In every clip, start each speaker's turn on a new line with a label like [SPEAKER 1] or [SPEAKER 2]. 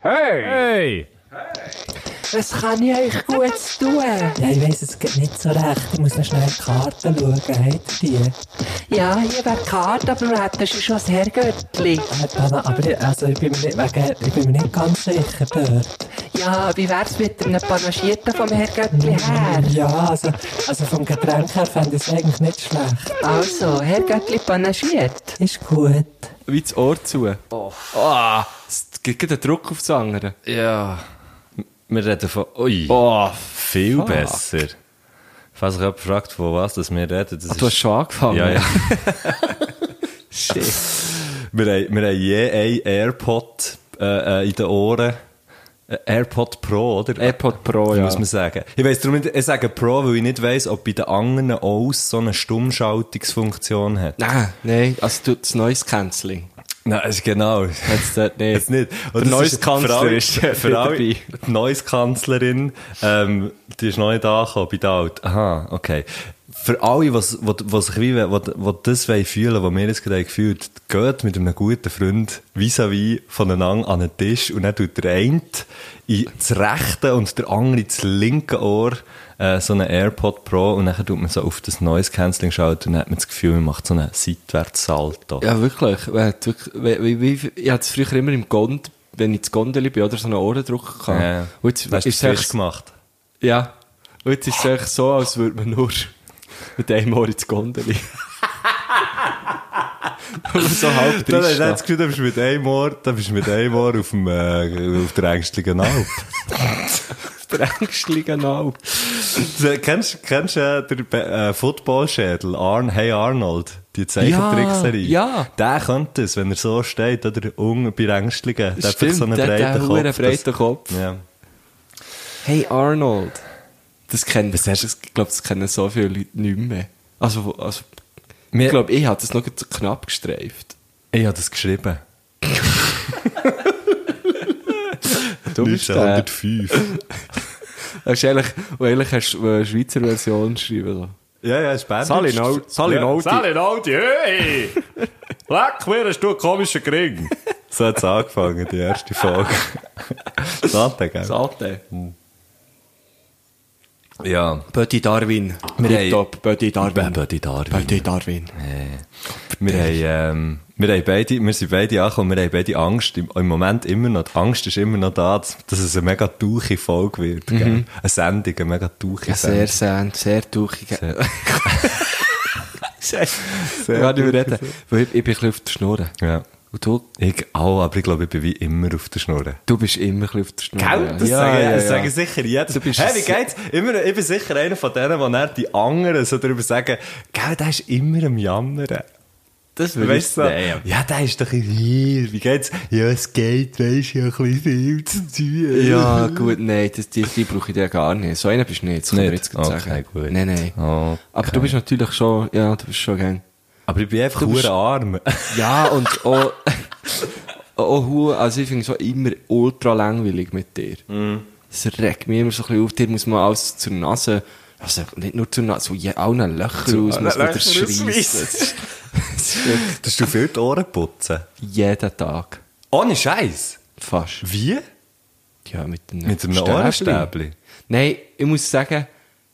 [SPEAKER 1] Hey!
[SPEAKER 2] Hey!
[SPEAKER 3] Was kann ich euch Gutes tun?
[SPEAKER 4] Ja, ich weiss es geht nicht so recht. Ich muss noch schnell in die Karten schauen. Habt ihr die?
[SPEAKER 3] Ja, hier wäre die Karte, aber wir hätten schon schon das Herrgöttli.
[SPEAKER 4] Ah, Dana, aber ich, also ich, bin mir nicht, wegen, ich bin mir nicht ganz sicher dort.
[SPEAKER 3] Ja, wie wär's mit einem Panagierten vom Herrgöttli her?
[SPEAKER 4] Ja, also, also vom Getränk her fände ich es eigentlich nicht schlecht.
[SPEAKER 3] Also, Herrgöttli panagiert.
[SPEAKER 4] Ist gut.
[SPEAKER 5] Wie das Ohr zu. Oh. Es gibt einen Druck aufs andere.
[SPEAKER 2] Ja. Wir reden von. Ui,
[SPEAKER 5] Oh,
[SPEAKER 2] viel
[SPEAKER 5] fuck.
[SPEAKER 2] besser. Falls sich jemand fragt, von was das wir reden, das
[SPEAKER 5] Ah, du hast schon angefangen.
[SPEAKER 2] Ja, ja.
[SPEAKER 5] Shit.
[SPEAKER 2] Wir haben, wir haben je ein AirPod äh, äh, in den Ohren. Äh, AirPod Pro, oder?
[SPEAKER 5] AirPod Pro, ja.
[SPEAKER 2] Muss man sagen. Ich weiss darum nicht, ich sage Pro, weil ich nicht weiss, ob bei den anderen auch so eine Stummschaltungsfunktion hat.
[SPEAKER 5] Nein, nein, also du, das Noise Cancelling.
[SPEAKER 2] Nein, ist genau.
[SPEAKER 5] Hat's dort nicht.
[SPEAKER 2] Jetzt nicht.
[SPEAKER 5] Der neues Kanzler
[SPEAKER 2] für alle-
[SPEAKER 5] ist dort
[SPEAKER 2] für alle,
[SPEAKER 5] dabei.
[SPEAKER 2] Die neues Kanzlerin, ähm, die ist noch nicht angekommen bei der Alt. Aha, okay. Für alle, die was, was, was sich wie, was, was das wollen fühlen, was wir jetzt gerade haben gefühlt, geht mit einem guten Freund vis-à-vis voneinander an den Tisch und dann tut der eine ins rechte und der andere ins linke Ohr äh, so einen AirPod Pro und dann tut man so auf das Noise Cancelling schalten und dann hat man das Gefühl, man macht so einen seitwärts Salto.
[SPEAKER 5] Ja, wirklich. Man hat wirklich- wie- wie- wie- Ich hatte es früher immer im Gond, wenn ich ins Gondeli bin, oder so einen Ohrendruck gehabt.
[SPEAKER 2] Ja.
[SPEAKER 5] Und jetzt
[SPEAKER 2] Hast du
[SPEAKER 5] ist es
[SPEAKER 2] frisch
[SPEAKER 5] echt-
[SPEAKER 2] gemacht?
[SPEAKER 5] Ja. Und jetzt ist es echt so, als würde man nur mit einem Ohr ins Gondeli. Und so halb
[SPEAKER 2] Dann hast
[SPEAKER 5] drin
[SPEAKER 2] du das
[SPEAKER 5] stehen.
[SPEAKER 2] Gefühl, du bist mit einem Ohr, dann bist du mit einem Ohr auf, dem, äh, auf der ängstlichen Alp.
[SPEAKER 5] Der ängstlichen Alp.
[SPEAKER 2] Du- kennst kennst äh, den Be- äh, Footballschädel, Arn, Hey Arnold, die Zeichentrickserie?
[SPEAKER 5] Ja, ja.
[SPEAKER 2] Der könnte es, wenn er so steht, oder unten bei Ängstlichen. Der
[SPEAKER 5] Stimmt,
[SPEAKER 2] hat vielleicht so einen
[SPEAKER 5] der hat
[SPEAKER 2] breiten
[SPEAKER 5] einen
[SPEAKER 2] Kopf.
[SPEAKER 5] huere breiten
[SPEAKER 2] das-
[SPEAKER 5] Kopf.
[SPEAKER 2] Ja.
[SPEAKER 5] Hey Arnold. Das kennen, das hast du, ich glaube, das kennen so viele Leute nicht mehr. Also, also ich
[SPEAKER 2] Mir-
[SPEAKER 5] glaube, ich habe das noch zu knapp gestreift.
[SPEAKER 2] Ich habe das geschrieben.
[SPEAKER 5] Du bist der.
[SPEAKER 2] 1905.
[SPEAKER 5] Hast du ehrlich, und ehrlich hast du eine Schweizer Version geschrieben. So.
[SPEAKER 2] ja, ja, ist Berndeutsch.
[SPEAKER 5] Salinol- Salinoldi.
[SPEAKER 2] Ja, Sal-
[SPEAKER 1] Salinaldi, hey! Leck mir, hast du einen komischen Kring.
[SPEAKER 2] So hat es angefangen, die erste Folge. Sante, gell?
[SPEAKER 5] Sate.
[SPEAKER 2] Ja.
[SPEAKER 5] Bödi Darwin.
[SPEAKER 2] Wir
[SPEAKER 5] Tipptopp. Bödi Darwin.
[SPEAKER 2] Bödi Darwin.
[SPEAKER 5] Bödi Darwin.
[SPEAKER 2] Wir haben, ähm, wir haben beide, wir sind beide angekommen, wir haben beide Angst, im, im Moment immer noch, die Angst ist immer noch da, dass dass es eine mega tauche Folge wird, gell? Eine Sendung, eine mega tauche
[SPEAKER 5] Mhm. Ja, sehr
[SPEAKER 2] Sendung.
[SPEAKER 5] sand, sehr tauchig.
[SPEAKER 2] Sehr-
[SPEAKER 5] sehr. sehr ich kann nicht mehr reden. Weil ich, ich bin ein bisschen auf der Schnur.
[SPEAKER 2] Ja.
[SPEAKER 5] Und du,
[SPEAKER 2] Ich auch, aber ich glaube, ich bin wie immer auf der Schnur.
[SPEAKER 5] du bist immer ein bisschen auf der Schnur.
[SPEAKER 2] Das sagen, das sagen sicher jeder.
[SPEAKER 5] Du bist
[SPEAKER 2] Hey, wie
[SPEAKER 5] ein-
[SPEAKER 2] geht's? Immer, ich bin sicher einer von denen, die dann die anderen so darüber sagen, gell, der ist immer am Jammern.
[SPEAKER 5] Das will ich
[SPEAKER 2] Weißt du, so,
[SPEAKER 5] Nee, ja.
[SPEAKER 2] ja, der ist doch hier, wie geht's? Ja, es geht, weißt du, ja, ein bisschen viel zu tun.
[SPEAKER 5] Ja, gut, nein, das, die, die brauche ich dir gar nicht. So einer bist du nicht, das kann ich dir
[SPEAKER 2] Nicht?
[SPEAKER 5] jetzt gerade
[SPEAKER 2] Okay,
[SPEAKER 5] sagen.
[SPEAKER 2] gut.
[SPEAKER 5] Nein, nein.
[SPEAKER 2] Okay.
[SPEAKER 5] Aber du bist natürlich schon, ja, du bist schon gang.
[SPEAKER 2] Aber ich bin einfach
[SPEAKER 5] Du bist-
[SPEAKER 2] hure arm.
[SPEAKER 5] Ja, und auch, auch, hu- also ich finde es auch immer ultra langweilig mit dir.
[SPEAKER 2] Mhm.
[SPEAKER 5] Das regt mich immer so ein bisschen auf, dir muss man alles zur Nase, also nicht nur zur Nase, so je, allen Löcher aus, muss man dir schreissen.
[SPEAKER 2] Dass du viel die Ohren putzen.
[SPEAKER 5] Jeden Tag.
[SPEAKER 2] Ohne Scheiß.
[SPEAKER 5] Fast.
[SPEAKER 2] Wie?
[SPEAKER 5] Ja, mit einem,
[SPEAKER 2] Mit einem
[SPEAKER 5] Stäbli.
[SPEAKER 2] Ohrenstäbli?
[SPEAKER 5] Nein, ich muss sagen,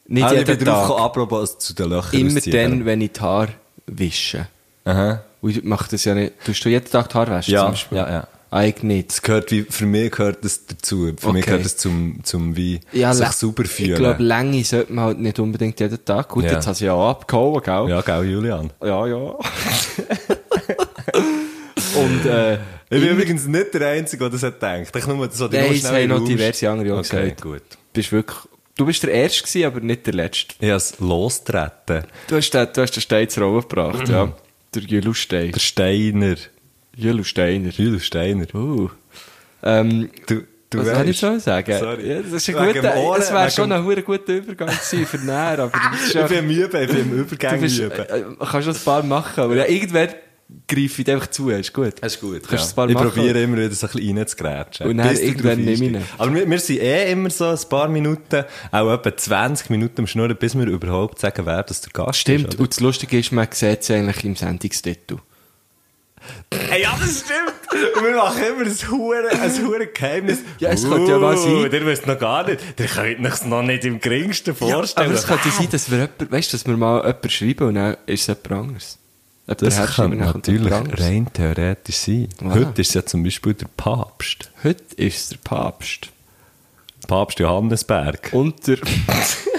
[SPEAKER 5] nicht
[SPEAKER 2] Ah, ich bin
[SPEAKER 5] jeden
[SPEAKER 2] drauf
[SPEAKER 5] Tag.
[SPEAKER 2] gekommen, apropos zu den Löchern.
[SPEAKER 5] Immer dann,
[SPEAKER 2] ausziehen.
[SPEAKER 5] wenn ich die Haare wische.
[SPEAKER 2] Aha.
[SPEAKER 5] Und ich mache das ja nicht. Tust du jeden Tag die Haare waschen
[SPEAKER 2] Ja,
[SPEAKER 5] zum Beispiel?
[SPEAKER 2] ja, ja.
[SPEAKER 5] Eigentlich nicht.
[SPEAKER 2] Das gehört wie, für mich gehört das dazu. Für
[SPEAKER 5] Okay.
[SPEAKER 2] mich gehört das zum, zum wie, sich
[SPEAKER 5] lä-
[SPEAKER 2] sauber fühlen.
[SPEAKER 5] Ich glaube, Länge sollte man halt nicht unbedingt jeden Tag. Gut,
[SPEAKER 2] Ja.
[SPEAKER 5] jetzt hast du ja auch abgehauen, gell?
[SPEAKER 2] ja, gell, Julian?
[SPEAKER 5] ja. ja. Und, äh,
[SPEAKER 2] Ich bin
[SPEAKER 5] immer-
[SPEAKER 2] übrigens nicht der Einzige, der das hat gedacht. Ich nur, das hat
[SPEAKER 5] Nein, es haben noch diverse andere auch
[SPEAKER 2] Okay,
[SPEAKER 5] gesagt.
[SPEAKER 2] gut.
[SPEAKER 5] bist wirklich, du bist der Erste gewesen, aber nicht der Letzte.
[SPEAKER 2] Ich habe es losgetreten.
[SPEAKER 5] Du hast den, du hast den Stein zur Ruhe gebracht, ja. Der Jülu Stein.
[SPEAKER 2] Der Steiner.
[SPEAKER 5] Jülu Steiner.
[SPEAKER 2] Julius Steiner.
[SPEAKER 5] Uh. Ähm,
[SPEAKER 2] Du, du
[SPEAKER 5] Was
[SPEAKER 2] weißt.
[SPEAKER 5] soll ich so sagen?
[SPEAKER 2] Sorry.
[SPEAKER 5] Ja, das ist ein
[SPEAKER 2] Wegen
[SPEAKER 5] guter,
[SPEAKER 2] dem Ohren,
[SPEAKER 5] das wäre
[SPEAKER 2] wegen
[SPEAKER 5] schon
[SPEAKER 2] dem-
[SPEAKER 5] ein verdammt guter Übergang gewesen für näher, aber das ist
[SPEAKER 2] Ich
[SPEAKER 5] einfach-
[SPEAKER 2] bin am Üben, ich bin im Übergang
[SPEAKER 5] du bist,
[SPEAKER 2] üben.
[SPEAKER 5] äh, äh, kannst das ein paar machen, aber ja, irgendwann greife ich dir einfach zu, ist gut.
[SPEAKER 2] Das ist gut.
[SPEAKER 5] Kannst du ein paar
[SPEAKER 2] ich
[SPEAKER 5] machen?
[SPEAKER 2] probiere immer wieder so ein bisschen reinzugrätschen.
[SPEAKER 5] Und dann
[SPEAKER 2] Bis du
[SPEAKER 5] irgendwann
[SPEAKER 2] drauf
[SPEAKER 5] nehme ich ihn.
[SPEAKER 2] einsteigst. Aber wir, wir sind eh immer so ein paar Minuten, auch etwa 20 Minuten am Schnurren, bis wir überhaupt sagen, wer das der Gast
[SPEAKER 5] Stimmt,
[SPEAKER 2] ist. oder?
[SPEAKER 5] und das Lustige ist, man sieht es eigentlich im Sendungstitel.
[SPEAKER 2] Hey, ja, das stimmt. Und wir machen immer ein hure, ein hure Geheimnis.
[SPEAKER 5] Ja, es könnte ja mal sein.
[SPEAKER 2] Ihr wisst noch gar nicht. Ihr könnt euch noch nicht im geringsten vorstellen.
[SPEAKER 5] Aber es könnte sein, dass wir, jemand, weißt, dass wir mal jemanden schreiben und dann ist es jemand anderes. Jemand
[SPEAKER 2] das
[SPEAKER 5] herschreiben,
[SPEAKER 2] könnte
[SPEAKER 5] dann kommt jemand
[SPEAKER 2] natürlich
[SPEAKER 5] anderes.
[SPEAKER 2] rein theoretisch sein.
[SPEAKER 5] Wow.
[SPEAKER 2] Heute ist es ja zum Beispiel der Papst.
[SPEAKER 5] Heute ist es der Papst.
[SPEAKER 2] Papst Johannesberg.
[SPEAKER 5] Und der...
[SPEAKER 2] Äh,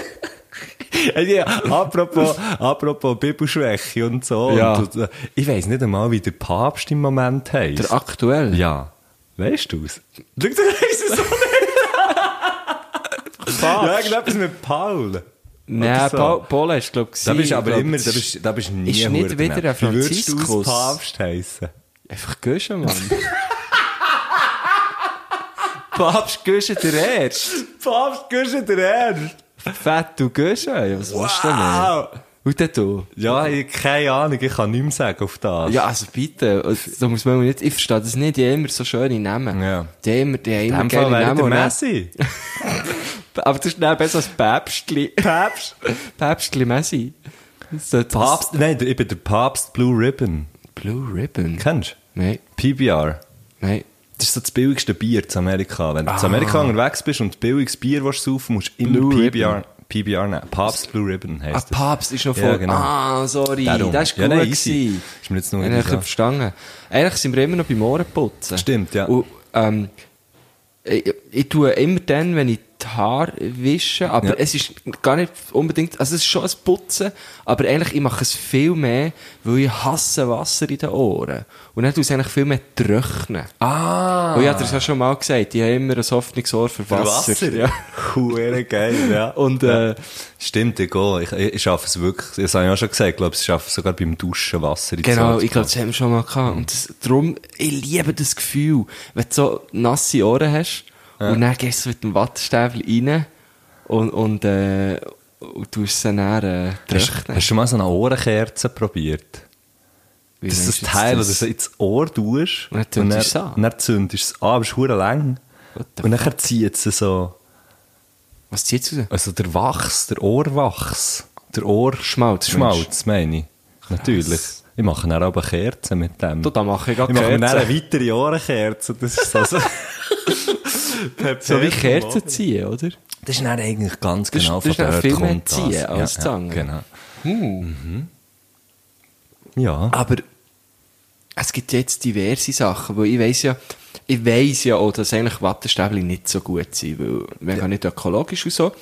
[SPEAKER 2] Ja, apropos, apropos Bibelschwäche und so.
[SPEAKER 5] Ja.
[SPEAKER 2] Und, und, äh, ich weiß nicht einmal, wie der Papst im Moment heißt.
[SPEAKER 5] Der aktuell?
[SPEAKER 2] ja. Weißt du es? Schau, du weißt es so nicht. Papst. Ja, irgendetwas mit Paul.
[SPEAKER 5] Nein,
[SPEAKER 2] Oder so.
[SPEAKER 5] Paul, Paul hast du, glaube ich,
[SPEAKER 2] Da bist du
[SPEAKER 5] gesehen,
[SPEAKER 2] aber
[SPEAKER 5] glaub,
[SPEAKER 2] immer,
[SPEAKER 5] das
[SPEAKER 2] da bist, da bist nie
[SPEAKER 5] Ist nicht
[SPEAKER 2] verdammt.
[SPEAKER 5] wieder ein
[SPEAKER 2] Wie würdest du
[SPEAKER 5] Franziskus?
[SPEAKER 2] Papst heissen?
[SPEAKER 5] Einfach Göschen, Mann. Papst Göschen der Erste.
[SPEAKER 2] Papst, gehst du dir ernst?
[SPEAKER 5] Fett du Göschen, ja, was willst du denn? mehr?
[SPEAKER 2] Wow.
[SPEAKER 5] Und dann du?
[SPEAKER 2] Ja, ich, keine Ahnung, ich kann nichts mehr sagen auf das.
[SPEAKER 5] Ja, also bitte, also, da muss man mir nicht, ich verstehe das nicht, die haben immer so schöne Namen.
[SPEAKER 2] Ja.
[SPEAKER 5] Die haben immer, die haben
[SPEAKER 2] in
[SPEAKER 5] immer
[SPEAKER 2] dem Fall
[SPEAKER 5] geile
[SPEAKER 2] wäre
[SPEAKER 5] Namen.
[SPEAKER 2] der
[SPEAKER 5] und dann-
[SPEAKER 2] Messi.
[SPEAKER 5] Aber das ist dann besser als Päpstli. Päpst? Päpstli Messi. So, das-
[SPEAKER 2] Papst, nein, der- ich bin der Papst Blue Ribbon.
[SPEAKER 5] Blue Ribbon.
[SPEAKER 2] Kennst
[SPEAKER 5] Nein,
[SPEAKER 2] du? PBR.
[SPEAKER 5] nein.
[SPEAKER 2] Das ist so das billigste Bier zu Amerika. Wenn du zu Amerika unterwegs bist und billiges Bier willst saufen, musst du immer
[SPEAKER 5] Ah. Blue
[SPEAKER 2] PBR, PBR nehmen. Papst Blue Ribbon
[SPEAKER 5] Ah,
[SPEAKER 2] heisst das.
[SPEAKER 5] Papst ist noch
[SPEAKER 2] Ja,
[SPEAKER 5] vor.
[SPEAKER 2] genau.
[SPEAKER 5] Ah, sorry,
[SPEAKER 2] Darum.
[SPEAKER 5] das ist
[SPEAKER 2] Ja,
[SPEAKER 5] gut. Ja,
[SPEAKER 2] nein, easy. Ist mir jetzt nur
[SPEAKER 5] Ich
[SPEAKER 2] eingefallen.
[SPEAKER 5] habe verstanden. Eigentlich sind wir immer noch beim Ohrenputzen.
[SPEAKER 2] Stimmt, ja.
[SPEAKER 5] Und, ähm, ich, ich tue immer dann, wenn ich die Haare wische, aber
[SPEAKER 2] Ja.
[SPEAKER 5] es ist gar nicht unbedingt, also es ist schon ein Putzen, aber eigentlich, ich mache es viel mehr, weil ich hasse Wasser in den Ohren. Und dann tue ich es eigentlich viel mehr trocknen.
[SPEAKER 2] Ah!
[SPEAKER 5] Und ich habe das ja schon mal gesagt, ich habe immer ein Hoffnungsohr für
[SPEAKER 2] Für
[SPEAKER 5] Wasser. Ja.
[SPEAKER 2] Huere geil, ja.
[SPEAKER 5] Und, äh,
[SPEAKER 2] Stimmt, ich gehe. Ich, ich, ich schaffe es wirklich. Das habe ich auch schon gesagt. Ich glaube, ich schaffe es sogar beim Duschen Wasser in die
[SPEAKER 5] Genau,
[SPEAKER 2] Zähne
[SPEAKER 5] ich
[SPEAKER 2] zu
[SPEAKER 5] glaube, das haben wir schon mal gehabt. Und das, darum, ich liebe das Gefühl, wenn du so nasse Ohren hast und dann gehst du mit dem Wattestäbel rein und, und, äh, und tust es dann äh,
[SPEAKER 2] Hast,
[SPEAKER 5] trocknen.
[SPEAKER 2] hast du mal so eine Ohrenkerze probiert?
[SPEAKER 5] Wie
[SPEAKER 2] Das
[SPEAKER 5] meinst
[SPEAKER 2] ist
[SPEAKER 5] du jetzt
[SPEAKER 2] das Teil, das du so ins Ohr tust.
[SPEAKER 5] Und dann zündest du es
[SPEAKER 2] dann-
[SPEAKER 5] an.
[SPEAKER 2] Dann zündest du es an, aber es ist verdammt lang.
[SPEAKER 5] What the
[SPEAKER 2] Und dann zieht es so.
[SPEAKER 5] Was zieht raus?
[SPEAKER 2] Also der Wachs, der Ohrwachs. Der Ohrschmalz. Schmalz, meine ich. Natürlich. Ich mache dann aber Kerzen mit dem.
[SPEAKER 5] Du, da mache ich gar
[SPEAKER 2] ich mache mir dann
[SPEAKER 5] Kerzen.
[SPEAKER 2] eine weitere Ohrenkerze. Das ist so. so
[SPEAKER 5] So wie Kerzen ziehen, oder?
[SPEAKER 2] Das ist dann eigentlich ganz
[SPEAKER 5] Das ist-
[SPEAKER 2] genau
[SPEAKER 5] das ist dann
[SPEAKER 2] dort
[SPEAKER 5] viel mehr
[SPEAKER 2] kommt das.
[SPEAKER 5] ziehen als Hm. das andere.
[SPEAKER 2] Genau. Mhm. Ja.
[SPEAKER 5] Aber es gibt jetzt diverse Sachen, weil ich weiss ja, ich weiss ja auch, dass eigentlich Wattestäbchen nicht so gut sind, weil wir ja. nicht ökologisch und so.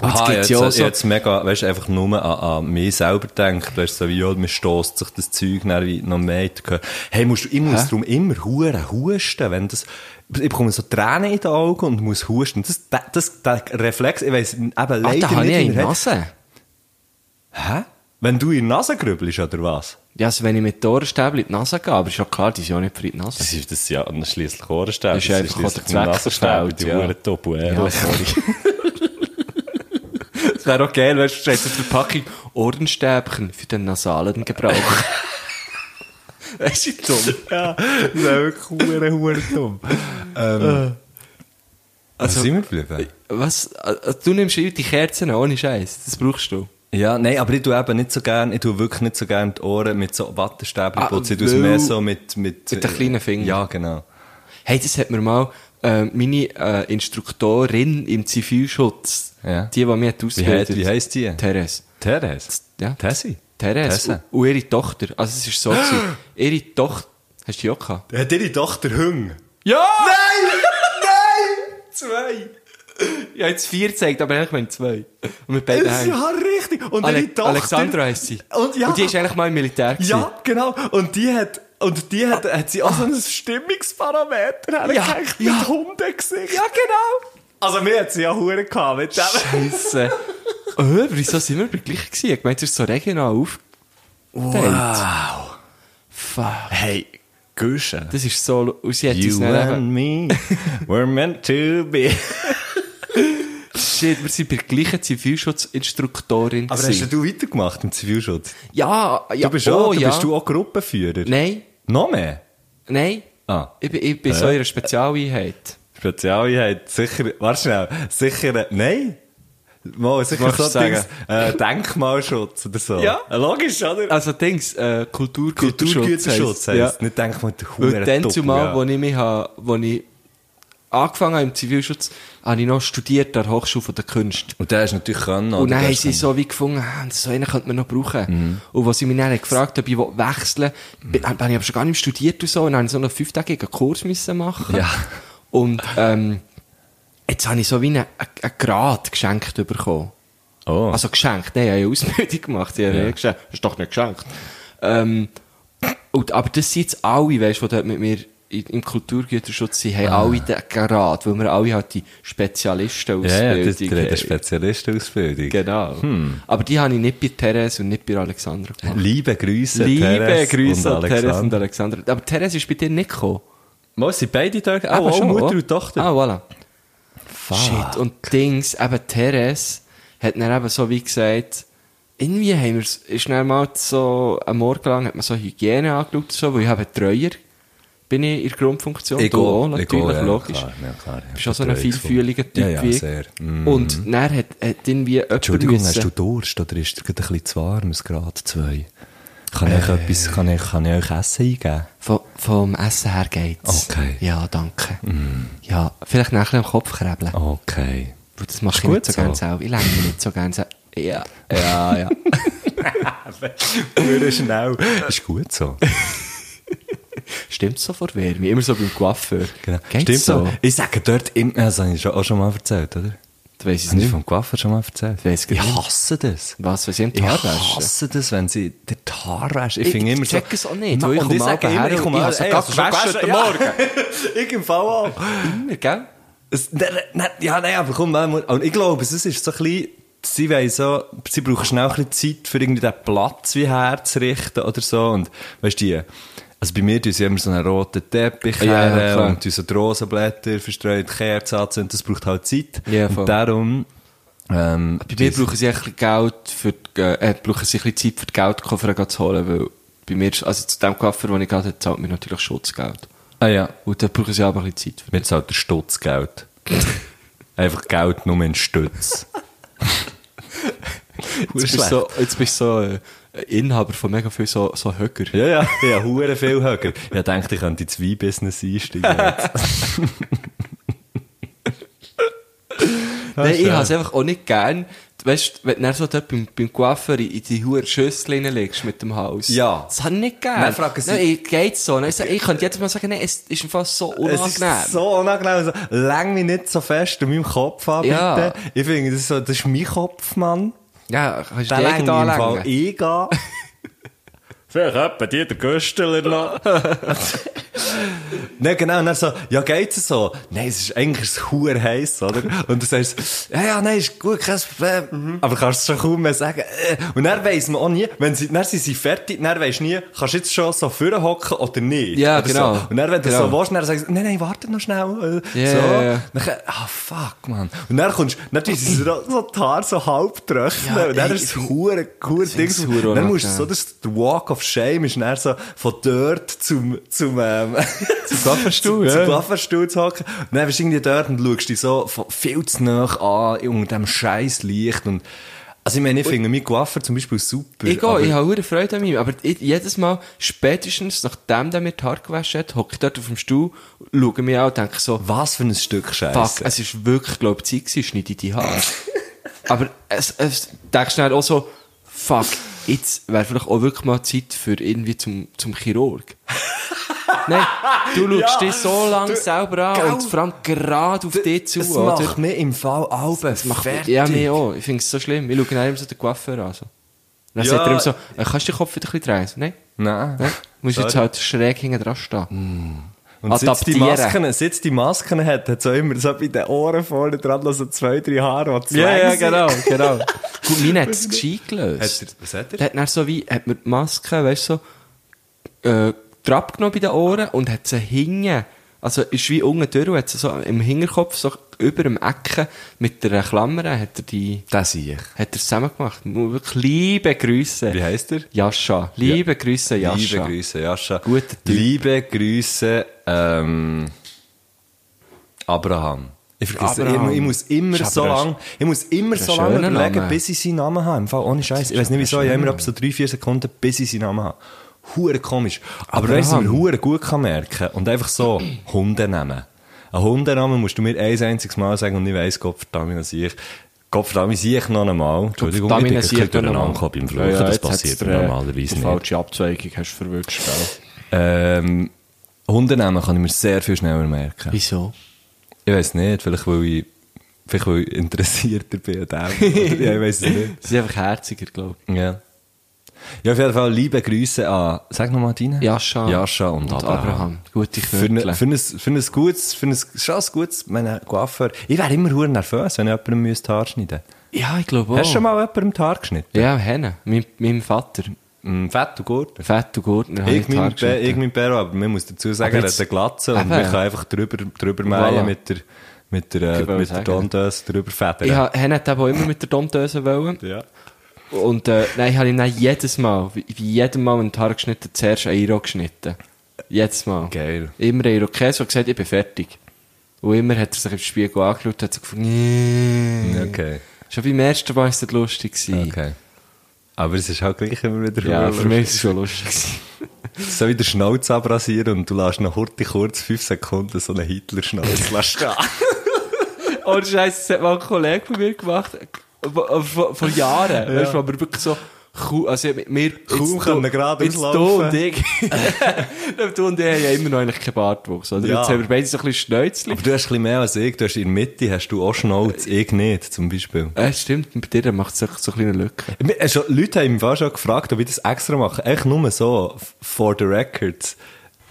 [SPEAKER 5] Und
[SPEAKER 2] Aha,
[SPEAKER 5] gibt's
[SPEAKER 2] jetzt,
[SPEAKER 5] ja auch
[SPEAKER 2] jetzt, mega, weißt du, einfach nur an, an mich selber denkt, weißt du, so wie, ja, mir stößt sich das Zeug dann wie noch mehr. in die Gehör- Hey, musst du, ich muss
[SPEAKER 5] Hä?
[SPEAKER 2] darum immer hure husten, wenn das, ich bekomme so Tränen in den Augen und muss husten. Das, das, das, der Reflex, ich weiss, eben leider
[SPEAKER 5] Ah,
[SPEAKER 2] nicht.
[SPEAKER 5] da habe ich
[SPEAKER 2] wie
[SPEAKER 5] eine
[SPEAKER 2] der-
[SPEAKER 5] Nase.
[SPEAKER 2] Hä? Wenn du in die Nase grübelst, oder was?
[SPEAKER 5] Ja, also wenn ich mit Ohrenstäbchen in die Nase gehe, aber ist ja klar, die sind ja nicht für die Nase.
[SPEAKER 2] Das ist, das ist ja schliesslich Ohrenstäbe.
[SPEAKER 5] Das ist einfach auch der Zweck verfehlt,
[SPEAKER 2] die
[SPEAKER 5] ja.
[SPEAKER 2] Huren Topo,
[SPEAKER 5] Ja, sorry. Das wäre auch geil, weißt du, steht auf der Packung Ohrenstäbchen für den nasalen Gebrauch. Weißt du, wie dumm.
[SPEAKER 2] Ja, das ist wirklich hure, hure dumm.
[SPEAKER 5] Äh.
[SPEAKER 2] Ähm, also, sind wir geblieben?
[SPEAKER 5] Was? Also, du nimmst die Kerzen an, ohne Scheiß. Das brauchst du.
[SPEAKER 2] Ja, nein, aber ich tue eben nicht so gern, ich tue wirklich nicht so gern die Ohren mit so Wattestäbchen
[SPEAKER 5] Ah,
[SPEAKER 2] putzen. Ich tue es
[SPEAKER 5] weil-
[SPEAKER 2] mehr so mit, mit...
[SPEAKER 5] Mit den kleinen Fingern.
[SPEAKER 2] Ja, genau.
[SPEAKER 5] Hey, das hat mir mal äh, meine äh, Instruktorin im Zivilschutz,
[SPEAKER 2] Ja.
[SPEAKER 5] die, die mich hat
[SPEAKER 2] Wie,
[SPEAKER 5] ausgebildet
[SPEAKER 2] heisst, wie heisst die?
[SPEAKER 5] Therese.
[SPEAKER 2] Teres.
[SPEAKER 5] Ja.
[SPEAKER 2] Tessi?
[SPEAKER 5] Therese.
[SPEAKER 2] Therese.
[SPEAKER 5] Und ihre Tochter. Also es ist so gewesen. Ihre Tochter. Hast du die auch gehabt?
[SPEAKER 2] Hat ihre Tochter Hüng?
[SPEAKER 5] Ja! Nein! Nein! Zwei! Ich habe jetzt vier gezeigt, aber eigentlich meine ich zwei. Und mit beiden haben.
[SPEAKER 2] richtig. Und
[SPEAKER 5] Ale Alexandra heisst sie.
[SPEAKER 2] Und Oh, ja.
[SPEAKER 5] Und die ist eigentlich mal im Militär.
[SPEAKER 2] Ja, genau. Und die hat... Und die hat, hat sie auch so ein Stimmungsparameter hergehängt
[SPEAKER 5] ja.
[SPEAKER 2] mit Hundegesicht.
[SPEAKER 5] ja genau!
[SPEAKER 2] Also mir hat sie ja Huren gehabt mit dem.
[SPEAKER 5] Scheisse. oh, wieso sind wir bei gleich gewesen? Ich meine, es ist so regional auf. Fuck.
[SPEAKER 2] Hey, Guschen.
[SPEAKER 5] Das ist so... lu- Und sie hat uns
[SPEAKER 2] You
[SPEAKER 5] dann eben-
[SPEAKER 2] and me Ah, were meant to be.
[SPEAKER 5] Shit, wir sind bei der gleichen Zivilschutzinstruktorin
[SPEAKER 2] Aber hast
[SPEAKER 5] gewesen.
[SPEAKER 2] du weitergemacht im Zivilschutz?
[SPEAKER 5] Ja, ja.
[SPEAKER 2] Du bist,
[SPEAKER 5] oh,
[SPEAKER 2] auch, du
[SPEAKER 5] ja.
[SPEAKER 2] bist du auch Gruppenführer?
[SPEAKER 5] Nein,
[SPEAKER 2] Noch mehr?
[SPEAKER 5] nein.
[SPEAKER 2] Ah.
[SPEAKER 5] Ich, bin- ich bin
[SPEAKER 2] Äh.
[SPEAKER 5] so in einer Spezialeinheit.
[SPEAKER 2] nou? Spezialeinheit, sicher, warte schnell, sicher, nein? Mal, sicher
[SPEAKER 5] magst
[SPEAKER 2] so
[SPEAKER 5] du sagen?
[SPEAKER 2] Dings, äh, Denkmalschutz oder so.
[SPEAKER 5] Ja.
[SPEAKER 2] Äh, Logisch, oder?
[SPEAKER 5] Also Dings, äh, Kultur,
[SPEAKER 2] Kulturgüterschutz heisst.
[SPEAKER 5] Ja.
[SPEAKER 2] Nicht Denkmal, der
[SPEAKER 5] Weil dann
[SPEAKER 2] Hurentuppel,
[SPEAKER 5] zumal,
[SPEAKER 2] ja.
[SPEAKER 5] wo ich mich ha, wo ich angefangen habe im Zivilschutz, habe ich noch studiert an der Hochschule der Künste.
[SPEAKER 2] Und der ist natürlich können.
[SPEAKER 5] Und dann haben sie so wie gefunden, ah, so einen könnte man noch brauchen.
[SPEAKER 2] Mhm.
[SPEAKER 5] Und als sie mich dann gefragt haben, ob ich will wechseln will, habe ich aber schon gar nicht mehr studiert und so, und dann musste ich so einen fünftägigen Kurs müssen machen.
[SPEAKER 2] Ja.
[SPEAKER 5] Und ähm, jetzt habe ich so wie einen, einen Grad geschenkt bekommen.
[SPEAKER 2] Oh.
[SPEAKER 5] Also geschenkt, nein, ich habe eine Ausbildung gemacht. Ich habe
[SPEAKER 2] Ja.
[SPEAKER 5] nicht geschenkt. Das ist doch nicht geschenkt. Ähm, und, aber das sind jetzt alle, weißt du, die dort mit mir in- im Kulturgüterschutz sind, haben
[SPEAKER 2] Ah.
[SPEAKER 5] alle den Grad, weil wir alle halt die Spezialisten
[SPEAKER 2] ja, ja, das Hm. ist
[SPEAKER 5] haben.
[SPEAKER 2] eine Spezialistenausbildung.
[SPEAKER 5] Genau. Aber die habe ich nicht bei Therese und nicht bei Alexandra gemacht.
[SPEAKER 2] Liebe Grüße,
[SPEAKER 5] Liebe
[SPEAKER 2] Teres
[SPEAKER 5] Grüße
[SPEAKER 2] und
[SPEAKER 5] an Therese und
[SPEAKER 2] Alexander.
[SPEAKER 5] Alexandra. Aber Therese ist bei dir nicht gekommen.
[SPEAKER 2] Mal, sind beide dort?
[SPEAKER 5] Eben
[SPEAKER 2] Ah, oh,
[SPEAKER 5] schon,
[SPEAKER 2] Mutter
[SPEAKER 5] oder?
[SPEAKER 2] und Tochter.
[SPEAKER 5] Ah, voilà. Shit. Und Dings, eben Therese, hat dann eben so wie gesagt, irgendwie haben wir's, ist dann mal so, am Morgen lang hat man so Hygiene angeschaut, und so, weil ich habe Treuer, bin ich in der Grundfunktion.
[SPEAKER 2] Ich
[SPEAKER 5] Du
[SPEAKER 2] gehe,
[SPEAKER 5] auch,
[SPEAKER 2] ich
[SPEAKER 5] natürlich,
[SPEAKER 2] gehe, ja,
[SPEAKER 5] logisch.
[SPEAKER 2] klar, ja, klar, ich habe
[SPEAKER 5] Bist auch so ein
[SPEAKER 2] Betreuungsfunktion.
[SPEAKER 5] vielfühliger Typ
[SPEAKER 2] Ja, ja,
[SPEAKER 5] wie ich.
[SPEAKER 2] sehr. Mhm.
[SPEAKER 5] Und dann hat, hat irgendwie jemand
[SPEAKER 2] Entschuldigung,
[SPEAKER 5] müssen-
[SPEAKER 2] hast du Durst oder ist es gerade ein bisschen zu warm, es Grad 2? Kann ich, euch etwas, kann, ich, kann ich euch Essen eingeben?
[SPEAKER 5] Vom, vom Essen her geht's.
[SPEAKER 2] Okay. Mhm.
[SPEAKER 5] Ja, danke. Ja, vielleicht nachher am Kopf krebeln.
[SPEAKER 2] Okay.
[SPEAKER 5] Weil Das mache
[SPEAKER 2] Ist
[SPEAKER 5] ich nicht
[SPEAKER 2] gut
[SPEAKER 5] so gerne
[SPEAKER 2] so.
[SPEAKER 5] selber. Ich lenke mich nicht so gerne selber. Ja, ja, ja.
[SPEAKER 2] Uhr schnell. Ist gut so.
[SPEAKER 5] Stimmt so vor Wärme? Immer so beim Coiffeur.
[SPEAKER 2] Genau.
[SPEAKER 5] Geht's
[SPEAKER 2] Stimmt
[SPEAKER 5] so?
[SPEAKER 2] so. Ich sage dort immer, das habe ich schon- auch schon mal erzählt, oder?
[SPEAKER 5] Das weiss ich
[SPEAKER 2] Habe ich
[SPEAKER 5] nicht.
[SPEAKER 2] vom Coiffeur schon mal erzählt?
[SPEAKER 5] Weiss ich
[SPEAKER 2] ich
[SPEAKER 5] nicht.
[SPEAKER 2] hasse das.
[SPEAKER 5] Was, wenn sie ihm die
[SPEAKER 2] Ich
[SPEAKER 5] Haare waschen?
[SPEAKER 2] hasse das, wenn sie dir die Haare waschen. Ich,
[SPEAKER 5] Ich
[SPEAKER 2] finde immer so...
[SPEAKER 5] check es auch nicht,
[SPEAKER 2] Ma-
[SPEAKER 5] weil ich
[SPEAKER 2] und
[SPEAKER 5] komme abends
[SPEAKER 2] sage immer,
[SPEAKER 5] her
[SPEAKER 2] ich
[SPEAKER 5] und
[SPEAKER 2] komme
[SPEAKER 5] ich
[SPEAKER 2] abends-
[SPEAKER 5] habe
[SPEAKER 2] Ey,
[SPEAKER 5] sogar
[SPEAKER 2] hast du schon
[SPEAKER 5] gewaschen heute
[SPEAKER 2] Ja. ich im Fall auch.
[SPEAKER 5] Immer, gell?
[SPEAKER 2] Es, ne, ne, ja, nein, aber komm, man muss, und ich glaube, es ist so ein bisschen, sie wollen so, sie brauchen schnell ein bisschen Zeit, für irgendeinen Platz wie herzurichten oder so. Und, weißt du, die, also bei mir tun sie immer so einen roten Teppich
[SPEAKER 5] Ja, ja,
[SPEAKER 2] her
[SPEAKER 5] klar.
[SPEAKER 2] und tun so die Rosenblätter verstreut, Kerzen anzünden, das braucht halt Zeit.
[SPEAKER 5] Ja, voll.
[SPEAKER 2] und darum, ähm,
[SPEAKER 5] Bei mir brauchen sie ein bisschen Geld für die, äh, brauchen sie ein bisschen Zeit für die Geldkoffer zu holen, weil bei mir, ist- also zu dem Coiffeur, den ich gerade hatte, zahlt mir natürlich Schutzgeld.
[SPEAKER 2] ah ja,
[SPEAKER 5] Und da brauchen sie aber ein bisschen Zeit für.
[SPEAKER 2] mir zahlt der Stutz Geld. Einfach Geld nur in Stütz.
[SPEAKER 5] Jetzt bist du so, jetzt bist du so äh, Inhaber von mega viel so, so Höcker.
[SPEAKER 2] Ja, ja, ja, hure viel höher. Ich dachte, ich könnte ins Wein-Business einsteigen. jetzt.
[SPEAKER 5] Nein, ich
[SPEAKER 2] schön.
[SPEAKER 5] habe es einfach auch nicht gern. Weißt du, wenn du dann so dort beim, beim Coiffeur in, in die hohen Schüssel legst mit dem Haus.
[SPEAKER 2] Ja.
[SPEAKER 5] Das habe ich nicht gern.
[SPEAKER 2] Dann fragen sie-
[SPEAKER 5] Nein, ich- geht's so. Nein, ich, sag- ich könnte jedes Mal sagen, nein, es ist einfach so unangenehm.
[SPEAKER 2] Es ist so unangenehm. So, läng mich nicht so fest an meinem Kopf an, bitte.
[SPEAKER 5] Ja.
[SPEAKER 2] Ich finde, das ist, so, das ist mein Kopf, Mann.
[SPEAKER 5] ja, kannst du
[SPEAKER 2] Den läng ich
[SPEAKER 5] direkt
[SPEAKER 2] im Fall
[SPEAKER 5] anlegen.
[SPEAKER 2] eingehen.
[SPEAKER 1] Vielleicht etwa die der Güsteler noch.
[SPEAKER 2] Nein, genau. Und dann so, ja, geht's so? Nein, es ist eigentlich ist es hure heiß, oder? Und du sagst, ja, ja, nein, ist gut, kein
[SPEAKER 5] Mhm.
[SPEAKER 2] Problem. Aber kannst es schon kaum mehr sagen. Äh. Und dann weiss man auch nie, wenn sie, dann sind sie fertig, dann weisst du nie, kannst du jetzt schon so vorne hocken oder nicht?
[SPEAKER 5] Ja,
[SPEAKER 2] oder
[SPEAKER 5] genau.
[SPEAKER 2] So. Und dann, wenn du
[SPEAKER 5] Genau.
[SPEAKER 2] so willst, dann sagst du, nein, nein, warte noch schnell. äh,
[SPEAKER 5] Ja,
[SPEAKER 2] so.
[SPEAKER 5] ja, ja.
[SPEAKER 2] Dann, ah, fuck, man. Und dann kommst, dann tun sie so, so die Haare so halb tröchnen.
[SPEAKER 5] Ja,
[SPEAKER 2] und dann
[SPEAKER 5] ey,
[SPEAKER 2] ist es
[SPEAKER 5] ich find-
[SPEAKER 2] hure, hure
[SPEAKER 5] finde
[SPEAKER 2] Ding.
[SPEAKER 5] es hure
[SPEAKER 2] Dann musst du
[SPEAKER 5] unangenehm.
[SPEAKER 2] so, das, der Walk of Shame ist dann so von dort zum, zum, ähm, zum
[SPEAKER 5] Coiffeurstuhl,
[SPEAKER 2] Zum
[SPEAKER 5] ja.
[SPEAKER 2] Coiffeurstuhl zu hocken. Und dann bist du irgendwie dort und schaust dich so von viel zu nah an, unter dem scheiß Licht und, also ich meine, ich finde meinen Coiffeur zum Beispiel super.
[SPEAKER 5] Ich gehe,
[SPEAKER 2] aber-
[SPEAKER 5] ich habe hohe Freude an mir, aber ich, jedes Mal, spätestens nachdem der mir die Haare gewaschen hat, hocke ich dort auf dem Stuhl, schaue mich an und denke so,
[SPEAKER 2] Was für ein Stück Scheiße.
[SPEAKER 5] Fuck, es ist wirklich, glaube ich, Zeit gewesen, schneide ich die Haare. Aber es, es, denkst du dann auch so, fuck, jetzt wäre vielleicht auch wirklich mal Zeit für irgendwie zum, zum Chirurg. Nein, du schaust dich so lange selber an
[SPEAKER 2] Gell?
[SPEAKER 5] und vor allem gerade auf dich zu,
[SPEAKER 2] es
[SPEAKER 5] oder?
[SPEAKER 2] macht mir im Fall Alben fertig.
[SPEAKER 5] ja, mir auch. Ich finde es so schlimm. Ich schaue dann immer so den Coiffeur an. So. Dann
[SPEAKER 2] Ja.
[SPEAKER 5] sagt er ihm so, äh, kannst du den Kopf wieder ein bisschen drehen? So, Nein,
[SPEAKER 2] Nein.
[SPEAKER 5] nein. Du musst jetzt
[SPEAKER 2] Sorry.
[SPEAKER 5] halt schräg hinten dran stehen.
[SPEAKER 2] Und sitzt die,
[SPEAKER 5] adaptieren.
[SPEAKER 2] Masken, sitzt die Masken hat, hat so immer so bei den Ohren vorne dran noch so zwei, drei Haare, die zu
[SPEAKER 5] Ja,
[SPEAKER 2] lang
[SPEAKER 5] ja,
[SPEAKER 2] sind.
[SPEAKER 5] genau, genau. Gut, mein hat es gescheit
[SPEAKER 2] Hat
[SPEAKER 5] gelöst.
[SPEAKER 2] er- was hat er?
[SPEAKER 5] Der hat dann so wie, hat mir die Maske, weißt du, so, äh, Trab genommen bei den Ohren und hat sie hingen, also ist wie unten durch und hat sie so im Hinterkopf, so über dem Ecken mit der Klammer, hat er die,
[SPEAKER 2] Das sehe ich.
[SPEAKER 5] hat er zusammen gemacht. Mu- Wirklich liebe Grüße.
[SPEAKER 2] Wie heisst er?
[SPEAKER 5] Jascha. Liebe
[SPEAKER 2] Ja.
[SPEAKER 5] Grüße, Jascha.
[SPEAKER 2] Liebe Grüße, Jascha.
[SPEAKER 5] Guter Typ.
[SPEAKER 2] Liebe Grüße, ähm, Abraham. Ich vergesse, ich,
[SPEAKER 5] Abraham.
[SPEAKER 2] ich muss immer
[SPEAKER 5] Ist
[SPEAKER 2] so
[SPEAKER 5] aber ein-
[SPEAKER 2] lange, ich muss immer
[SPEAKER 5] ist
[SPEAKER 2] so
[SPEAKER 5] ein
[SPEAKER 2] lange
[SPEAKER 5] schöner
[SPEAKER 2] überlegen,
[SPEAKER 5] Name.
[SPEAKER 2] bis ich seinen Namen habe. Im Fall, ohne Scheiß. Ich weiß nicht wieso, ich habe immer ab so drei, vier Sekunden, bis ich seinen Namen habe. Hure komisch. Aber
[SPEAKER 5] Abraham.
[SPEAKER 2] weißt du, was ich mir hure gut kann merken und einfach so, Hundennamen. Einen Hundennamen musst du mir ein einziges Mal sagen und ich weiss, Gottverdammt, dass ich, Gottverdammt, sehe ich noch einmal. Entschuldigung, ich bin ein bisschen durcheinander gekommen beim Fluchen, das passiert mir normalerweise nicht.
[SPEAKER 5] äh, falsche Abzweigung hast du verwünscht.
[SPEAKER 2] Ähm, Hundennamen kann ich mir sehr viel schneller merken.
[SPEAKER 5] Wieso?
[SPEAKER 2] Ich weiß nicht, vielleicht weil ich, vielleicht weil ich interessierter bin an dem. Oder, ja, ich weiß es nicht.
[SPEAKER 5] Sie sind einfach herziger, glaube ich.
[SPEAKER 2] Ja. Ja, auf jeden Fall liebe Grüße an, sag nochmal deine?
[SPEAKER 5] Jascha.
[SPEAKER 2] Jascha und,
[SPEAKER 5] Und
[SPEAKER 2] Abraham.
[SPEAKER 5] Abraham. Gute
[SPEAKER 2] für, ne,
[SPEAKER 5] Knödel.
[SPEAKER 2] für, ein, für ein gutes, für ein schon ein gutes, meine Coiffeur. Ich wäre immer hure nervös, wenn ich jemandem müsste Haar schneiden
[SPEAKER 5] Ja, ich glaube auch.
[SPEAKER 2] Hast du schon mal jemandem die Haare geschnitten?
[SPEAKER 5] Ja, Henne. Mein, meinem Vater.
[SPEAKER 2] Mm, fett und gut.
[SPEAKER 5] Fett und Gurtner
[SPEAKER 2] Ich mein, Be- ich
[SPEAKER 5] geschnitten.
[SPEAKER 2] mein Perro, aber man muss dazu sagen,
[SPEAKER 5] Aber
[SPEAKER 2] er hat
[SPEAKER 5] jetzt-
[SPEAKER 2] eine Glatze und
[SPEAKER 5] Eben.
[SPEAKER 2] man kann einfach drüber, drüber mähen
[SPEAKER 5] Voilà.
[SPEAKER 2] mit der, mit der,
[SPEAKER 5] Ich
[SPEAKER 2] äh,
[SPEAKER 5] wollte
[SPEAKER 2] mit der
[SPEAKER 5] sagen.
[SPEAKER 2] Tondöse drüber federn.
[SPEAKER 5] Ich ha- Henne hat eben auch immer mit der Domdöse wollen.
[SPEAKER 2] Ja.
[SPEAKER 5] Und äh, nein, ich habe ihm dann jedes Mal, wie wie jedem Mal, wenn ich die Haare geschnitten habe, zuerst einen Euro geschnitten. Jedes Mal.
[SPEAKER 2] Geil.
[SPEAKER 5] Immer einen Euro Käse und gesagt, ich bin fertig. Und immer hat er sich im Spiegel angeschaut und hat sich gefunden, nee.
[SPEAKER 2] Okay.
[SPEAKER 5] Schon beim ersten Mal war es nicht lustig. Gewesen.
[SPEAKER 2] Okay. Aber es ist halt gleich immer wieder
[SPEAKER 5] Ja,
[SPEAKER 2] lustig.
[SPEAKER 5] für mich war es schon lustig. gewesen.
[SPEAKER 2] So wie der Schnauz abrasieren und du lässt noch kurz, kurz, fünf Sekunden so einen Hitler-Schnauz lassen stehen.
[SPEAKER 5] Ohne Scheiß, das hat mal ein Kollege von mir gemacht. Vor, vor, vor Jahren. Weißt du, wo wir wirklich so, kaum- also mit mir,
[SPEAKER 2] Kaum
[SPEAKER 5] jetzt
[SPEAKER 2] können
[SPEAKER 5] du-
[SPEAKER 2] gerade
[SPEAKER 5] jetzt du
[SPEAKER 2] auslaufen.
[SPEAKER 5] und ich. du und ich haben ja immer noch eigentlich keinen Bartwuchs, oder?
[SPEAKER 2] Ja.
[SPEAKER 5] Jetzt haben wir beide so ein bisschen Schnäuzchen.
[SPEAKER 2] Aber du hast ein bisschen mehr als ich. Du hast in der Mitte hast du auch Schnauz, ich nicht, zum Beispiel.
[SPEAKER 5] Äh, stimmt, bei dir macht es so eine kleine Lücke.
[SPEAKER 2] Mir- äh, schon- Leute haben mich fast schon gefragt, ob ich das extra mache. Echt nur so, f- for the record.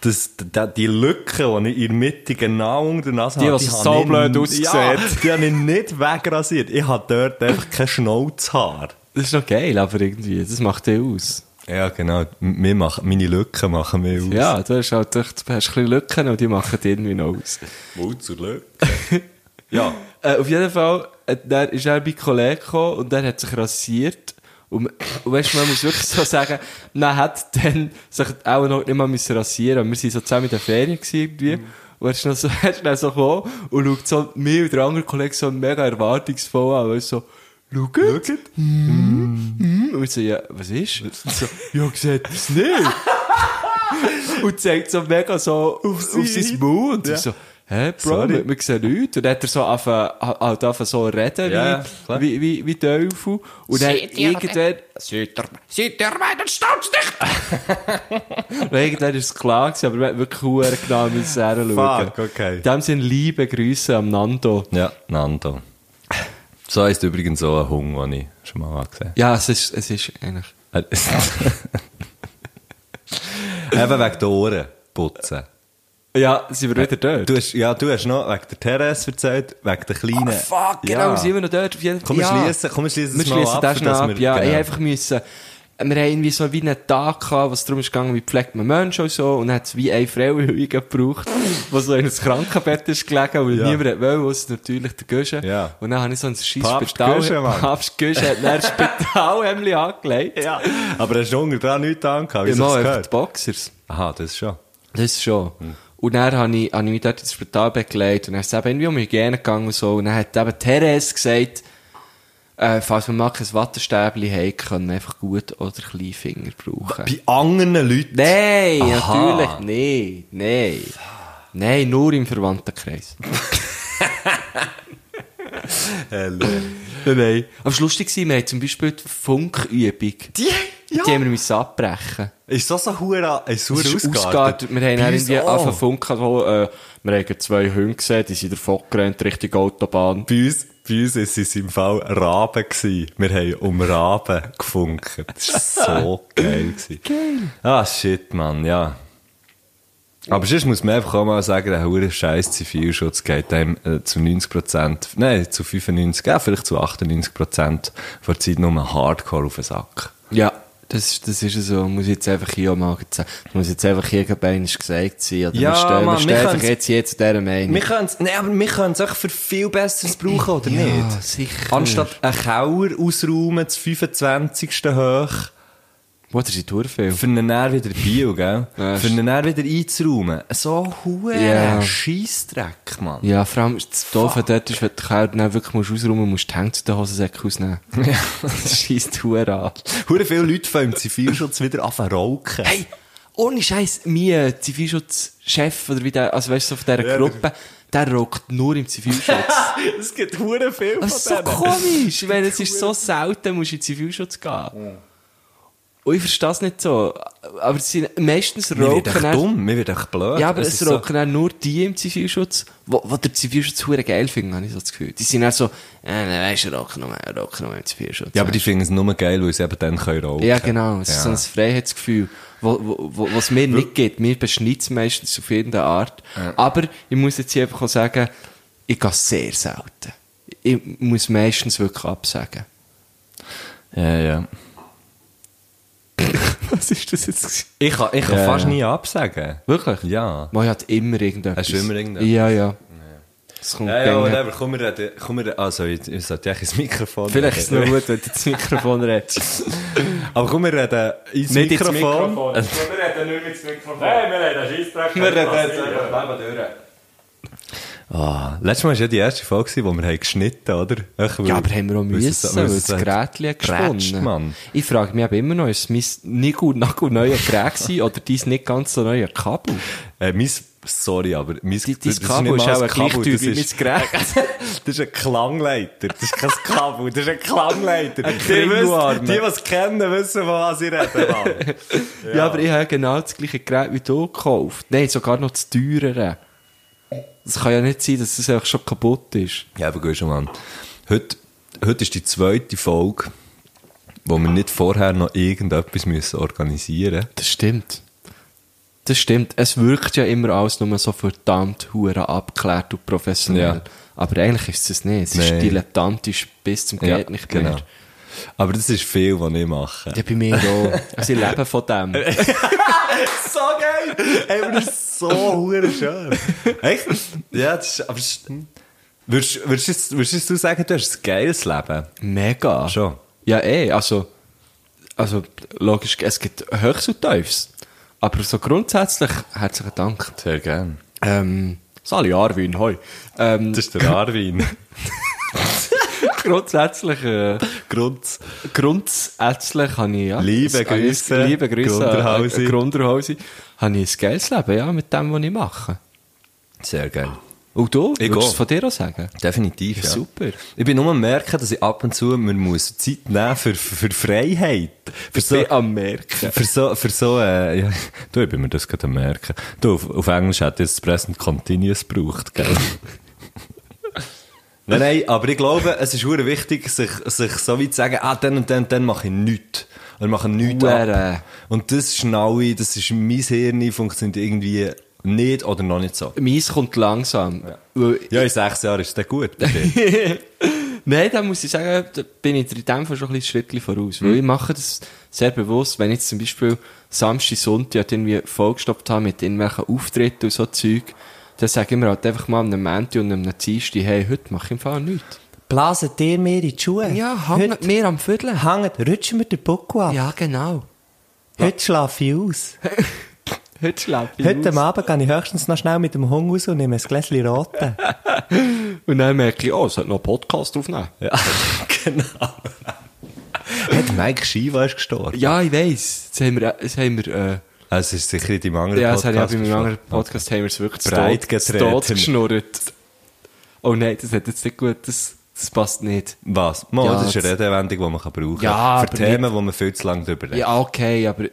[SPEAKER 2] Das, da, die Lücke, die ich in der Mitte genau unter der Nase
[SPEAKER 5] Die,
[SPEAKER 2] habe,
[SPEAKER 5] was
[SPEAKER 2] habe
[SPEAKER 5] so
[SPEAKER 2] ich-
[SPEAKER 5] blöd aussieht.
[SPEAKER 2] Ja, die habe ich nicht wegrasiert. Ich habe dort einfach kein Schnauzhaar.
[SPEAKER 5] Das ist noch geil, aber irgendwie, das macht dir aus.
[SPEAKER 2] Ja, genau. M- Wir machen, meine Lücken machen mir aus.
[SPEAKER 5] Ja, du hast halt echt, du hast ein bisschen Lücken und die machen dir irgendwie noch aus.
[SPEAKER 2] Wohl zur Lücke. ja.
[SPEAKER 5] Äh, auf jeden Fall äh, dann ist er bei Kollegen gekommen und der hat sich rasiert. Und, und weißt du, man muss wirklich so sagen, man hat dann sich auch noch nicht mal müssen rasieren müssen. Wir waren so zusammen in den Ferien gewesen irgendwie. Und er ist dann so, er ist dann so gekommen und schaut so mir und der andere Kollege so mega erwartungsvoll an. Weißt du, so, schaut, schaut. Mhm. Und ich so, ja, was ist? Und so, ja, sieht
[SPEAKER 2] dus
[SPEAKER 5] das nicht. und zeigt so mega so auf, auf sein Maul und ich so, hä, Bro,
[SPEAKER 2] Sorry.
[SPEAKER 5] wir, wir sehen nichts. Und dann hat er eh, so angefangen, halt angefangen so reden,
[SPEAKER 2] Ja, ja,
[SPEAKER 5] wie,
[SPEAKER 2] klar.
[SPEAKER 5] wie, wie, wie Teufel. Und dann irgendwann, und irgendwann ist es klar gewesen, aber wir haben wirklich sehr genau müssen herschauen.
[SPEAKER 2] Fuck, okay.
[SPEAKER 5] In dem Sinne liebe Grüße am Nando.
[SPEAKER 2] Ja, Nando. So heisst übrigens auch ein Hunger, den ich schon mal gesehen
[SPEAKER 5] Ja, es ist, es ist eigentlich.
[SPEAKER 2] habe. Eben wegen den Ohren putzen.
[SPEAKER 5] Ja, sind wir wieder dort?
[SPEAKER 2] Du hast, ja, du hast noch wegen der Terrasse erzählt, wegen der kleinen...
[SPEAKER 5] Ah, fuck, genau,
[SPEAKER 2] ja.
[SPEAKER 5] sind wir noch dort. Auf jeden Fall.
[SPEAKER 2] Komm, wir
[SPEAKER 5] ja.
[SPEAKER 2] schliessen- komm, wir schliessen
[SPEAKER 5] wir
[SPEAKER 2] das mal
[SPEAKER 5] schliessen
[SPEAKER 2] ab,
[SPEAKER 5] das
[SPEAKER 2] für
[SPEAKER 5] schnell
[SPEAKER 2] das
[SPEAKER 5] ab.
[SPEAKER 2] wir-
[SPEAKER 5] ja,
[SPEAKER 2] genau.
[SPEAKER 5] ich einfach müssen, wir haben irgendwie so wie einen Tag gehabt, was darum ist gegangen, wie pflegt man Menschen und so, und dann hat es wie eine Frau irgendwie gebraucht, die so in ein Krankenbett ist gelegen, weil
[SPEAKER 2] Ja.
[SPEAKER 5] niemand hat wollen, außer natürlich der Gösche.
[SPEAKER 2] Ja.
[SPEAKER 5] Und dann habe ich so ein scheiß
[SPEAKER 2] Papst
[SPEAKER 5] Spital.
[SPEAKER 2] Gösche, Mann.
[SPEAKER 5] Papst Gösche hat dann ein Spitalhemdli angelegt.
[SPEAKER 2] Ja, aber hast du unter dran nichts angehabt, wie
[SPEAKER 5] Ich
[SPEAKER 2] ich es
[SPEAKER 5] einfach die
[SPEAKER 2] gehört?
[SPEAKER 5] Boxers.
[SPEAKER 2] Aha, das ist schon.
[SPEAKER 5] Das schon.
[SPEAKER 2] Hm.
[SPEAKER 5] Und dann habe ich, habe ich mich dort ins Spital begleitet und dann ist es eben irgendwie um Hygiene gegangen und so. Und dann hat eben Therese gesagt, äh, falls wir mal kein Wattestäbchen haben, können wir einfach gut oder kleinen Finger brauchen.
[SPEAKER 2] Bei anderen Leuten...
[SPEAKER 5] Nein,
[SPEAKER 2] Aha.
[SPEAKER 5] natürlich nicht. Nein. Nein, nur im Verwandtenkreis.
[SPEAKER 2] Hallo.
[SPEAKER 5] nein, nein. Aber es war lustig, gewesen, wir haben zum Beispiel die Funkübung. Die,
[SPEAKER 2] ja.
[SPEAKER 5] die haben wir müssen abbrechen.
[SPEAKER 2] Ist das so hure, ist so
[SPEAKER 5] Es ist ausgeartet. Wir haben dann irgendwie angefangen zu funken. so, äh, Wir haben zwei Hunde gesehen, die sind davon gerannt, Richtung Autobahn.
[SPEAKER 2] Bei uns, bei uns ist es im Fall Raben gsi. Wir haben um Raben gefunkt. Das war so geil. Gewesen. Geil. Ah, shit, Mann, ja. Aber sonst muss man einfach auch mal sagen, der hure scheiß Zivilschutz geht einem äh, zu 90%, nein, zu 95%, ja, vielleicht zu 98% von der Zeit nur hardcore auf den Sack.
[SPEAKER 5] Ja, das, ist- das ist so. Muss jetzt einfach hier auch mal sagen. Das muss jetzt einfach irgendwann gesagt sein. Oder
[SPEAKER 2] Ja,
[SPEAKER 5] wir stehen,
[SPEAKER 2] Mann,
[SPEAKER 5] wir stehen
[SPEAKER 2] wir
[SPEAKER 5] einfach
[SPEAKER 2] können's-
[SPEAKER 5] jetzt hier zu dieser Meinung.
[SPEAKER 2] Wir können es, nein, aber wir können es für viel Besseres brauchen, oder
[SPEAKER 5] ja,
[SPEAKER 2] nicht?
[SPEAKER 5] sicher.
[SPEAKER 2] Anstatt einen Keller ausräumen, das 25. hoch,
[SPEAKER 5] Boah, das ist Tourfilm.
[SPEAKER 2] Für einen Nerv wieder Bio, gell?
[SPEAKER 5] Ja,
[SPEAKER 2] Für einen Nerv wieder einzuräumen. So hoher
[SPEAKER 5] Ja.
[SPEAKER 2] Scheissdreck, Mann.
[SPEAKER 5] Ja, vor allem das Doofe dort ist, wenn du den Kerl dann wirklich musst ausräumen musst, musst du die Hände zu den Hosensäcken ausnehmen. Ja. Das scheisst Huren an.
[SPEAKER 2] Hure viele Leute fangen im Zivilschutz wieder an zu rauchen.
[SPEAKER 5] Hey, ohne Scheiß, mein Zivilschutzchef, oder wie der, also weißt du, so von dieser Gruppe, der rockt nur im Zivilschutz.
[SPEAKER 2] es gibt hure viel
[SPEAKER 5] Das ist so komisch. Ich meine, es ist so selten, musst du in den Zivilschutz gehen. Und ich verstehe es nicht so. Aber es sind meistens
[SPEAKER 2] Wir werden
[SPEAKER 5] rauchen
[SPEAKER 2] echt
[SPEAKER 5] dann-
[SPEAKER 2] dumm, wir werden echt blöd.
[SPEAKER 5] Ja, aber
[SPEAKER 2] Es
[SPEAKER 5] es
[SPEAKER 2] ist so-
[SPEAKER 5] rocken dann nur die im Zivilschutz, wo, wo der Zivilschutz hure geil finden, habe ich so das Gefühl. Die sind dann so, äh, ne, weisst du, rocken nur, rocken nur im Zivilschutz.
[SPEAKER 2] Ja, aber die finden es nur geil, weil sie eben dann können rauchen
[SPEAKER 5] Ja, genau. Es ist so
[SPEAKER 2] Ja.
[SPEAKER 5] ein Freiheitsgefühl, wo, wo, wo, was mir nicht geht. Mir beschnitzt meistens auf irgendeine Art. Aber ich muss jetzt hier einfach auch sagen, ich gehe sehr selten. Ich muss meistens wirklich absagen.
[SPEAKER 2] Ja, ja.
[SPEAKER 5] Was ist das jetzt?
[SPEAKER 2] Ich kann, ich kann
[SPEAKER 5] Ja,
[SPEAKER 2] fast
[SPEAKER 5] ja.
[SPEAKER 2] nie absagen.
[SPEAKER 5] Wirklich?
[SPEAKER 2] Ja.
[SPEAKER 5] Man hat immer irgendetwas.
[SPEAKER 2] Hast du immer irgendetwas?
[SPEAKER 5] Ja, ja. Das kommt
[SPEAKER 2] Ja, ja,
[SPEAKER 5] gerne.
[SPEAKER 2] whatever. Komm, wir reden. Komm, wir reden. Also, ich, ich sollte eigentlich ins Mikrofon
[SPEAKER 5] Vielleicht ist es noch
[SPEAKER 2] reden.
[SPEAKER 5] gut, wenn du ins Mikrofon redest.
[SPEAKER 2] Aber komm, wir reden ins
[SPEAKER 5] Nicht ins
[SPEAKER 2] Mikrofon.
[SPEAKER 1] Mikrofon. Wir reden nicht mit dem Mikrofon. Nein, wir reden Scheissdreck.
[SPEAKER 2] Ah, letztes Mal war ja die erste Folge, die wir haben geschnitten oder? Ach, weil-
[SPEAKER 5] Ja, aber haben wir auch
[SPEAKER 2] weil es-
[SPEAKER 5] müssen,
[SPEAKER 2] weil
[SPEAKER 5] weil
[SPEAKER 2] es
[SPEAKER 5] das Gerät hat
[SPEAKER 2] grätscht, Mann.
[SPEAKER 5] gesponnen. Ich frage mich aber immer noch, ist es mein nicht gut, nach gut neuer Gerät gewesen oder dein nicht ganz so neuer Kabel?
[SPEAKER 2] Äh, mein, sorry, aber mein
[SPEAKER 5] Dein
[SPEAKER 2] das nicht
[SPEAKER 5] Kabel
[SPEAKER 2] mal
[SPEAKER 5] ist
[SPEAKER 2] ein
[SPEAKER 5] auch gleichzeitig
[SPEAKER 2] das
[SPEAKER 5] wie mein
[SPEAKER 2] ist-
[SPEAKER 5] Gerät.
[SPEAKER 2] Das ist ein Klangleiter. Das ist kein Kabel, das ist ein Klangleiter.
[SPEAKER 5] Ein
[SPEAKER 2] Die wisst-
[SPEAKER 5] Kringelarm.
[SPEAKER 2] die, die es kennen, wissen, von was ich rede. Mann.
[SPEAKER 5] Ja. aber ich habe genau das gleiche Gerät wie du gekauft. Nein, sogar noch das teurere. Es kann ja nicht sein, dass das einfach schon kaputt ist.
[SPEAKER 2] ja, aber gut schon, Mann. Heute, heute ist die zweite Folge, wo wir nicht vorher noch irgendetwas müssen organisieren
[SPEAKER 5] Das stimmt. Das stimmt. Es wirkt ja immer alles nur so verdammt hure abgeklärt und professionell.
[SPEAKER 2] Ja.
[SPEAKER 5] Aber eigentlich ist es nicht. Es
[SPEAKER 2] Nein.
[SPEAKER 5] ist dilettantisch bis zum
[SPEAKER 2] Ja,
[SPEAKER 5] Geld nicht genau. mehr.
[SPEAKER 2] Aber das ist viel, was ich mache.
[SPEAKER 5] Ja, bei mir auch. Also ich lebe von dem.
[SPEAKER 2] so geil! Ey, aber das ist so hure schön. Echt? Ja, das ist, aber das ist, würdest, würdest, jetzt- würdest jetzt du sagen, du hast ein geiles Leben?
[SPEAKER 5] Mega.
[SPEAKER 2] Schon.
[SPEAKER 5] Ja, eh, also, also logisch, es gibt Höchst und Tiefs. Aber so grundsätzlich, herzlichen Dank.
[SPEAKER 2] Sehr gern.
[SPEAKER 5] Ähm, Sali Arwin, hoi. Ähm,
[SPEAKER 2] Das ist der Arwin.
[SPEAKER 5] grundsätzlich, äh,
[SPEAKER 2] Grund.
[SPEAKER 5] grundsätzlich habe ich, ja.
[SPEAKER 2] Liebe
[SPEAKER 5] ein- ein-
[SPEAKER 2] Grüße,
[SPEAKER 5] Liebe Grüße.
[SPEAKER 2] Grunderhausi.
[SPEAKER 5] äh, Grunderhausi. Habe ich ein geiles Leben, ja, mit dem, was ich mache.
[SPEAKER 2] Sehr geil.
[SPEAKER 5] Und du?
[SPEAKER 2] Ich
[SPEAKER 5] würdest
[SPEAKER 2] auch.
[SPEAKER 5] es von dir auch sagen?
[SPEAKER 2] Definitiv, ja.
[SPEAKER 5] Ja, super.
[SPEAKER 2] Ich bin nur am merken, dass ich ab und zu man muss Zeit nehmen für, für, für Freiheit. Für so,
[SPEAKER 5] bin am merken.
[SPEAKER 2] für so, für so, äh, ja, du, ich bin mir das gerade am merken. Du, auf, auf Englisch hätte jetzt das Present Continuous gebraucht, gell? nein, nein, aber ich glaube, es ist hure wichtig, sich, sich so weit zu sagen, ah, dann und dann, und dann mache ich nichts. Oder mache nichts ab.
[SPEAKER 5] Hure.
[SPEAKER 2] Und das ist neu, das ist mein Hirn, funktioniert irgendwie nicht oder noch nicht so.
[SPEAKER 5] Meins kommt langsam. Weil
[SPEAKER 2] Ja, in sechs Jahren ist das gut bei dir.
[SPEAKER 5] Nein, da muss ich sagen, da bin ich in dem Fall schon ein bisschen Schrittchen voraus. Weil ich mache das sehr bewusst, wenn ich jetzt zum Beispiel Samstag, Sonntag halt irgendwie vollgestopft habe mit irgendwelchen Auftritten und so Zeug, dann sage ich mir halt einfach mal am Montag und am Dienstag, hey, heute mache ich im Fall nichts.
[SPEAKER 4] Blasen dir mehr in die Schuhe.
[SPEAKER 5] Ja,
[SPEAKER 4] Heute,
[SPEAKER 5] hängt mir am Viertel.
[SPEAKER 4] hängt, rutschen wir den Buckel ab.
[SPEAKER 5] Ja, genau.
[SPEAKER 4] Heute schlafe ich aus.
[SPEAKER 5] Heute schlafe ich
[SPEAKER 4] Heute
[SPEAKER 5] aus.
[SPEAKER 4] am Abend gehe ich höchstens noch schnell mit dem Hund raus und nehme ein Gläschen Roten.
[SPEAKER 5] Und dann merke ich, oh, es hat noch einen Podcast aufnehmen.
[SPEAKER 2] Ja, genau. Hat Mike Shiva ist gestorben?
[SPEAKER 5] Ja, ich weiss. Jetzt haben wir, jetzt haben wir, äh,
[SPEAKER 2] Es ist sicher in deinem anderen
[SPEAKER 5] Ja, das habe
[SPEAKER 2] Podcast.
[SPEAKER 5] ich auch bei meinem
[SPEAKER 2] besprochen.
[SPEAKER 5] anderen Podcast haben wir es wirklich zu
[SPEAKER 2] Breit
[SPEAKER 5] tot-
[SPEAKER 2] getreten.
[SPEAKER 5] zu tot geschnurrt. Oh nein, das hat jetzt nicht gut, das, das passt nicht.
[SPEAKER 2] Was? Mal,
[SPEAKER 5] Ja,
[SPEAKER 2] das ist eine
[SPEAKER 5] das-
[SPEAKER 2] Redewendung, die man kann brauchen kann.
[SPEAKER 5] Ja,
[SPEAKER 2] Für
[SPEAKER 5] aber
[SPEAKER 2] Themen, wo man viel zu lange drüber redet.
[SPEAKER 5] Ja, okay, aber...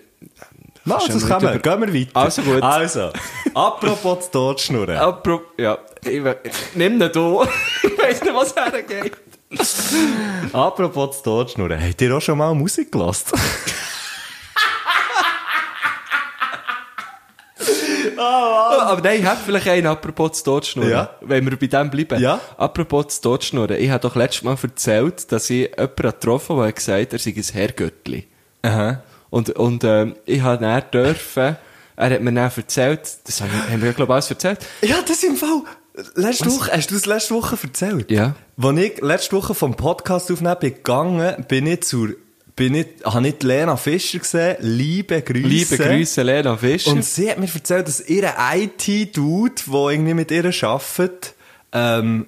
[SPEAKER 2] Mal,
[SPEAKER 5] Kannst
[SPEAKER 2] das
[SPEAKER 5] du
[SPEAKER 2] kann man.
[SPEAKER 5] nicht über-
[SPEAKER 2] Gehen wir weiter.
[SPEAKER 5] Also gut.
[SPEAKER 2] Also, apropos zu Totschnurren.
[SPEAKER 5] Apro ja, ich, we- nimm ihn da. ich weiss nicht, was hergeht.
[SPEAKER 2] apropos zu Totschnurren. Habt ihr auch schon mal Musik gelassen?
[SPEAKER 5] Oh, Aber nein, ich habe vielleicht einen apropos zu Totschnurren.
[SPEAKER 2] Ja.
[SPEAKER 5] Wenn wir bei dem bleiben.
[SPEAKER 2] Ja.
[SPEAKER 5] Apropos zu Totschnurren. Ich habe doch letztes Mal erzählt, dass ich jemanden getroffen habe, der gesagt hat, er sei ein Herrgöttli.
[SPEAKER 2] Aha.
[SPEAKER 5] Und, und ähm, ich habe dann dürfen, er hat mir dann erzählt, das haben wir, haben wir glaube ich, alles erzählt,
[SPEAKER 2] Ja, das im Fall. Letzte Woche, hast du das letzte Woche erzählt?
[SPEAKER 5] Ja.
[SPEAKER 2] Als ich letzte Woche vom Podcast aufnehmen bin gegangen, bin ich zur bin nicht, habe nicht Lena Fischer gesehen. Liebe Grüße.
[SPEAKER 5] Liebe Grüße, Lena Fischer.
[SPEAKER 2] Und sie hat mir erzählt, dass ihr IT-Dude, der irgendwie mit ihr arbeitet, ähm,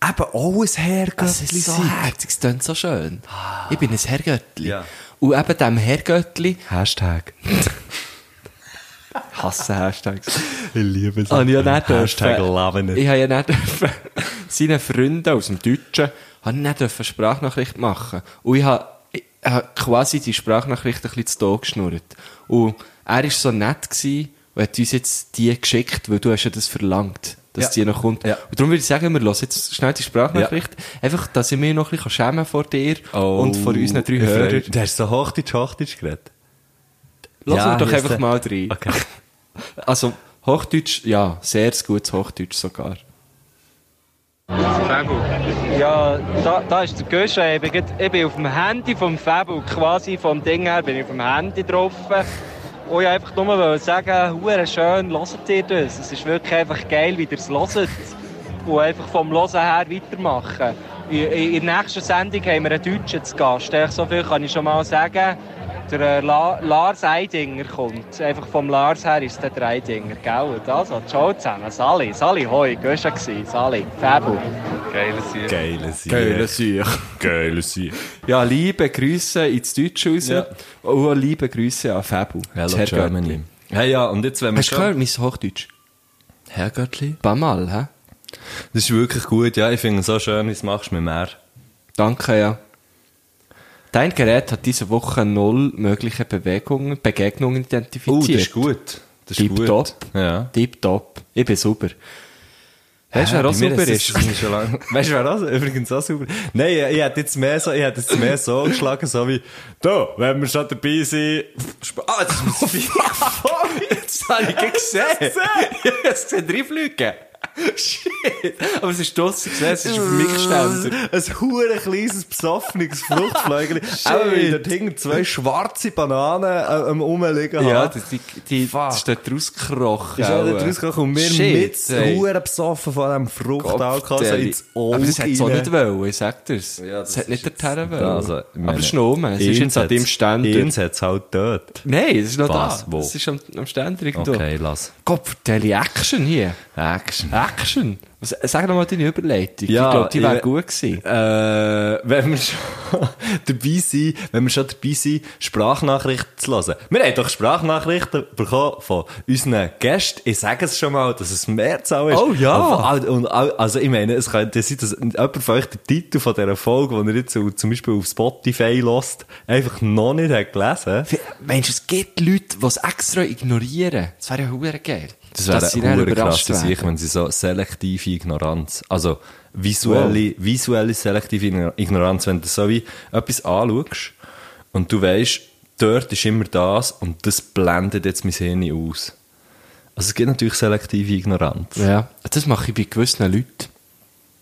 [SPEAKER 2] eben auch ein
[SPEAKER 5] das
[SPEAKER 2] Herrgöttli
[SPEAKER 5] ist so
[SPEAKER 2] sei.
[SPEAKER 5] herzig, es klingt so schön. Ich bin ein Herrgöttli.
[SPEAKER 2] Ah. Ja.
[SPEAKER 5] Und eben dem Herrgöttli
[SPEAKER 2] Hashtag.
[SPEAKER 5] hasse Hashtags.
[SPEAKER 2] Ich liebe es.
[SPEAKER 5] habe Ah, ich ja nicht
[SPEAKER 2] Hashtag
[SPEAKER 5] dürfen-
[SPEAKER 2] love it.
[SPEAKER 5] Ich habe ja nicht dürfen, seinen Freunden aus dem Deutschen, habe ich nicht dürfen Sprachnachricht machen. Und ich habe, ich habe quasi die Sprachnachricht ein bisschen zu Tod geschnurrt. Und er war so nett gewesen und hat uns jetzt die geschickt, weil du hast ja das verlangt, dass
[SPEAKER 2] Ja.
[SPEAKER 5] die noch kommt.
[SPEAKER 2] Ja.
[SPEAKER 5] Und darum würde ich sagen, wir hören jetzt schnell die Sprachnachricht. Einfach, dass ich mich noch ein bisschen schämen kann vor dir Oh. und vor unseren drei
[SPEAKER 2] Oh, ich freu-
[SPEAKER 5] Hörern.
[SPEAKER 2] Du hast so Hochdeutsch, Hochdeutsch geredet.
[SPEAKER 5] Lass
[SPEAKER 2] Ja,
[SPEAKER 5] uns doch
[SPEAKER 2] hier ist
[SPEAKER 5] einfach
[SPEAKER 2] der-
[SPEAKER 5] mal rein.
[SPEAKER 2] Okay.
[SPEAKER 5] Also, Hochdeutsch, ja, sehr gutes Hochdeutsch sogar.
[SPEAKER 6] Ja, da, da ist der Gösche. Ich bin, grad- ich bin auf dem Handy vom Fabu, quasi vom Ding her bin ich auf dem Handy drauf. Und ich einfach nur wollte sagen, hure schön, hört ihr das? Es ist wirklich einfach geil, wie ihr es hört. Und einfach vom Hören her weitermachen. In, in, in der nächsten Sendung haben wir einen Deutschen zu Gast. Eigentlich So viel kann ich schon mal sagen. Der äh, La Lars Eidinger kommt. Einfach vom Lars her ist der der Eidinger, gell? Und Also, ciao zusammen. Sali, Sali, hoi, Gösche gsi, Sali, Fabu.
[SPEAKER 2] Geiles Sieg.
[SPEAKER 5] Geiler Sieg.
[SPEAKER 2] Geiles Sieg.
[SPEAKER 5] Ja, liebe Grüße ins Deutsche raus.
[SPEAKER 2] Ja.
[SPEAKER 5] Und liebe Grüße an Fabu. Das
[SPEAKER 2] Hello
[SPEAKER 5] Herr
[SPEAKER 2] Germany.
[SPEAKER 5] Göttli.
[SPEAKER 2] Hey, ja, und jetzt, wenn wir
[SPEAKER 5] Hast du gehört, mein Hochdeutsch?
[SPEAKER 2] Herr Göttli?
[SPEAKER 5] Paar Mal, hä?
[SPEAKER 2] Das ist wirklich gut, ja. Ich finde es so schön, wie es machst mit mehr.
[SPEAKER 5] Danke, ja. Dein Gerät hat diese Woche null mögliche Bewegungen, Begegnungen identifiziert.
[SPEAKER 2] Oh, das ist gut. Das ist gut.
[SPEAKER 5] Tipptopp.
[SPEAKER 2] Ja.
[SPEAKER 5] Tipptopp. Ich bin super. Weißt du,
[SPEAKER 2] Ja,
[SPEAKER 5] wer auch
[SPEAKER 2] bei mir
[SPEAKER 5] super
[SPEAKER 2] ist
[SPEAKER 5] ist?
[SPEAKER 2] es- das ist schon lange. Weißt du, wer auch übrigens auch super Nein, ich, ich hätte jetzt mehr so, ich hätte jetzt mehr so geschlagen, so wie, da, wenn wir schon dabei sind, Sp- ah, jetzt ist mein Bier voll.
[SPEAKER 5] Das habe ich gerade gesehen.
[SPEAKER 2] Hast
[SPEAKER 5] Ich habe es gesehen, drei Flüge. Shit. Aber es ist draussen gesehen, es ist auf mich gestellt.
[SPEAKER 2] Ein hure kleines, besoffenes Fruchtfläugel. Auch weil ich dort hinten zwei schwarze Bananen äh, am rumliegen
[SPEAKER 5] Ja,
[SPEAKER 2] habe.
[SPEAKER 5] das, die, die, das ist dort rausgekrochen.
[SPEAKER 2] ist auch
[SPEAKER 5] auch,
[SPEAKER 2] dort
[SPEAKER 5] äh.
[SPEAKER 2] rausgekommen und wir
[SPEAKER 5] Shit,
[SPEAKER 2] mit
[SPEAKER 5] ey.
[SPEAKER 2] hure besoffen von diesem Fruchtalkohol so
[SPEAKER 5] Cocktail.
[SPEAKER 2] also ins Auge
[SPEAKER 5] Aber das hat es auch
[SPEAKER 2] rein.
[SPEAKER 5] nicht wollen, ich sag dir's.
[SPEAKER 2] Ja,
[SPEAKER 5] das
[SPEAKER 2] das
[SPEAKER 5] hat nicht
[SPEAKER 2] ist
[SPEAKER 5] der wollen.
[SPEAKER 2] Ja, also, ich
[SPEAKER 5] Aber
[SPEAKER 2] meine,
[SPEAKER 5] es ist noch rum, es ist
[SPEAKER 2] Ins
[SPEAKER 5] jetzt halt an deinem
[SPEAKER 2] hat's-
[SPEAKER 5] Ständer.
[SPEAKER 2] Ins hat's halt dort.
[SPEAKER 5] Nein, es ist noch
[SPEAKER 2] Was?
[SPEAKER 5] da.
[SPEAKER 2] Wo?
[SPEAKER 5] Es ist am, am Ständer irgendwo.
[SPEAKER 2] Okay, lass.
[SPEAKER 5] Gott, vertelle ich Action hier.
[SPEAKER 2] Action.
[SPEAKER 5] Action. Was, sag nochmal deine Überleitung.
[SPEAKER 2] Ja,
[SPEAKER 5] ich glaube, die
[SPEAKER 2] ich
[SPEAKER 5] wäre
[SPEAKER 2] we-
[SPEAKER 5] gut gewesen.
[SPEAKER 2] Äh, wenn wir schon dabei sind, wenn wir schon dabei sind, Sprachnachrichten zu hören. Wir haben doch Sprachnachrichten bekommen von unseren Gästen. Ich sage es schon mal, dass es Mehrzahl ist.
[SPEAKER 5] Oh ja.
[SPEAKER 2] Und, und, also ich meine, es könnte sein, dass jemand von euch den Titel von dieser Folge, die ihr jetzt so zum Beispiel auf Spotify lost, einfach noch nicht hat gelesen.
[SPEAKER 5] Mensch, es gibt Leute, die es extra ignorieren. Das wäre ja hure geil. Dass
[SPEAKER 2] Das
[SPEAKER 5] sie
[SPEAKER 2] wäre
[SPEAKER 5] dann
[SPEAKER 2] eine krasse
[SPEAKER 5] überrascht
[SPEAKER 2] Sache,
[SPEAKER 5] werden.
[SPEAKER 2] wenn sie so selektive Ignoranz, also visuelle, visuelle selektive Igno- Ignoranz, wenn du so wie etwas anschaust und du weißt, dort ist immer das und das blendet jetzt mein Hirn aus. Also es gibt natürlich selektive Ignoranz.
[SPEAKER 5] Ja, das mache ich bei gewissen Leuten.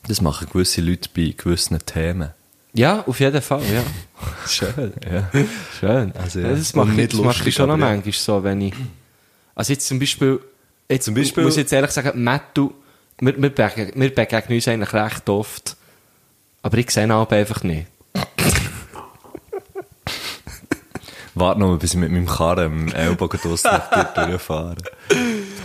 [SPEAKER 2] Das machen gewisse Leute bei gewissen Themen.
[SPEAKER 5] Ja, auf jeden Fall, ja.
[SPEAKER 2] Schön. Ja.
[SPEAKER 5] Schön.
[SPEAKER 2] Also,
[SPEAKER 5] ja.
[SPEAKER 2] ja.
[SPEAKER 5] Das mache
[SPEAKER 2] Und
[SPEAKER 5] ich,
[SPEAKER 2] nicht
[SPEAKER 5] das mache ich
[SPEAKER 2] lustig,
[SPEAKER 5] schon noch
[SPEAKER 2] aber ja.
[SPEAKER 5] manchmal so, wenn ich... Also jetzt zum Beispiel... Jetzt
[SPEAKER 2] Zum Beispiel-
[SPEAKER 5] muss ich jetzt ehrlich sagen, Matt, du... Wir, wir, begegnen, wir begegnen uns eigentlich recht oft. Aber ich sehe ihn aber einfach nicht.
[SPEAKER 2] Warte noch mal, bis ich mit meinem Karren im Ellbogen draussen auf dir durchfahre.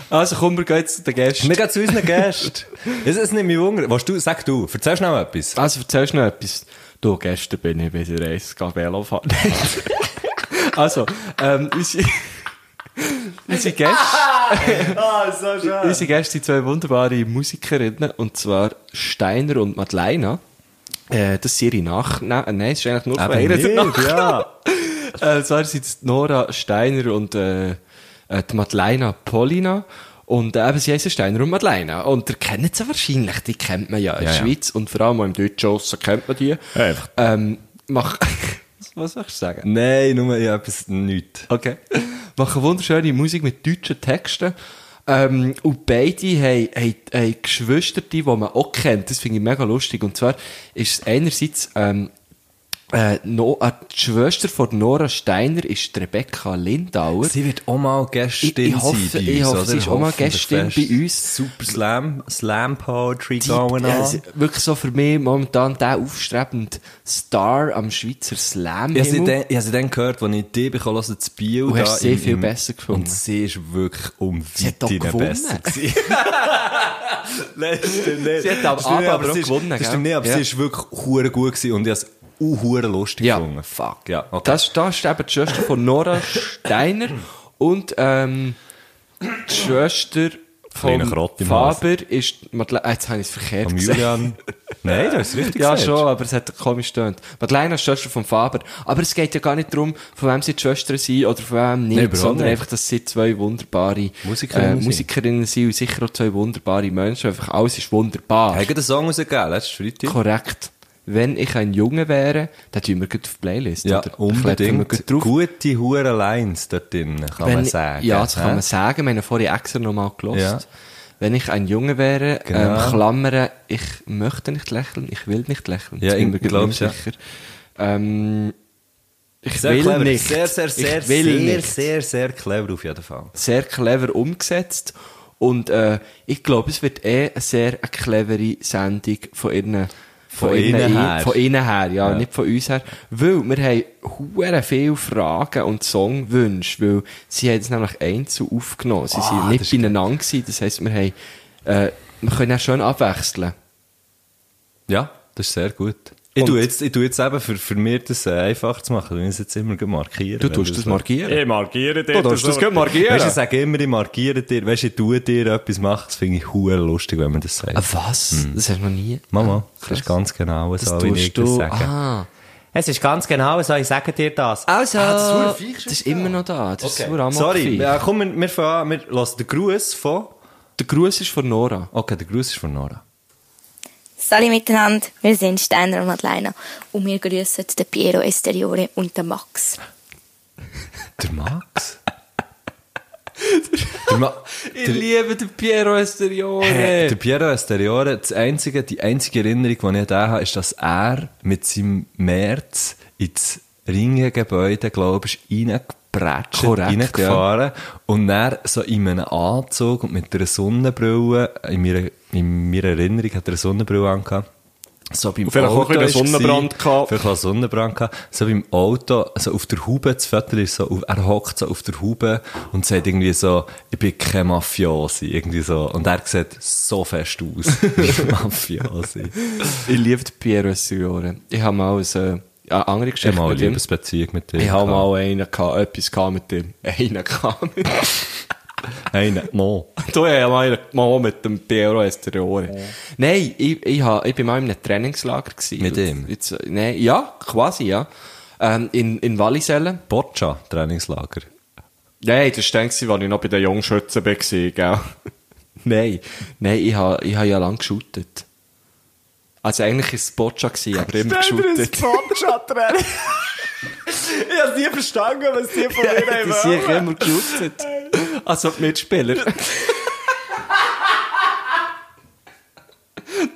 [SPEAKER 5] Also komm, wir gehen jetzt zu den Gästen.
[SPEAKER 2] Wir gehen zu unseren Gästen. Es ist nicht mehr Wunder. Was du, sag du, erzähl schnell etwas.
[SPEAKER 5] Also erzählst du noch etwas? Du, gestern bin ich bei der Reise Gabello fahren. also, ähm, unsere... unsere Gäste...
[SPEAKER 2] Ah, so schön.
[SPEAKER 5] Unsere Gäste sind zwei wunderbare Musikerinnen, und zwar Steiner und Madeleina. Äh, das sind ihre Nachnamen. Äh, Nein, es ist eigentlich nur von
[SPEAKER 2] Aber
[SPEAKER 5] einer der
[SPEAKER 2] nicht,
[SPEAKER 5] Nachnamen.
[SPEAKER 2] ja.
[SPEAKER 5] Äh, und zwar sind es Nora Steiner und äh, äh, die Madeleina Polina. Und äh, eben, sie heißen Steiner und Madeleina. Und ihr kennt sie wahrscheinlich, die kennt man ja in der
[SPEAKER 2] Ja, ja.
[SPEAKER 5] Schweiz und vor allem auch im Deutschen Osten kennt man die.
[SPEAKER 2] Einfach.
[SPEAKER 5] Ähm, mach... Was soll ich sagen?
[SPEAKER 2] Nein, nur ja, etwas nichts.
[SPEAKER 5] Okay. Machen wunderschöne Musik mit deutschen Texten. Ähm, und beide haben, haben, haben Geschwister, die man auch kennt. Das finde ich mega lustig. Und zwar ist es einerseits ähm, Äh, no, äh, die Schwester von Nora Steiner ist die Rebecca Lindauer.
[SPEAKER 2] Sie wird auch mal Gästin
[SPEAKER 5] Ich- ich
[SPEAKER 2] sein
[SPEAKER 5] hoffe-
[SPEAKER 2] bei uns,
[SPEAKER 5] ich hoffe,
[SPEAKER 2] oder?
[SPEAKER 5] sie ist auch mal
[SPEAKER 2] Hoffentlich
[SPEAKER 5] Gästin
[SPEAKER 2] fest.
[SPEAKER 5] bei uns.
[SPEAKER 2] Super Slam, Slam Poetry
[SPEAKER 5] Die-
[SPEAKER 2] going
[SPEAKER 5] äh,
[SPEAKER 2] on.
[SPEAKER 5] sie- wirklich so für mich momentan der aufstrebende Star am Schweizer Slam.
[SPEAKER 2] Ich habe sie dann- ich habe sie dann gehört, als ich die bekommen habe, zu Biel.
[SPEAKER 5] Du
[SPEAKER 2] da
[SPEAKER 5] hast sie
[SPEAKER 2] im-
[SPEAKER 5] viel
[SPEAKER 2] im-
[SPEAKER 5] besser gefunden.
[SPEAKER 2] Und sie ist wirklich um
[SPEAKER 5] Sie hat doch
[SPEAKER 2] Weite
[SPEAKER 5] gewonnen.
[SPEAKER 2] besser gewesen. Nein, das stimmt nicht.
[SPEAKER 5] Sie hat am
[SPEAKER 2] Das stimmt
[SPEAKER 5] Abend
[SPEAKER 2] nicht,
[SPEAKER 5] aber auch
[SPEAKER 2] sie ist-
[SPEAKER 5] gewonnen,
[SPEAKER 2] Das
[SPEAKER 5] gell?
[SPEAKER 2] stimmt nicht, aber
[SPEAKER 5] Ja.
[SPEAKER 2] sie ist wirklich hure gut gewesen und ich habe es auch hure lustig
[SPEAKER 5] Ja.
[SPEAKER 2] gefunden. Fuck, ja. Okay.
[SPEAKER 5] Das, das ist eben die Schwester von Nora Steiner und ähm, die Schwester von
[SPEAKER 2] Kleiner Krott im Hals.
[SPEAKER 5] Faber ist... Madele- Ah, jetzt habe ich es verkehrt
[SPEAKER 2] Am
[SPEAKER 5] gesagt.
[SPEAKER 2] Julian. Nein, das ist richtig
[SPEAKER 5] Ja,
[SPEAKER 2] gesagt.
[SPEAKER 5] schon, aber es hat komisch gestöhnt. Madeleine ist die Schwester von Faber. Aber es geht ja gar nicht darum, von wem sie die Schwestern sind oder von wem nicht,
[SPEAKER 2] Nein, überhaupt
[SPEAKER 5] sondern
[SPEAKER 2] nicht.
[SPEAKER 5] einfach, dass sie zwei wunderbare äh,
[SPEAKER 2] Musikerinnen sind.
[SPEAKER 5] Musikerinnen sind und sicher auch zwei wunderbare Menschen. Einfach alles ist wunderbar.
[SPEAKER 2] Haben wir den Song rausgegeben, letztes Freitag?
[SPEAKER 5] Korrekt. Wenn ich ein Junge wäre, dann tun wir gleich auf die Playlist.
[SPEAKER 2] Ja,
[SPEAKER 5] oder? Kleppen wir gleich
[SPEAKER 2] unbedingt.
[SPEAKER 5] drauf.
[SPEAKER 2] Gute hure Lines dort drin, kann
[SPEAKER 5] Wenn-
[SPEAKER 2] man sagen.
[SPEAKER 5] Ja, das kann
[SPEAKER 2] hä?
[SPEAKER 5] man sagen. Wir haben vorhin extra nochmal gelost.
[SPEAKER 2] Ja.
[SPEAKER 5] Wenn ich ein Junge wäre,
[SPEAKER 2] Genau.
[SPEAKER 5] ähm, Klammern, ich möchte nicht lächeln, ich will nicht lächeln.
[SPEAKER 2] Ja,
[SPEAKER 5] Das bin
[SPEAKER 2] ich
[SPEAKER 5] mir gerade nicht
[SPEAKER 2] glaub's, ja.
[SPEAKER 5] sicher. Ähm, ich
[SPEAKER 2] Sehr
[SPEAKER 5] will
[SPEAKER 2] clever.
[SPEAKER 5] nicht.
[SPEAKER 2] Sehr, sehr, sehr,
[SPEAKER 5] ich will
[SPEAKER 2] sehr,
[SPEAKER 5] nicht.
[SPEAKER 2] sehr, sehr clever auf jeden Fall.
[SPEAKER 5] Sehr clever umgesetzt. Und äh, ich glaube, es wird eh eine sehr eine clevere Sendung von ihren
[SPEAKER 2] Von ihnen her.
[SPEAKER 5] Von ihnen her, ja, nicht von uns her. Weil wir haben hure viele Fragen und Songwünsche, weil sie haben es nämlich einzeln aufgenommen. Sie
[SPEAKER 2] Ah,
[SPEAKER 5] sind nicht beieinander gewesen. Das heisst, wir haben, äh, wir können auch schön abwechseln.
[SPEAKER 2] Ja, das ist sehr gut. Ich
[SPEAKER 5] Und-
[SPEAKER 2] tu jetzt, ich tu jetzt eben, für, für mir das äh, einfach zu machen, wenn ich es jetzt immer markieren.
[SPEAKER 5] Du tust das markieren.
[SPEAKER 1] Ich markiere dich.
[SPEAKER 5] Du tust das gut markieren.
[SPEAKER 2] Weißt du, ich sage immer, ich markiere dir, weißt du, ich tue dir etwas, mach, das finde ich hure lustig, wenn man das sagt.
[SPEAKER 5] Ah, was? Das hast du noch nie?
[SPEAKER 2] Hm. Mama,
[SPEAKER 5] Ah,
[SPEAKER 2] das
[SPEAKER 5] krass.
[SPEAKER 2] ist ganz genau
[SPEAKER 5] Das
[SPEAKER 2] so, wie ich
[SPEAKER 5] tust
[SPEAKER 2] das
[SPEAKER 5] du.
[SPEAKER 2] sage.
[SPEAKER 5] Ah.
[SPEAKER 2] Es ist ganz genau so, ich sage dir das.
[SPEAKER 5] Also,
[SPEAKER 2] Ah,
[SPEAKER 5] das,
[SPEAKER 2] das ist
[SPEAKER 5] ist, immer noch da. Das ist nur
[SPEAKER 2] Sorry, ja, komm, wir, wir fangen an, wir lassen den Gruß von...
[SPEAKER 5] Der Gruß ist von Nora.
[SPEAKER 2] Okay, der Gruß ist von Nora.
[SPEAKER 7] Salut miteinander, wir sind Steiner und Madeleine und wir grüßen den Piero Esteriore und den Max.
[SPEAKER 2] Der Max? der, Ma
[SPEAKER 5] Ich liebe den Piero
[SPEAKER 2] der
[SPEAKER 5] Esterione.
[SPEAKER 2] Piero Esteriore, das einzige, die einzige Erinnerung, die ich an den habe, ist, dass er mit seinem März ins Ringengebäude, glaube ich, reingepratscht,
[SPEAKER 5] Korrekt,
[SPEAKER 2] reingefahren und dann so in einem Anzug und mit einer Sonnenbrille, in meiner, in meiner Erinnerung hat er eine Sonnenbrille angehabt, so beim
[SPEAKER 1] Und vielleicht auch ein
[SPEAKER 2] Auto
[SPEAKER 1] bisschen
[SPEAKER 2] ist
[SPEAKER 1] Sonnenbrand
[SPEAKER 2] gewesen.
[SPEAKER 1] gehabt.
[SPEAKER 2] Vielleicht auch Sonnenbrand gehabt. So beim Auto, also auf der Haube, das Viertel ist so, auf- er hockt so auf der Haube und sagt irgendwie so, ich bin kein Mafiosi, irgendwie so. Und er sieht so fest aus, wie ein Mafiosi.
[SPEAKER 5] Ich liebe den Piero Esterione. Ich habe mal ein, äh, eine andere
[SPEAKER 2] Ich habe
[SPEAKER 5] Geschichte
[SPEAKER 2] mal eine
[SPEAKER 5] mit ihm.
[SPEAKER 2] Liebesbeziehung mit dir.
[SPEAKER 5] Ich habe
[SPEAKER 2] gehabt.
[SPEAKER 5] mal einen gehabt, etwas gehabt mit dem. Einen gehabt mit dem.
[SPEAKER 2] Eine, no.
[SPEAKER 5] Du hast ja mal einen mal mit dem Piero Esterione. Nein, ich, ich, hab, ich bin mal in einem Trainingslager. Gewesen.
[SPEAKER 2] Mit ihm?
[SPEAKER 5] Jetzt, äh, nein, ja, quasi, ja. Ähm, in, in Wallisellen.
[SPEAKER 2] Boccia, Trainingslager.
[SPEAKER 5] Nein, das war dann, als ich noch bei den Jungschützen war, gell? nein, nein, ich habe ich ha ja lange geshootet. Also eigentlich war es Boccia, gewesen, aber immer geshootet.
[SPEAKER 2] Boccia-Training. ich habe nie verstanden, was die von
[SPEAKER 5] Das sind immer geshootet. Also die Mitspieler.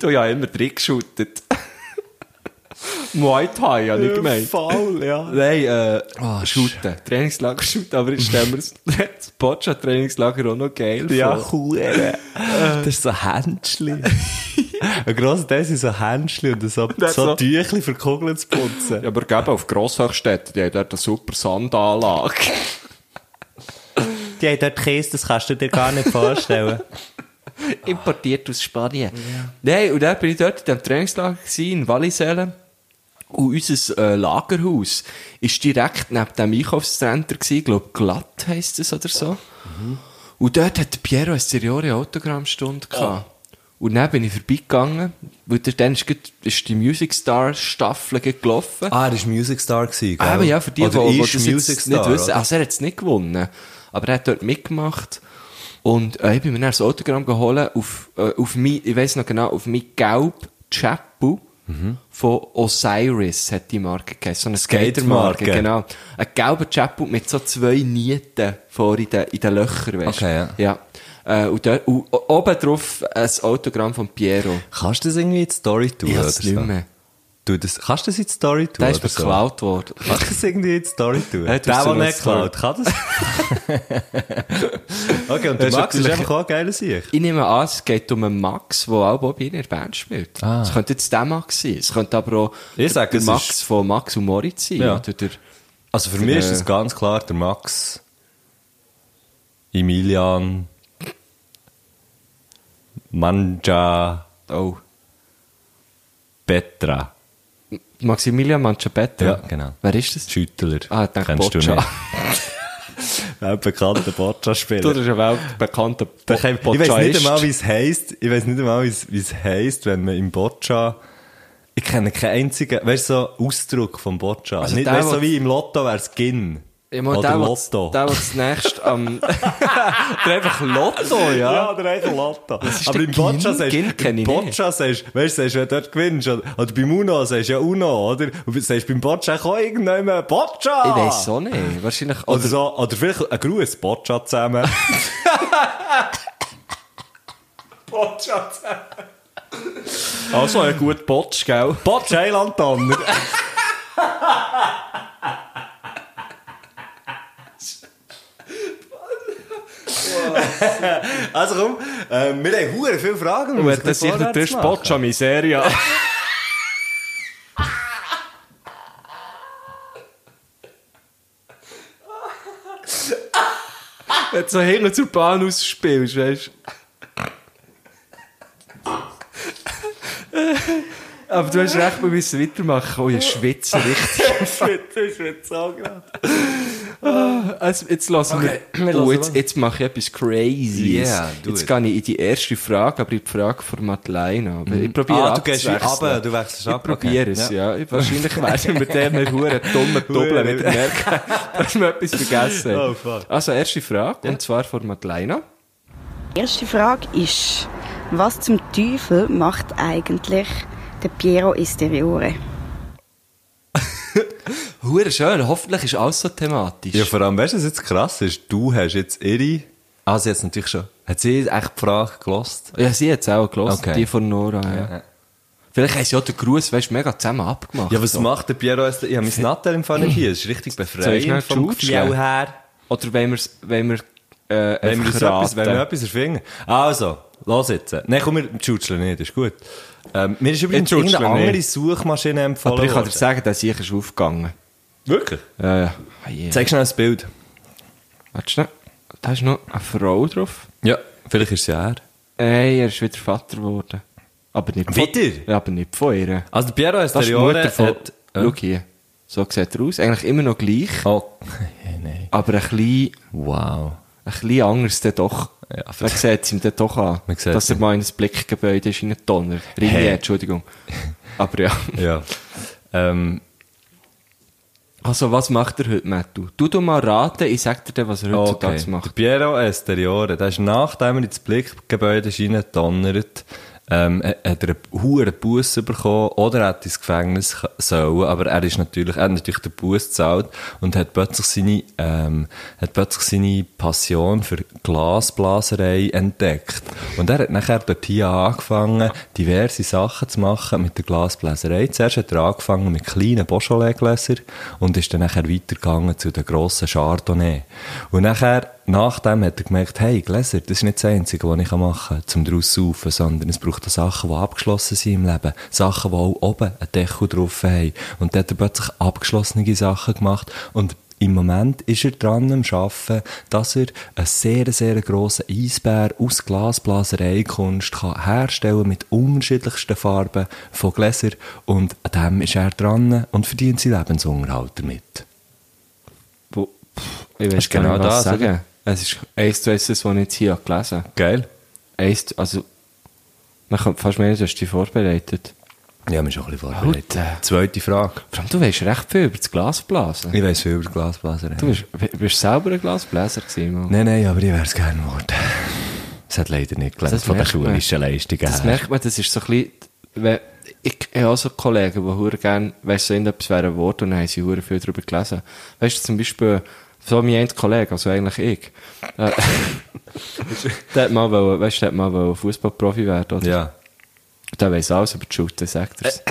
[SPEAKER 5] du ja immer drin geshootet. Muay Thai, ja nicht gemeint.
[SPEAKER 2] Faul, ja.
[SPEAKER 5] Nein, äh,
[SPEAKER 2] Ah,
[SPEAKER 5] shooten. Trainingslager shooten, aber jetzt stellen wir das- das Boccia-Trainingslager auch noch geil
[SPEAKER 2] Ja,
[SPEAKER 5] vor.
[SPEAKER 2] cool. Das ist so Händschli. Ein grosser Teil sind so Händschli und so,
[SPEAKER 5] Das
[SPEAKER 2] so
[SPEAKER 5] so.
[SPEAKER 2] Tüchli für Kugeln zu putzen.
[SPEAKER 5] Ja, aber geben auf Grosshochstädten, die haben dort eine super Sandanlage.
[SPEAKER 2] Die haben dort Käse, das kannst du dir gar nicht vorstellen.
[SPEAKER 5] Importiert aus Spanien. Nein, und dann bin ich dort in diesem Trainingslager gewesen, in Wallisellen. Und unser äh, Lagerhaus war direkt neben dem Einkaufscenter, gewesen. ich glaube, glatt heisst es oder so. Und dort hat Piero Esteriore eine Autogrammstunde gehabt. Und dann bin ich vorbeigegangen, weil der- dann ist, gerade- ist die Music Star Staffel gerade gelaufen.
[SPEAKER 2] ah, er war Music Star. Gewesen, gell?
[SPEAKER 5] Aber Ah, ja, für die, die,
[SPEAKER 2] Oder
[SPEAKER 5] die
[SPEAKER 2] ist
[SPEAKER 5] das
[SPEAKER 2] Music
[SPEAKER 5] jetzt nicht
[SPEAKER 2] Star,
[SPEAKER 5] wissen,
[SPEAKER 2] oder?
[SPEAKER 5] also er hat es nicht gewonnen, aber er hat dort mitgemacht und äh, ich bin mir dann das Autogramm geholt auf, äh, auf mein, ich weiss noch genau, auf mein gelb Chapu
[SPEAKER 2] Mhm.
[SPEAKER 5] von Osiris hat die Marke geheißen, so eine Skatermarke,
[SPEAKER 2] Skatermarke.
[SPEAKER 5] genau. Ein gelber Chapu mit so zwei Nieten vor in den, in den Löchern, weißt du.
[SPEAKER 2] Okay, ja.
[SPEAKER 5] ja. Äh, und, dort, und o- oben drauf ein Autogramm von Piero.
[SPEAKER 2] Kannst du das irgendwie in die Story tun?
[SPEAKER 5] Ich
[SPEAKER 2] oder
[SPEAKER 5] hab's nicht
[SPEAKER 2] so?
[SPEAKER 5] mehr.
[SPEAKER 2] Du, das, kannst du das in die Story tun?
[SPEAKER 5] Der ist
[SPEAKER 2] oder
[SPEAKER 5] mir
[SPEAKER 2] so?
[SPEAKER 5] geklaut worden.
[SPEAKER 2] Kannst du das irgendwie in die Story tun?
[SPEAKER 5] Hey, du
[SPEAKER 2] der,
[SPEAKER 5] hast
[SPEAKER 2] der
[SPEAKER 5] so eine
[SPEAKER 2] nicht klaut, kann das? okay, und der
[SPEAKER 5] Hast du
[SPEAKER 2] Max ist
[SPEAKER 5] natürlich-
[SPEAKER 2] einfach auch ein geiler Sieg.
[SPEAKER 5] Ich nehme an, es geht um einen Max, der auch Bobby in der Band spielt.
[SPEAKER 2] Ah.
[SPEAKER 5] Es könnte jetzt der Max sein. Es könnte aber auch
[SPEAKER 2] Ich sag,
[SPEAKER 5] der
[SPEAKER 2] es
[SPEAKER 5] Max
[SPEAKER 2] ist-
[SPEAKER 5] von Max und Moritz sein.
[SPEAKER 2] Ja.
[SPEAKER 5] Oder der,
[SPEAKER 2] Also für mich ist das ganz klar der Max, Emilian, Manja,
[SPEAKER 5] oh,
[SPEAKER 2] Petra,
[SPEAKER 5] Maximilian Manchapetra.
[SPEAKER 2] Ja, genau.
[SPEAKER 5] Wer ist das?
[SPEAKER 2] Schüttler.
[SPEAKER 5] Ah, ich denke Boccia.
[SPEAKER 2] Ein bekannter
[SPEAKER 5] Du,
[SPEAKER 2] Boccia-Spieler.
[SPEAKER 5] das ist ein weltbekannter
[SPEAKER 2] Ich weiß nicht einmal, wie es heisst. Ich weiß nicht einmal, wie es- wie es heisst, wenn man im Boccia. Ich kenne keinen einzigen, weißt du, so Ausdruck vom Boccia.
[SPEAKER 5] Also
[SPEAKER 2] nicht,
[SPEAKER 5] der,
[SPEAKER 2] weißt du,
[SPEAKER 5] wo-
[SPEAKER 2] so wie im Lotto wäre es Gin.
[SPEAKER 5] Ja, mal
[SPEAKER 2] Oder
[SPEAKER 5] der, was,
[SPEAKER 2] Lotto.
[SPEAKER 5] der, was nächstes am, der einfach Lotto, ja.
[SPEAKER 2] Ja, oder einfach Lotto. Aber
[SPEAKER 5] der
[SPEAKER 2] im Boccia
[SPEAKER 5] Gin?
[SPEAKER 2] sagst
[SPEAKER 5] Gin kenn
[SPEAKER 2] im
[SPEAKER 5] ich
[SPEAKER 2] Boccia sagst, weißt du, sagst, wenn du dort gewinnst, oder, oder beim Uno sagst du ja Uno, oder? Und sagst beim Boccia auch irgendjemand Boccia!
[SPEAKER 5] Ich weiß auch nicht. Wahrscheinlich,
[SPEAKER 2] Oder
[SPEAKER 5] oder,
[SPEAKER 2] so, oder vielleicht ein Gruß, Boccia zusammen. Boccia zusammen.
[SPEAKER 5] also ein guter Botsch, gell?
[SPEAKER 2] Boccia Island Tanner. Also komm, äh, wir haben hure viele Fragen.
[SPEAKER 5] Und
[SPEAKER 2] wir
[SPEAKER 5] wenn
[SPEAKER 2] müssen
[SPEAKER 5] das
[SPEAKER 2] ein bisschen
[SPEAKER 5] sicher der
[SPEAKER 2] vorwärts
[SPEAKER 5] Tisch
[SPEAKER 2] machen.
[SPEAKER 5] Botsch an Miseria. Wenn du so hinten zur Bahn ausspielst, weißt du. Aber du hast recht, wir müssen weitermachen. Oh, ihr schwitzt richtig.
[SPEAKER 2] Das wird so gerade.
[SPEAKER 5] Also, jetzt lassen wir.
[SPEAKER 2] wir
[SPEAKER 5] oh,
[SPEAKER 2] lassen
[SPEAKER 5] jetzt,
[SPEAKER 2] los.
[SPEAKER 5] jetzt mache ich etwas Crazyes.
[SPEAKER 2] Yeah, do
[SPEAKER 5] jetzt
[SPEAKER 2] it.
[SPEAKER 5] gehe ich in die erste Frage, aber in die Frage von Madeleine. Aber ich probiere
[SPEAKER 2] Ah, du gehst wie
[SPEAKER 5] abzuwechseln.
[SPEAKER 2] runter, du wechselst
[SPEAKER 5] Ich
[SPEAKER 2] ab,
[SPEAKER 5] probiere
[SPEAKER 2] okay.
[SPEAKER 5] es,
[SPEAKER 2] Ja.
[SPEAKER 5] ja. Ich- Wahrscheinlich werden wir dem nicht huren dummen Doppeln
[SPEAKER 2] Hure.
[SPEAKER 5] wieder merken, dass wir etwas vergessen haben.
[SPEAKER 2] Oh, fuck.
[SPEAKER 5] Also, erste Frage, und zwar von Madeleine.
[SPEAKER 8] Die erste Frage ist, was zum Teufel macht eigentlich der Piero Isteriore?
[SPEAKER 5] Hure schön, hoffentlich ist alles so thematisch.
[SPEAKER 2] Ja, vor allem, weißt du, was jetzt krass ist? Du hast jetzt ihre... Ah, sie hat natürlich schon... Hat sie echt die Frage gelost?
[SPEAKER 5] Ja, sie hat es auch gehört,
[SPEAKER 2] Okay.
[SPEAKER 5] die von Nora. Ja. Vielleicht haben sie auch den Gruß, weißt du, mega zusammen abgemacht.
[SPEAKER 2] Ja, was
[SPEAKER 5] So.
[SPEAKER 2] macht der Piero Ester? Ich habe mein Nattel im Fall nicht hier. Es ist richtig
[SPEAKER 5] Soll ich schnell
[SPEAKER 2] befreiend vom
[SPEAKER 5] Jude
[SPEAKER 2] Gefühl
[SPEAKER 5] schnell?
[SPEAKER 2] her.
[SPEAKER 5] Oder wenn wir es, wenn wir, äh,
[SPEAKER 2] Wenn wir,
[SPEAKER 5] einfach
[SPEAKER 2] das etwas, wenn wir
[SPEAKER 5] raten.
[SPEAKER 2] etwas erfinden. Also, los jetzt. Nein, komm, wir jutscheln nicht, ist gut. Ähm, mir ist übrigens
[SPEAKER 5] Ich jutschle
[SPEAKER 2] irgendeine andere
[SPEAKER 5] nicht.
[SPEAKER 2] Suchmaschine empfohlen
[SPEAKER 5] Aber ich kann dir
[SPEAKER 2] worden.
[SPEAKER 5] sagen, der Sieg ist aufgegangen.
[SPEAKER 2] Wirklich?
[SPEAKER 5] Ja, ja. Ah, yeah.
[SPEAKER 2] Zeig schnell das Bild.
[SPEAKER 5] Warte schnell. Da ist noch eine Frau drauf.
[SPEAKER 2] Ja, vielleicht ist es ja er.
[SPEAKER 5] Ey, er ist wieder Vater geworden. Aber nicht
[SPEAKER 2] Wieder?
[SPEAKER 5] Von, Ja, aber nicht von ihr.
[SPEAKER 2] Also, der Piero
[SPEAKER 5] Das ist die
[SPEAKER 2] Esteriore
[SPEAKER 5] Mutter von...
[SPEAKER 2] hat... äh,
[SPEAKER 5] Schau hier. So sieht er aus. Eigentlich immer noch gleich,
[SPEAKER 2] Oh, nein.
[SPEAKER 5] aber ein bisschen,
[SPEAKER 2] Wow.
[SPEAKER 5] ein bisschen anders dann doch.
[SPEAKER 2] Ja, aber-
[SPEAKER 5] Man sieht es ihm dann doch an,
[SPEAKER 2] Man sieht
[SPEAKER 5] dass er
[SPEAKER 2] ihn.
[SPEAKER 5] mal in ein Blickgebäude ist, in einen Donner. Ringe,
[SPEAKER 2] Hey.
[SPEAKER 5] Entschuldigung. Aber ja.
[SPEAKER 2] Ja. Ähm,
[SPEAKER 5] Also, was macht er heute, Mattu? Du du mal raten, ich sag dir dann, was er heutzutage
[SPEAKER 2] Ah, okay. Der
[SPEAKER 5] macht.
[SPEAKER 2] Piero Esteriore, der ist nachdem er ins Blickgebäude ist reingedonnert, ähm, hat hat er einen hohen Bus bekommen oder hat ins Gefängnis k- sollen, aber er ist natürlich, er hat natürlich den Bus gezahlt und hat plötzlich seine, ähm, hat plötzlich seine Passion für Glasblaserei entdeckt. Und er hat nachher dort hier angefangen, diverse Sachen zu machen mit der Glasbläserei. Zuerst hat er angefangen mit kleinen Beaujolais-Gläsern und ist dann nachher weitergegangen zu den grossen Chardonnay. Und nachher, nachdem hat er gemerkt, hey, Gläser, das ist nicht das Einzige, was ich machen kann, um daraus zu saufen, sondern es braucht auch Sachen, die abgeschlossen sind im Leben. Sachen, die auch oben einen Deckel drauf haben. Und dort hat er plötzlich abgeschlossene Sachen gemacht und im Moment ist er dran am Arbeiten, dass er einen sehr, sehr grossen Eisbär aus Glasblasereikunst kann herstellen mit unterschiedlichsten Farben von Gläsern. Und an dem ist er dran und verdient seinen Lebensunterhalt damit.
[SPEAKER 5] Wo, pff, ich
[SPEAKER 2] Ist
[SPEAKER 5] weiß gar
[SPEAKER 2] genau
[SPEAKER 5] nicht, was
[SPEAKER 2] das,
[SPEAKER 5] sagen.
[SPEAKER 2] oder?
[SPEAKER 5] Es ist eins zu eins, das, was ich jetzt hier gelesen habe.
[SPEAKER 2] Geil?
[SPEAKER 5] Eins, also, man kann fast meinen, du hast dich vorbereitet.
[SPEAKER 2] Ja, wir sind schon ein bisschen vorbereitet.
[SPEAKER 5] Alter.
[SPEAKER 2] Zweite Frage.
[SPEAKER 5] Vor allem, du weißt recht viel über das Glasblasen.
[SPEAKER 2] Ich weiss viel über Glasblaserei.
[SPEAKER 5] Du bist, bist selber ein Glasbläser gewesen, Mann.
[SPEAKER 2] Nein, nein, aber ich wär's gerne geworden. Es hat leider nicht gelernt
[SPEAKER 5] Das
[SPEAKER 2] von den
[SPEAKER 5] merkt man.
[SPEAKER 2] schulischen Leistungen
[SPEAKER 5] Das
[SPEAKER 2] her.
[SPEAKER 5] merkt man, das ist so ein bisschen, wenn, ich habe auch so Kollegen, die sehr gerne, weißt du, irgendetwas wäre ein Wort und dann haben sie sehr viel darüber gelesen. Weißt du, zum Beispiel, so mein ein Kollege, also eigentlich ich, äh, der hat mal, wollen- weißt du, der hat mal wollen Fußballprofi werden, oder?
[SPEAKER 2] Ja.
[SPEAKER 5] Der weiss alles über die Schulter, sagt er's.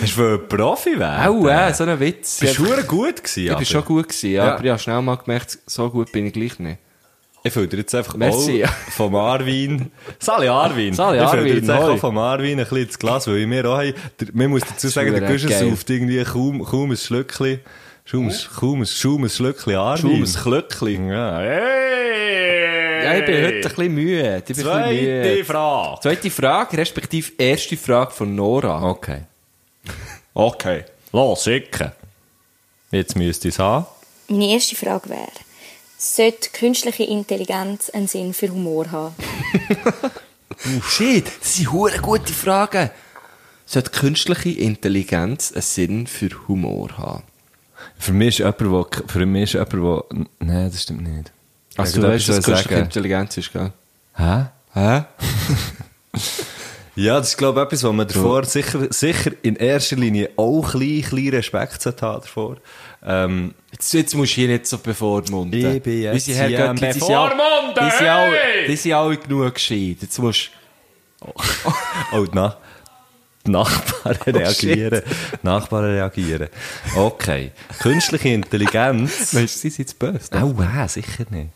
[SPEAKER 2] Hast du ein Profi werden?
[SPEAKER 5] Au, äh, so ein Witz.
[SPEAKER 2] Bist du
[SPEAKER 5] ich
[SPEAKER 2] verdammt gut gewesen?
[SPEAKER 5] war
[SPEAKER 2] aber-
[SPEAKER 5] schon gut, gewesen, ja,
[SPEAKER 2] Ja.
[SPEAKER 5] aber ich habe schnell mal gemerkt, so gut bin ich gleich nicht.
[SPEAKER 2] Ich fühle dir jetzt einfach
[SPEAKER 5] Merci.
[SPEAKER 2] auch vom Arwin. Sali Arwin.
[SPEAKER 5] Sali
[SPEAKER 2] Ich fülle dir
[SPEAKER 5] Arwin,
[SPEAKER 2] jetzt einfach
[SPEAKER 5] hoi.
[SPEAKER 2] auch vom Arwin ein bisschen ins Glas, weil ich mir auch, Oh, hey, der- man muss dazu sagen, der
[SPEAKER 5] verdammt
[SPEAKER 2] Güscher
[SPEAKER 5] geil.
[SPEAKER 2] sauft irgendwie kaum, kaum ein Schlückchen, kaum, ein- kaum, ein- kaum ein Schlückchen Arwin.
[SPEAKER 5] Schumes Klöckli.
[SPEAKER 2] Ja, hey!
[SPEAKER 5] Ja, ich bin heute ein bisschen müde. Ich bin ein bisschen
[SPEAKER 2] Zweite
[SPEAKER 5] müde.
[SPEAKER 2] Frage.
[SPEAKER 5] Zweite Frage, respektive erste Frage von Nora.
[SPEAKER 2] Okay. Okay. Los, schicken. Jetzt müsst ihr es haben.
[SPEAKER 7] Meine erste Frage wäre, sollte künstliche Intelligenz einen Sinn für Humor haben?
[SPEAKER 5] Oh. Shit, das sind hure gute Fragen. Sollte künstliche Intelligenz einen Sinn für Humor haben?
[SPEAKER 2] Für mich ist jemand, der, für mich ist jemand, der, nein, das stimmt nicht.
[SPEAKER 5] Also du weißt, was künstliche Intelligenz ist, gell?
[SPEAKER 2] Hä?
[SPEAKER 5] Hä?
[SPEAKER 2] Ja, das ist, glaube ich, etwas, was man davor sicher, sicher in erster Linie auch ein bisschen, ein bisschen Respekt sollte haben davor. Ähm,
[SPEAKER 5] Jetzt, jetzt musst du hier nicht so bevormunden.
[SPEAKER 2] Ich bin jetzt
[SPEAKER 5] Unsere
[SPEAKER 2] hier am
[SPEAKER 5] Herrgöttli, die sind alle-
[SPEAKER 1] Bevormunden,
[SPEAKER 5] Die sind alle,
[SPEAKER 1] hey!
[SPEAKER 5] die sind alle genug gescheit. Jetzt musst
[SPEAKER 2] oh, die, Nach die Nachbarn
[SPEAKER 5] Oh,
[SPEAKER 2] reagieren. Nachbarn reagieren. Okay. Künstliche
[SPEAKER 5] du...
[SPEAKER 2] Intelligenz.
[SPEAKER 5] Weißt du, sie sind jetzt böse. ne?
[SPEAKER 2] Au, wow, sicher nicht.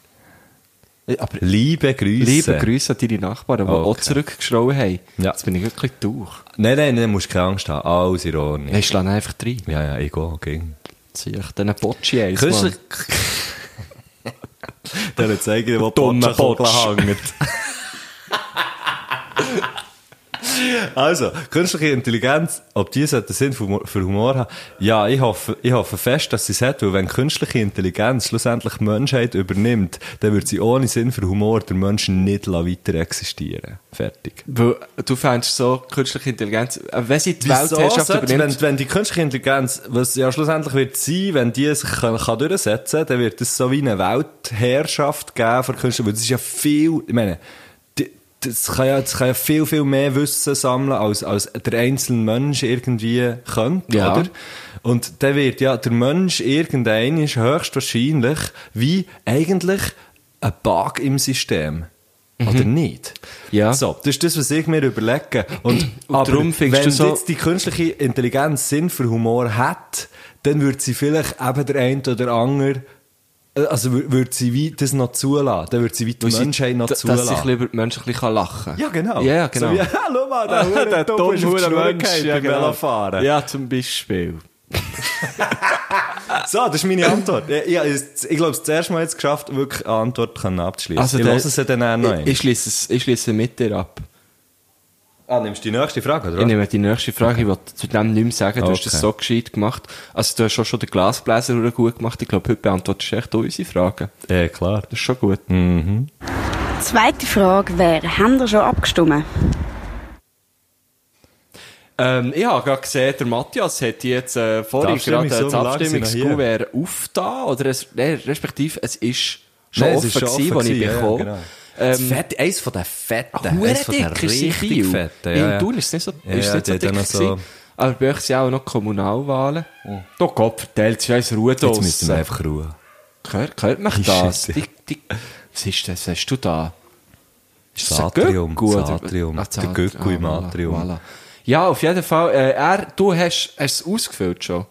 [SPEAKER 5] Aber
[SPEAKER 2] Liebe Grüße.
[SPEAKER 5] liebe Grüße an deine Nachbarn, die
[SPEAKER 2] eh, Oh, Okay.
[SPEAKER 5] auch zurückgeschrauben haben.
[SPEAKER 2] Ja.
[SPEAKER 5] Jetzt bin ich wirklich durch.
[SPEAKER 2] Nein, nein, nein, musst keine Angst haben. Alles in Ordnung.
[SPEAKER 5] Ich schlage einfach rein.
[SPEAKER 2] Ja, ja, ich gehe, ging.
[SPEAKER 5] Zieh ich diesen Bocci eins,
[SPEAKER 2] Künstlich.
[SPEAKER 5] Mann.
[SPEAKER 2] Dann zeige ich dir, wo die
[SPEAKER 5] Dumme
[SPEAKER 2] Botschakugel
[SPEAKER 5] Botsch.
[SPEAKER 2] hängt. Also, künstliche Intelligenz, ob die sollte Sinn für Humor- für Humor haben? Ja, ich hoffe, ich hoffe fest, dass sie es hat, weil wenn künstliche Intelligenz schlussendlich die Menschheit übernimmt, dann wird sie ohne Sinn für Humor der Menschen nicht la- weiter existieren. Fertig.
[SPEAKER 5] Weil du fändest so künstliche Intelligenz, äh, wenn sie die Weltherrschaft
[SPEAKER 2] sollte-
[SPEAKER 5] übernimmt,
[SPEAKER 2] wenn, wenn die künstliche Intelligenz, was ja schlussendlich wird sein, wenn die sich kann, kann durchsetzen kann, dann wird es so wie eine Weltherrschaft geben für Künstler, weil es ist ja viel, ich meine, die- das kann ja, das kann ja viel, viel mehr Wissen sammeln, als, als der einzelne Mensch irgendwie könnte,
[SPEAKER 5] Ja.
[SPEAKER 2] oder? Und dann wird ja der Mensch irgendein ist höchstwahrscheinlich wie eigentlich ein Bug im System. Oder nicht?
[SPEAKER 5] Mhm. Ja.
[SPEAKER 2] So, das ist das, was ich mir überlege. Und,
[SPEAKER 5] Und
[SPEAKER 2] aber
[SPEAKER 5] darum findest
[SPEAKER 2] wenn
[SPEAKER 5] du so-
[SPEAKER 2] jetzt die künstliche Intelligenz Sinn für Humor hat, dann würde sie vielleicht eben der eine oder andere, äh, also wür- würde sie wie das noch zulassen. Dann würde sie wie die
[SPEAKER 5] Weil sie-
[SPEAKER 2] Menschheit noch
[SPEAKER 5] da- Dass ich
[SPEAKER 2] zulassen.
[SPEAKER 5] über die Menschen ein bisschen lachen kann.
[SPEAKER 2] Ja, genau.
[SPEAKER 5] Ja, genau.
[SPEAKER 2] So wie, schau mal, der, Hure-
[SPEAKER 5] der
[SPEAKER 2] dumme
[SPEAKER 5] dumme
[SPEAKER 2] ist auf die
[SPEAKER 5] Hure
[SPEAKER 2] Schnur
[SPEAKER 5] Mensch,
[SPEAKER 2] gefallen
[SPEAKER 5] ja,
[SPEAKER 2] beim
[SPEAKER 5] genau.
[SPEAKER 2] Velofahren.
[SPEAKER 5] Ja, zum Beispiel.
[SPEAKER 2] So, das ist meine Antwort. Ich, ich, ich, ich glaube, das erste Mal jetzt geschafft, wirklich eine Antwort können abzuschließen. ich
[SPEAKER 5] Also der-
[SPEAKER 2] lasse es ja dann auch noch
[SPEAKER 5] Ich, ich, schließe es- ich schließe mit dir ab.
[SPEAKER 2] Ah, nimmst du die nächste Frage, oder?
[SPEAKER 5] Ich
[SPEAKER 2] was?
[SPEAKER 5] nehme die nächste Frage, ich will zu dem nicht mehr sagen, du hast
[SPEAKER 2] Okay.
[SPEAKER 5] das so gescheit gemacht. Also du hast auch schon den Glasbläser verdammt gut gemacht, ich glaube, heute beantwortest du echt auch unsere Fragen.
[SPEAKER 2] Ja, klar.
[SPEAKER 5] Das ist schon gut.
[SPEAKER 2] Hm.
[SPEAKER 8] Zweite Frage wäre, haben ihr schon abgestimmt?
[SPEAKER 5] Ähm, ich habe gerade gesehen, der Matthias hat jetzt äh, vorhin
[SPEAKER 2] Die Abstimmung-
[SPEAKER 5] gerade äh, das
[SPEAKER 2] so lag sie noch hier.
[SPEAKER 5] Abstimmungsgouvert aufgetan, oder es, nein, respektive es ist schon
[SPEAKER 2] Nein, es
[SPEAKER 5] offen
[SPEAKER 2] ist schon
[SPEAKER 5] gewesen,
[SPEAKER 2] offen
[SPEAKER 5] als ich
[SPEAKER 2] gewesen, ja,
[SPEAKER 5] bekomme.
[SPEAKER 2] genau.
[SPEAKER 5] Ähm,
[SPEAKER 2] Das Fett, eins von den Fetten.
[SPEAKER 5] Hure
[SPEAKER 2] Eins von den
[SPEAKER 5] dick ist sie
[SPEAKER 2] richtig
[SPEAKER 5] Kiel.
[SPEAKER 2] Fetten.
[SPEAKER 5] In
[SPEAKER 2] Ja, ja.
[SPEAKER 5] Thun ist es nicht so,
[SPEAKER 2] Ja,
[SPEAKER 5] ist es
[SPEAKER 2] ja,
[SPEAKER 5] nicht so
[SPEAKER 2] die
[SPEAKER 5] dick
[SPEAKER 2] hat auch noch so- Oh.
[SPEAKER 5] gewesen. Aber bei euch sind auch noch Kommunalwahlen. Da Gott verteilt sich eins Ruhe
[SPEAKER 2] Jetzt müssen wir einfach Ruhe.
[SPEAKER 5] Hört, hört mich das?
[SPEAKER 2] Scheiße.
[SPEAKER 5] Die, die, was ist das? Was hast du da? Ist das ein
[SPEAKER 2] Satrium,
[SPEAKER 5] Göcku, oder-
[SPEAKER 2] Satrium.
[SPEAKER 5] Ah,
[SPEAKER 2] Der Göcku im
[SPEAKER 5] voilà,
[SPEAKER 2] Atrium.
[SPEAKER 5] voilà. Ja, auf jeden Fall. Äh, er, du hast, hast es ausgefüllt schon.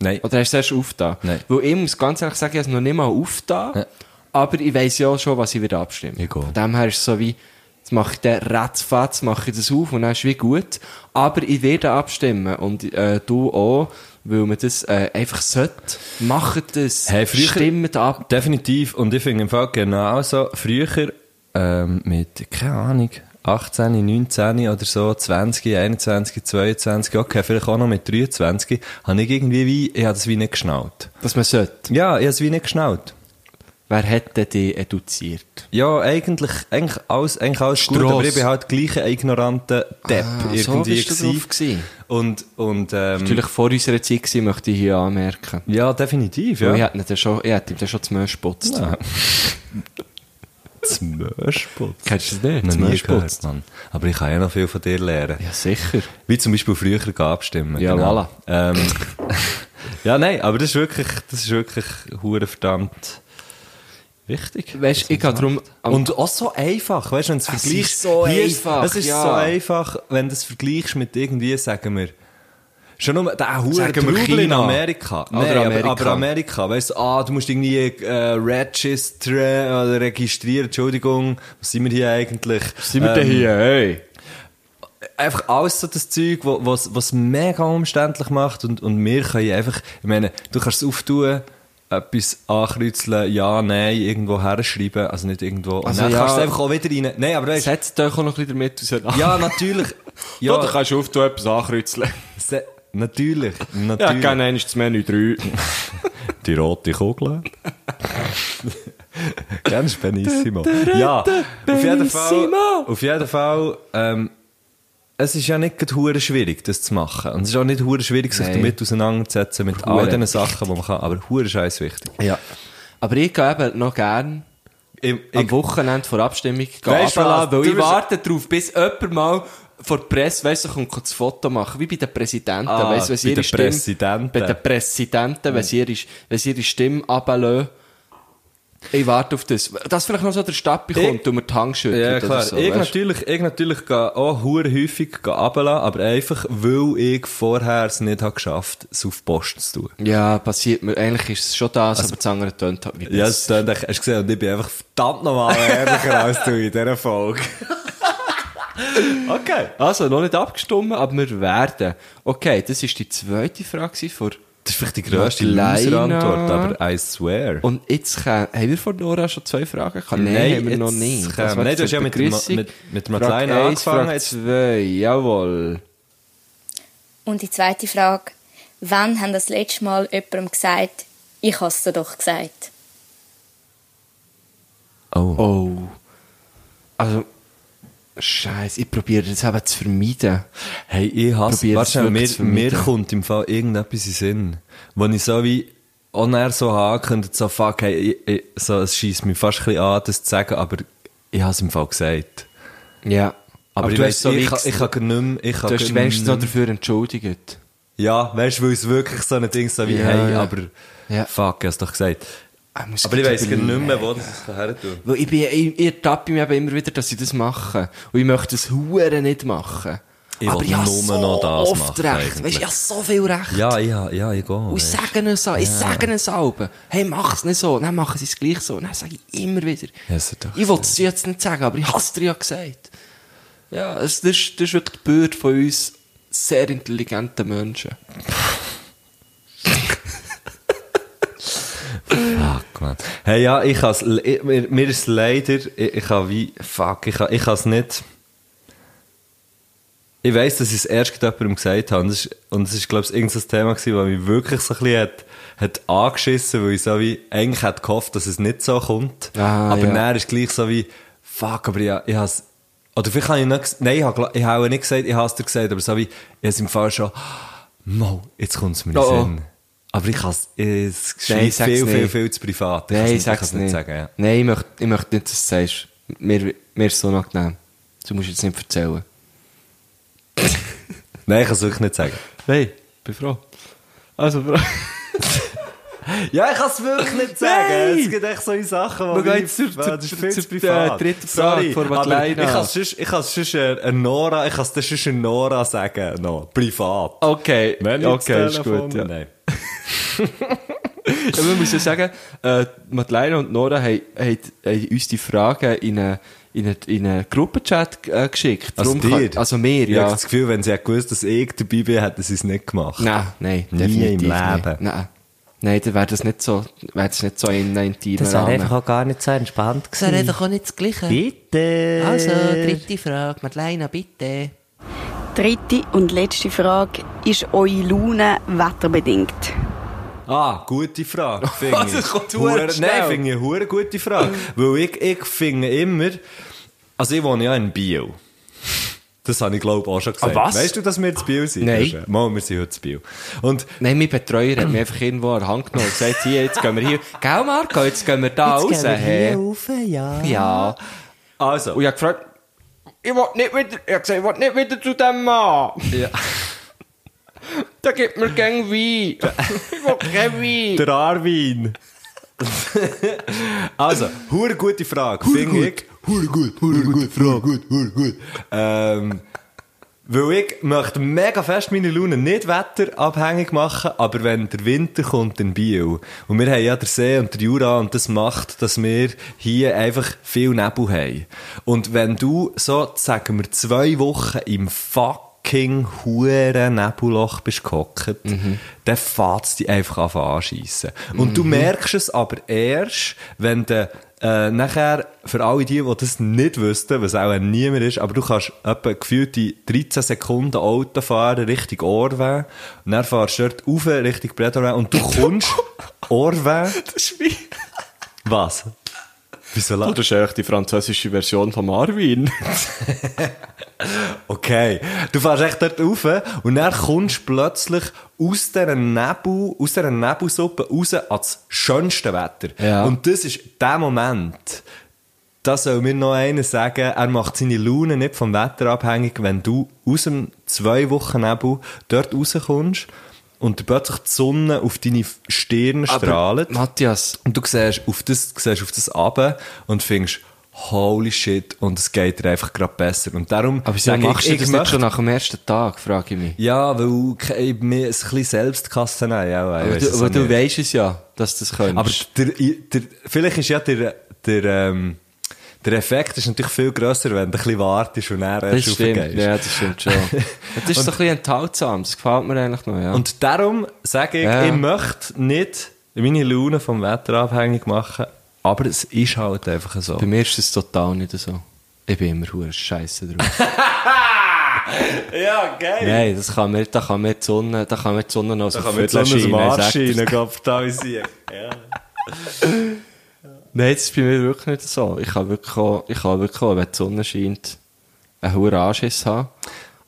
[SPEAKER 2] Nein.
[SPEAKER 5] Oder hast du es erst aufgetan?
[SPEAKER 2] Nein.
[SPEAKER 5] Weil ich muss ganz ehrlich sagen, ich habe es noch nicht mal aufgetan.
[SPEAKER 2] Ja.
[SPEAKER 5] Aber ich weiss ja schon, was ich wieder abstimme.
[SPEAKER 2] Ich auch.
[SPEAKER 5] Von dem her ist es so wie, jetzt mache ich den Ratzfatz, mache ich das auf und dann ist es wie gut. Aber ich werde abstimmen und äh, du auch, weil man das äh, einfach sollte. Macht das.
[SPEAKER 2] Hey, früher-
[SPEAKER 5] Stimmt ab.
[SPEAKER 2] Definitiv. Und ich finde im Fall genauso, früher, ähm, mit, keine Ahnung, 18, 19 oder so, 20, 21, 22, okay, vielleicht auch noch mit 23, habe ich irgendwie wie, ich habe das wie nicht geschnallt.
[SPEAKER 5] Dass man sollte.
[SPEAKER 2] Ja, ich habe es wie nicht geschnallt.
[SPEAKER 5] Wer hätte die eduziert?
[SPEAKER 2] Ja, eigentlich, eigentlich alles, eigentlich alles gut,
[SPEAKER 5] Strass.
[SPEAKER 2] aber ich bin halt gleich ein ignoranter Depp
[SPEAKER 5] Ah, so
[SPEAKER 2] irgendwie
[SPEAKER 5] bist du drauf
[SPEAKER 2] gewesen.
[SPEAKER 5] gewesen.
[SPEAKER 2] Und, und, ähm,
[SPEAKER 5] Natürlich vor unserer Zeit gewesen, möchte ich hier anmerken.
[SPEAKER 2] ja, definitiv,
[SPEAKER 5] Ja.
[SPEAKER 2] ja. Ah.
[SPEAKER 5] Ich hätte ihn dann schon, ich hätte ihm dann schon zum Mönch geputzt.
[SPEAKER 2] Ja. Das Mörsputz.
[SPEAKER 5] Kennst du das nicht?
[SPEAKER 2] Noch
[SPEAKER 5] Das
[SPEAKER 2] nie
[SPEAKER 5] Mörsputz.
[SPEAKER 2] gehört, Mann. Aber ich kann ja noch viel von dir lernen.
[SPEAKER 5] Ja, sicher.
[SPEAKER 2] Wie zum Beispiel früher gehen abstimmen.
[SPEAKER 5] Ja, voilà.
[SPEAKER 2] Ähm, ja, nein, aber das ist wirklich, das ist wirklich hure verdammt wichtig.
[SPEAKER 5] Weißt, ich habe drum,
[SPEAKER 2] Und auch so einfach, weißt du, wenn du es
[SPEAKER 5] Es
[SPEAKER 2] vergleichst.
[SPEAKER 5] ist so
[SPEAKER 2] hier ist-
[SPEAKER 5] einfach,
[SPEAKER 2] Es ist
[SPEAKER 5] ja.
[SPEAKER 2] so einfach, wenn du es vergleichst mit irgendwie, sagen wir, Schon nur der hure
[SPEAKER 5] Sagen wir
[SPEAKER 2] Trubel in
[SPEAKER 5] China.
[SPEAKER 2] Amerika.
[SPEAKER 5] Oder
[SPEAKER 2] Nein, aber,
[SPEAKER 5] Amerika.
[SPEAKER 2] aber Amerika, weißt du, ah, du musst irgendwie äh, registern oder registrieren, Entschuldigung, was sind wir hier eigentlich? Ähm,
[SPEAKER 5] hey?
[SPEAKER 2] Einfach alles so das Zeug, wo- was, was mega umständlich macht und, und wir können einfach, ich meine, du kannst es auftun, etwas ankreuzeln, ja, nein, irgendwo herschreiben, also nicht irgendwo,
[SPEAKER 5] Also
[SPEAKER 2] und dann
[SPEAKER 5] ja.
[SPEAKER 2] kannst du es einfach auch wieder rein, nein, aber weißt du,
[SPEAKER 5] Setzt euch auch noch ein bisschen damit auseinander.
[SPEAKER 2] ja, natürlich,
[SPEAKER 5] ja.
[SPEAKER 2] ja,
[SPEAKER 5] kannst du auf, du etwas ankreuzeln.
[SPEAKER 2] se- natürlich,
[SPEAKER 5] Ja,
[SPEAKER 2] natürlich.
[SPEAKER 5] gerne eins das Menü 3.
[SPEAKER 2] Die rote Kugel. Kennst du Benissimo? Ja, auf jeden Fall. Auf jeden Fall ähm, es ist ja nicht gerade hure schwierig, das zu machen. Und es ist auch nicht hure schwierig, sich
[SPEAKER 5] Nein.
[SPEAKER 2] damit auseinanderzusetzen, mit all
[SPEAKER 5] Hure.
[SPEAKER 2] diesen Sachen, die man kann. Aber hure scheiß wichtig.
[SPEAKER 5] Ja. Aber ich gehe eben noch gerne
[SPEAKER 2] Ich,
[SPEAKER 5] am
[SPEAKER 2] ich,
[SPEAKER 5] Wochenende vor Abstimmung
[SPEAKER 2] Weisst du
[SPEAKER 5] abladen,
[SPEAKER 2] was?
[SPEAKER 5] weil
[SPEAKER 2] Du
[SPEAKER 5] ich
[SPEAKER 2] bist-
[SPEAKER 5] warte darauf, bis jemand mal vor der Presse, weißt du, kommt das Foto machen, wie bei den Präsidenten,
[SPEAKER 2] Ah,
[SPEAKER 5] weißt du, wenn sie
[SPEAKER 2] bei
[SPEAKER 5] ihre
[SPEAKER 2] den
[SPEAKER 5] Stimme,
[SPEAKER 2] Präsidenten.
[SPEAKER 5] bei den Präsidenten, wenn sie ihre, wenn sie ihre Stimme runterlassen, ich warte auf das. Dass vielleicht noch so der Stadt bekommt
[SPEAKER 2] Ich-
[SPEAKER 5] und mir die Hand schüttelt
[SPEAKER 2] ja,
[SPEAKER 5] oder
[SPEAKER 2] klar.
[SPEAKER 5] so,
[SPEAKER 2] ich,
[SPEAKER 5] weisst du.
[SPEAKER 2] natürlich, ich natürlich gehe auch hure häufig gehe runterlassen, aber einfach, weil ich vorher es nicht habe geschafft habe, es auf die Post zu tun.
[SPEAKER 5] Ja, passiert mir. Eigentlich ist es schon das, aber das andere tönt halt wie
[SPEAKER 2] Also- Ja,
[SPEAKER 5] das.
[SPEAKER 2] das klingt, echt- hast du gesehen, und ich bin einfach verdammt normal ehrlicher als du in dieser Folge. okay.
[SPEAKER 5] Also, noch nicht abgestimmt, aber wir werden. Okay, das war die zweite Frage gewesen vor.
[SPEAKER 2] Das ist vielleicht die grösste
[SPEAKER 5] Madeleine.
[SPEAKER 2] Loser-Antwort, aber I swear.
[SPEAKER 5] Und jetzt kann, haben wir von Nora schon zwei Fragen gehabt? haben wir noch nicht.
[SPEAKER 2] Nein, jetzt kämen- Nein, du hast ja mit, dem- mit, mit dem Kleinen angefangen.
[SPEAKER 5] Frage
[SPEAKER 2] Jetzt,
[SPEAKER 5] 2, jawohl.
[SPEAKER 7] Und die zweite Frage. Wann haben das letzte Mal jemandem gesagt, ich habe es dir doch gesagt?
[SPEAKER 2] oh.
[SPEAKER 5] Oh. Also, Scheiße, ich probiere das eben zu vermeiden.
[SPEAKER 2] Hey, ich hasse...
[SPEAKER 5] Probier
[SPEAKER 2] Warte
[SPEAKER 5] es
[SPEAKER 2] schnell, mir,
[SPEAKER 5] wirklich zu
[SPEAKER 2] mir
[SPEAKER 5] vermeiden.
[SPEAKER 2] kommt im Fall irgendetwas in den Sinn, wo ich so wie... Und er so haken so fuck, hey, ich, ich, so, es schießt mich fast ein bisschen an, das zu sagen, aber ich habe es im Fall gesagt.
[SPEAKER 5] Ja.
[SPEAKER 2] Aber, ich,
[SPEAKER 5] du
[SPEAKER 2] weiss,
[SPEAKER 5] hast so
[SPEAKER 2] ich,
[SPEAKER 5] ich,
[SPEAKER 2] kann- ich, kann nicht mehr, ich kann
[SPEAKER 5] du hast
[SPEAKER 2] gar
[SPEAKER 5] wenigstens
[SPEAKER 2] nicht
[SPEAKER 5] noch
[SPEAKER 2] mehr-
[SPEAKER 5] dafür entschuldigt.
[SPEAKER 2] Ja, weißt du, weil es wirklich so ein Ding so wie,
[SPEAKER 5] Ja,
[SPEAKER 2] hey,
[SPEAKER 5] ja.
[SPEAKER 2] aber
[SPEAKER 5] Ja.
[SPEAKER 2] fuck, ich hab's doch gesagt.
[SPEAKER 5] Ah, muss
[SPEAKER 2] Aber ich weiss gar
[SPEAKER 5] überlegen.
[SPEAKER 2] nicht mehr, wo das es her tut.
[SPEAKER 5] Weil ich, bin, ich, ich ertappe mich eben immer wieder, dass ich das mache. Und ich möchte das Huren nicht machen.
[SPEAKER 2] Ich
[SPEAKER 5] Aber
[SPEAKER 2] will
[SPEAKER 5] ich habe
[SPEAKER 2] nur
[SPEAKER 5] so
[SPEAKER 2] noch das
[SPEAKER 5] oft recht.
[SPEAKER 2] machen, eigentlich.
[SPEAKER 5] Weißt, du, ich habe so viel recht.
[SPEAKER 2] Ja, ja, ja, ich gehe.
[SPEAKER 5] Und ich
[SPEAKER 2] weisst.
[SPEAKER 5] sage es auch, ich sage es allen. Hey, mach es nicht so. Dann machen sie es gleich so. Dann sage ich immer wieder.
[SPEAKER 2] Ja, das ist doch
[SPEAKER 5] ich wollte es dir jetzt nicht sagen, aber ich habe es dir ja gesagt. Ja, es, das, ist, das ist wirklich die Bürde von uns sehr intelligenten Menschen.
[SPEAKER 2] Fuck, man. Hey, ja, ich has, ich, mir, mir ist leider, ich, ich habe wie, fuck, ich, ha- ich has nicht. Ich weiss, dass ich es erst gerade jemandem gesagt habe. Und es ist- Und es ist, glaube ich, irgendein Thema gewesen, das mich wirklich so ein bisschen hat, hat angeschissen, weil ich so wie, eigentlich hätte gehofft, dass es nicht so kommt.
[SPEAKER 5] Ah,
[SPEAKER 2] aber
[SPEAKER 5] ja.
[SPEAKER 2] dann ist gleich so wie, fuck, aber ich, ich has, oder vielleicht habe ich noch, ges- nein, ich habe, ich habe auch nicht gesagt, ich habe es dir gesagt, aber so wie, ich hab's im Fall schon, Mo, jetzt kommt es mir in
[SPEAKER 5] Oh, oh.
[SPEAKER 2] den Sinn. Aber ich has, es
[SPEAKER 5] Nein,
[SPEAKER 2] ist
[SPEAKER 5] sag's
[SPEAKER 2] viel, viel,
[SPEAKER 5] nicht.
[SPEAKER 2] viel zu privat. Ich
[SPEAKER 5] Nein,
[SPEAKER 2] kann's
[SPEAKER 5] ich sage
[SPEAKER 2] kann's
[SPEAKER 5] es nicht.
[SPEAKER 2] sagen, ja.
[SPEAKER 5] Nein, ich möchte, ich möchte nicht, dass du es sagst. Mir, mir ist es so unangenehm. Du musst jetzt nicht erzählen.
[SPEAKER 2] Nein, ich kann es wirklich nicht sagen.
[SPEAKER 5] Nein, bin froh. Also, Bro.
[SPEAKER 2] Ja, ich kann es wirklich nicht
[SPEAKER 5] sagen.
[SPEAKER 2] sagen.
[SPEAKER 5] Es
[SPEAKER 2] Es gibt echt solche Sachen,
[SPEAKER 5] Wir gehen jetzt zur- zur-
[SPEAKER 2] eh,
[SPEAKER 5] zur- zur- äh, dritten Frage von Madeleine.
[SPEAKER 2] Ich kann es sonst, ich kann's sonst äh, äh, Nora, ich kann es sonst äh, Nora sagen, no, privat.
[SPEAKER 5] Okay, okay, ist
[SPEAKER 2] Telefon-
[SPEAKER 5] gut. Ja.
[SPEAKER 2] Nein.
[SPEAKER 5] Ja, man muss ja sagen, äh, Madeleine und Nora haben, haben, haben uns die Fragen in einen in eine, in einen Gruppenchat äh, geschickt.
[SPEAKER 2] Also
[SPEAKER 5] Darum
[SPEAKER 2] dir?
[SPEAKER 5] Kann, also mir,
[SPEAKER 2] Ich habe
[SPEAKER 5] ja.
[SPEAKER 2] das Gefühl, wenn sie hätte gewusst, dass ich dabei bin, hätten sie es nicht gemacht.
[SPEAKER 5] Nein, nein,
[SPEAKER 2] Nie
[SPEAKER 5] definitiv
[SPEAKER 2] im
[SPEAKER 5] nicht.
[SPEAKER 2] Leben.
[SPEAKER 5] Nein, nein dann wäre das nicht so, wäre das nicht so in einem intimen
[SPEAKER 9] Das wäre
[SPEAKER 5] Rahmen.
[SPEAKER 9] einfach auch gar nicht so entspannt
[SPEAKER 10] Das wäre
[SPEAKER 9] gewesen.
[SPEAKER 10] einfach auch nicht das Gleiche.
[SPEAKER 9] Bitte!
[SPEAKER 10] Also, dritte Frage. Madeleine, bitte.
[SPEAKER 8] Dritte und letzte Frage. Ist eure Laune wetterbedingt?
[SPEAKER 2] Ah, gute Frage. Finde
[SPEAKER 5] Also,
[SPEAKER 2] ich.
[SPEAKER 5] es kommt
[SPEAKER 2] Hure-
[SPEAKER 5] verdammt schnell.
[SPEAKER 2] Nein, finde ich eine hure gute Frage. Weil ich, ich finde immer, also ich wohne ja in Biel. Das habe ich glaube auch schon gesagt.
[SPEAKER 5] Ah, was?
[SPEAKER 2] Weißt du, dass wir zu Biel sind?
[SPEAKER 5] Nein.
[SPEAKER 2] Christian? Mal, wir sind heute zu Biel. Und
[SPEAKER 5] Nein, mein Betreuer hat mich einfach irgendwo an der Hand genommen und gesagt, hier, jetzt gehen wir hier. Gell, Marco, jetzt gehen wir da Ah, raus.
[SPEAKER 9] Jetzt gehen wir hier
[SPEAKER 5] hä?
[SPEAKER 9] rauf, ja.
[SPEAKER 5] Ja.
[SPEAKER 2] also,
[SPEAKER 5] Und ich habe gefragt, ich will nicht wieder, ich habe gesagt, ich will nicht wieder zu dem Mann.
[SPEAKER 2] Ja.
[SPEAKER 5] Da gibt mir gern Wein. Ich will kein Wein.
[SPEAKER 2] der Arwin. also, hure gute Frage. Finde ich. Hure gut, hure gut, Frage. Gut, hure gut. Ähm, Weil ich möchte mega fest meine Laune nicht wetterabhängig machen, aber wenn der Winter kommt in Biel, und wir haben ja den See und den Jura, und das macht, dass wir hier einfach viel Nebel haben. Und wenn du so, sagen wir, zwei Wochen im fucking huren Nebelloch bist gehockt, dann fährt es dich einfach an anschiessen. Und du merkst es aber erst, wenn du äh, nachher, für alle die, die das nicht wüssten, was auch niemand ist, aber du kannst etwa gefühlte 13 Sekunden Auto fahren Richtung Orwe, und dann fahrst du dort rauf Richtung Bredorwe und du kommst Orwe... Was? Wieso
[SPEAKER 5] Oh,
[SPEAKER 2] lachst
[SPEAKER 5] das ist echt die französische Version von Marvin.
[SPEAKER 2] Okay, du fährst echt dort rauf und dann kommst du plötzlich aus dieser, Nebel, aus dieser Nebelsuppe raus ans schönste Wetter.
[SPEAKER 5] Ja.
[SPEAKER 2] Und das ist der Moment, da soll mir noch einer sagen, er macht seine Laune nicht vom Wetter abhängig, wenn du aus dem zwei Wochen Nebel dort rauskommst und dir plötzlich die Sonne auf deine Stirn strahlt.
[SPEAKER 5] Matthias,
[SPEAKER 2] Und du siehst auf das, du siehst auf das runter und findest, holy shit, und es geht dir einfach gerade besser. Und darum
[SPEAKER 5] aber wieso
[SPEAKER 2] sag
[SPEAKER 5] machst du das nicht
[SPEAKER 2] möchte-
[SPEAKER 5] schon nach dem ersten Tag, frage ich mich.
[SPEAKER 2] Ja, weil ke- ich mir ein bisschen selbst kastenei auch.
[SPEAKER 5] Aber du, aber du weißt es ja, dass du das kannst.
[SPEAKER 2] Aber der, der, vielleicht ist ja der, der, ähm, der Effekt ist natürlich viel grösser, wenn du ein bisschen wartest und dann
[SPEAKER 5] das
[SPEAKER 2] erst
[SPEAKER 5] stimmt.
[SPEAKER 2] raufgehst.
[SPEAKER 5] Ja, das stimmt schon. Das ist so ein bisschen enthaltsam. Das gefällt mir eigentlich noch, ja.
[SPEAKER 2] Und darum sage ich,
[SPEAKER 5] Ja.
[SPEAKER 2] ich möchte nicht meine Laune vom Wetter abhängig machen, aber es ist halt einfach so.
[SPEAKER 5] Bei mir ist es total nicht so. Ich bin immer hure scheiße drauf.
[SPEAKER 2] Ja, geil.
[SPEAKER 5] Nein, das kann mir, da kann mir die Sonne, da kann mir die Sonne noch so
[SPEAKER 2] Da kann man jetzt auch
[SPEAKER 5] Viertelschein,
[SPEAKER 2] noch
[SPEAKER 5] nein,
[SPEAKER 2] Arsch
[SPEAKER 5] sag das.
[SPEAKER 2] rein kapitalisieren.
[SPEAKER 5] Nein, das ist bei mir wirklich nicht so. Ich kann wirklich auch, ich kann wirklich auch, wenn die Sonne scheint, einen hohen Anschiss haben.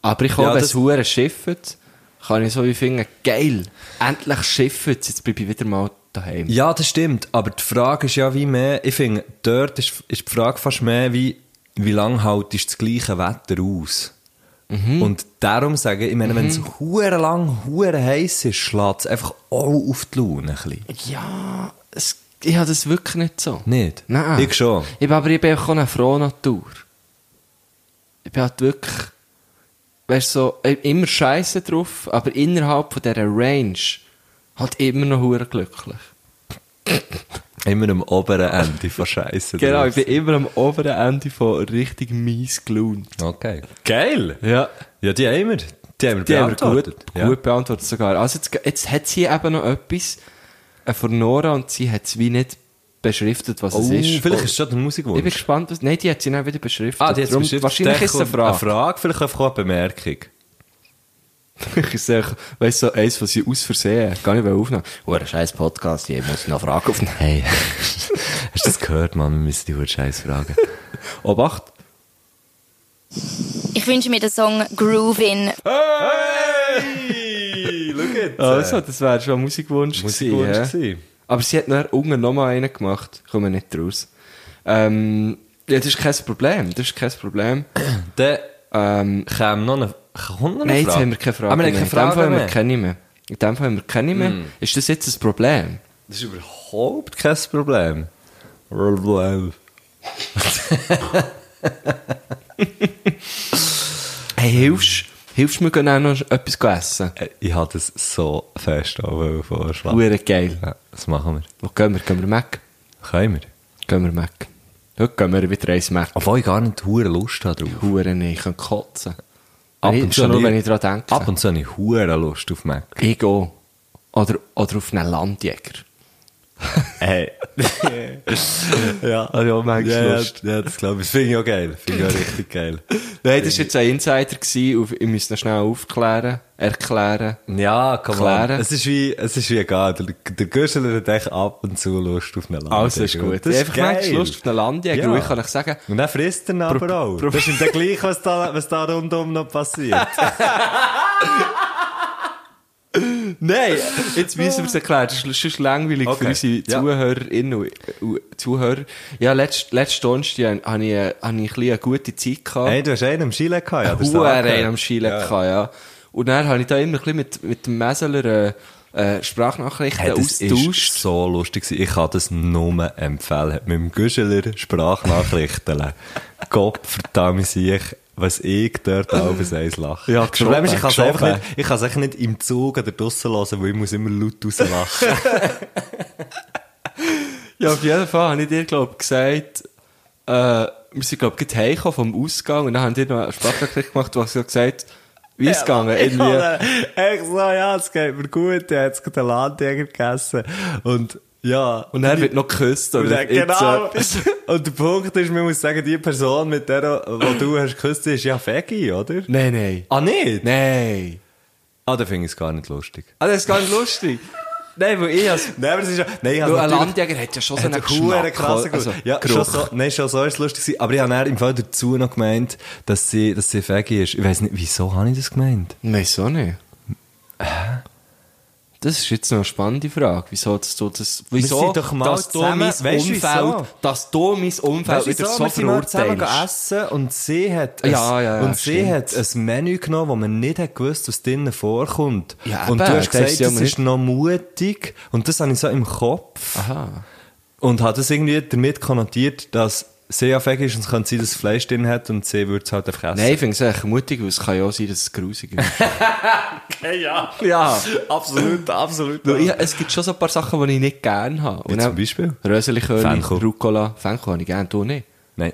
[SPEAKER 5] Aber ich kann,
[SPEAKER 2] Ja,
[SPEAKER 5] auch, wenn
[SPEAKER 2] das-
[SPEAKER 5] es hure schifft, kann ich so wie finden, geil, endlich schifft jetzt bin ich wieder mal daheim.
[SPEAKER 2] Ja, das stimmt. Aber die Frage ist ja wie mehr, ich finde, dort ist, ist die Frage fast mehr wie, wie lange haltest du das gleiche Wetter aus? Und darum sage ich, ich meine, wenn es hure lang, hure heiß ist, schlägt es einfach auch auf die Laune ein bisschen.
[SPEAKER 5] Ja, es, ich habe das wirklich nicht so.
[SPEAKER 2] Nicht?
[SPEAKER 5] Nein.
[SPEAKER 2] Ich schon.
[SPEAKER 5] Ich bin aber ich bin auch eine frohe Natur. Ich bin halt wirklich, weißt du, so, ich- immer scheiße drauf, aber innerhalb von dieser Range halt immer noch hure glücklich.
[SPEAKER 2] Immer am oberen Ende von Scheiße.
[SPEAKER 5] Genau, ich bin immer am oberen Ende von richtig mies gelaunt.
[SPEAKER 2] Okay. Geil!
[SPEAKER 5] Ja.
[SPEAKER 2] Ja, die haben wir. Die haben wir
[SPEAKER 5] Die haben wir gut,
[SPEAKER 2] beantwortet. Ja.
[SPEAKER 5] gut beantwortet sogar. Also jetzt, jetzt hat sie eben noch etwas äh, von Nora und sie hat es wie nicht beschriftet, was es
[SPEAKER 2] Oh,
[SPEAKER 5] ist.
[SPEAKER 2] vielleicht ist es
[SPEAKER 5] Oh,
[SPEAKER 2] schon der Musikwunsch.
[SPEAKER 5] Ich bin gespannt, was... Nein, die hat sie dann wieder beschriftet.
[SPEAKER 2] ah, die hat
[SPEAKER 5] Darum-
[SPEAKER 2] bestimmt-
[SPEAKER 5] Wahrscheinlich ist es eine Frage.
[SPEAKER 2] Eine Frage, vielleicht einfach auch eine Bemerkung.
[SPEAKER 5] Ich sag, weißt du, so eins, was ich aus Versehen gar nicht aufnehmen wollte. Oh, scheiß Podcast, ich muss noch Fragen aufnehmen.
[SPEAKER 2] Hey, hast du das gehört, Mann? Wir müssen die Hut Scheiß fragen.
[SPEAKER 5] Obacht!
[SPEAKER 7] Ich wünsche mir den Song Groove in
[SPEAKER 2] Hey! Schau jetzt!
[SPEAKER 5] Also, Ah, das wäre schon ein Musikwunsch
[SPEAKER 2] Musikwunsch
[SPEAKER 5] gewesen,
[SPEAKER 2] gewesen.
[SPEAKER 5] Aber sie hat nachher unten nochmal einen gemacht. Kommen wir nicht raus. Ähm, ja, das ist kein Problem. Das ist kein Problem.
[SPEAKER 2] Dann
[SPEAKER 5] Ähm,
[SPEAKER 2] käme noch eine, kommt noch eine
[SPEAKER 5] nein, jetzt
[SPEAKER 2] Frage.
[SPEAKER 5] haben wir keine Frage
[SPEAKER 2] Ah, wir haben
[SPEAKER 5] mehr. In dem
[SPEAKER 2] keine
[SPEAKER 5] Fall
[SPEAKER 2] Frage
[SPEAKER 5] haben wir
[SPEAKER 2] mehr. Hm.
[SPEAKER 5] keine mehr. In dem Fall haben wir keine mehr. Ist das jetzt ein Problem?
[SPEAKER 2] Das ist überhaupt kein Problem. Problem.
[SPEAKER 5] Hey,
[SPEAKER 2] Hm.
[SPEAKER 5] hilfst Hilfst du mir, gehen auch noch etwas essen?
[SPEAKER 2] Äh, Ich hatte das so fest auch wollen vorschlagen.
[SPEAKER 5] Hure geil.
[SPEAKER 2] Ja, das machen wir.
[SPEAKER 5] Wo gehen wir? Gehen wir Mac?
[SPEAKER 2] Können wir.
[SPEAKER 5] Gehen wir Mac. Heute gehen wir wieder eins Mac.
[SPEAKER 2] Obwohl ich gar nicht hure Lust habe drauf.
[SPEAKER 5] Hure nicht, ich kann kotzen.
[SPEAKER 2] Ab
[SPEAKER 5] Wenn ich-
[SPEAKER 2] und
[SPEAKER 5] schon
[SPEAKER 2] zu
[SPEAKER 5] nur,
[SPEAKER 2] nicht.
[SPEAKER 5] wenn ich daran denke.
[SPEAKER 2] Ab und zu habe ich hure Lust auf Mac.
[SPEAKER 5] Ich gehe. Oder, oder auf einen Landjäger.
[SPEAKER 2] Hey. ja,
[SPEAKER 5] Also, ja, manchmal
[SPEAKER 2] ja,
[SPEAKER 5] Lust.
[SPEAKER 2] ja, das glaube ich. Das finde ich auch geil. Finde ich auch richtig geil.
[SPEAKER 5] Nein, das war jetzt ein Insider. Gewesen, auf, ich muss ihn schnell aufklären, erklären.
[SPEAKER 2] Ja, komm
[SPEAKER 5] Klären.
[SPEAKER 2] Es ist wie, es ist wie egal. Der, der Gürsel hat echt ab und zu Lust auf eine Landjäger.
[SPEAKER 5] Also ist gut.
[SPEAKER 2] Das ist
[SPEAKER 5] Einfach
[SPEAKER 2] geil.
[SPEAKER 5] manchmal Lust auf einen Landjäger.
[SPEAKER 2] Ja.
[SPEAKER 5] Und ich kann euch sagen,
[SPEAKER 2] Und dann frisst er ihn aber auch.
[SPEAKER 5] prob-
[SPEAKER 2] das ist ihm dann gleich, was da, was da rundum noch passiert.
[SPEAKER 5] nein, jetzt müssen wir es erklären. Das ist, das ist langweilig
[SPEAKER 2] Okay.
[SPEAKER 5] für unsere
[SPEAKER 2] Ja.
[SPEAKER 5] Zuhörerinnen und, und Zuhörer. Ja, letzt, letzten Donnerstag hatte ich, äh, hatte ich ein bisschen eine gute Zeit. Gehabt.
[SPEAKER 2] hey, du hast einen am Schiele gehabt, ja. das
[SPEAKER 5] Huere
[SPEAKER 2] sagt er.
[SPEAKER 5] einen am Schielen ja. gehabt, ja. Und dann habe ich da immer ein bisschen mit, mit dem Messeler äh, äh, Sprachnachrichten
[SPEAKER 2] Hey, das
[SPEAKER 5] austauscht.
[SPEAKER 2] ist so lustig gewesen. Ich kann das nur empfehlen. Mit dem Güscheler Sprachnachrichten. Gott verdammt sich. was ich dort auf eins lache.
[SPEAKER 5] Ja,
[SPEAKER 2] das Problem ist, ich kann es
[SPEAKER 5] geschoben,
[SPEAKER 2] einfach nicht, ich kann's echt nicht im Zug oder draussen hören, weil ich muss immer laut rauslachen.
[SPEAKER 5] Ja, auf jeden Fall habe ich dir, glaube ich, gesagt, äh, wir sind, glaube ich, gerade heimgekommen vom Ausgang und dann haben die noch einen Sprachnachricht gemacht, wo sie gesagt wie ist es gegangen?
[SPEAKER 2] Ich
[SPEAKER 5] Irgendwie.
[SPEAKER 2] habe dann echt so, ja, es geht mir gut, ich habe jetzt gerade einen Landjäger gegessen. Und ja.
[SPEAKER 5] Und er wird noch geküsst.
[SPEAKER 2] Und
[SPEAKER 5] Oder äh,
[SPEAKER 2] dann, genau.
[SPEAKER 5] irgendetwas.
[SPEAKER 2] Und der Punkt ist, man muss sagen, die Person, mit der wo du hast geküsst, ist ja Fegi, oder?
[SPEAKER 5] Nein, nein.
[SPEAKER 2] Ah, nicht?
[SPEAKER 5] Nein.
[SPEAKER 2] Ah, dann finde ich es gar nicht lustig.
[SPEAKER 5] Ah, das ist gar nicht lustig. Nein, weil ich als...
[SPEAKER 2] Nein, aber es ist ja... Nein, ich habe
[SPEAKER 5] Weil ein
[SPEAKER 2] natürlich-
[SPEAKER 5] Landjäger hat ja schon so
[SPEAKER 2] Hat
[SPEAKER 5] einen
[SPEAKER 2] huere
[SPEAKER 5] Geschmack.
[SPEAKER 2] krassen
[SPEAKER 5] also,
[SPEAKER 2] Geruch. ja, schon
[SPEAKER 5] Geruch.
[SPEAKER 2] so, nein, schon so ist es lustig gewesen. Aber ich habe dann im Fall dazu noch gemeint, dass sie, dass sie Fegi ist. Ich weiss nicht, wieso habe ich das gemeint?
[SPEAKER 5] Weiss auch nicht. Das ist jetzt noch eine spannende Frage. Wieso, dass du das, wieso,
[SPEAKER 2] sind doch mal
[SPEAKER 5] dass du
[SPEAKER 2] zusammen-
[SPEAKER 5] mein
[SPEAKER 2] Weisst du,
[SPEAKER 5] Umfeld,
[SPEAKER 2] wieso?
[SPEAKER 5] dass du mein Umfeld
[SPEAKER 2] Weisst du,
[SPEAKER 5] wieder
[SPEAKER 2] wieso?
[SPEAKER 5] so
[SPEAKER 2] wir sind mal zusammen
[SPEAKER 5] verurteilst?
[SPEAKER 2] essen und sie hat
[SPEAKER 5] Ja, ja, ja,
[SPEAKER 2] und sie
[SPEAKER 5] stimmt.
[SPEAKER 2] hat ein Menü genommen, wo man nicht hat gewusst, was drinnen vorkommt.
[SPEAKER 5] Ja,
[SPEAKER 2] und du
[SPEAKER 5] eben,
[SPEAKER 2] hast
[SPEAKER 5] das
[SPEAKER 2] gesagt,
[SPEAKER 5] ist
[SPEAKER 2] das
[SPEAKER 5] ja
[SPEAKER 2] ist,
[SPEAKER 5] mal nicht-
[SPEAKER 2] noch mutig und das habe ich so im Kopf
[SPEAKER 5] Aha.
[SPEAKER 2] und habe das irgendwie damit konnotiert, dass sie ja fähig ist und es könnte sein, dass Fleisch drin hat und sie würde es halt einfach essen.
[SPEAKER 5] Nein, ich finde es eigentlich mutig, weil es kann ja auch sein, dass es grusig ist.
[SPEAKER 1] Hey, ja.
[SPEAKER 5] ja.
[SPEAKER 1] Absolut, absolut.
[SPEAKER 5] Weil ich, es gibt schon so ein paar Sachen, die ich nicht gerne habe.
[SPEAKER 2] Wie
[SPEAKER 5] Und
[SPEAKER 2] zum
[SPEAKER 5] auch
[SPEAKER 2] Beispiel?
[SPEAKER 5] Röselichörnli,
[SPEAKER 2] Fenchel.
[SPEAKER 5] Rucola. Fenchel habe ich gerne, du nicht.
[SPEAKER 2] Nein.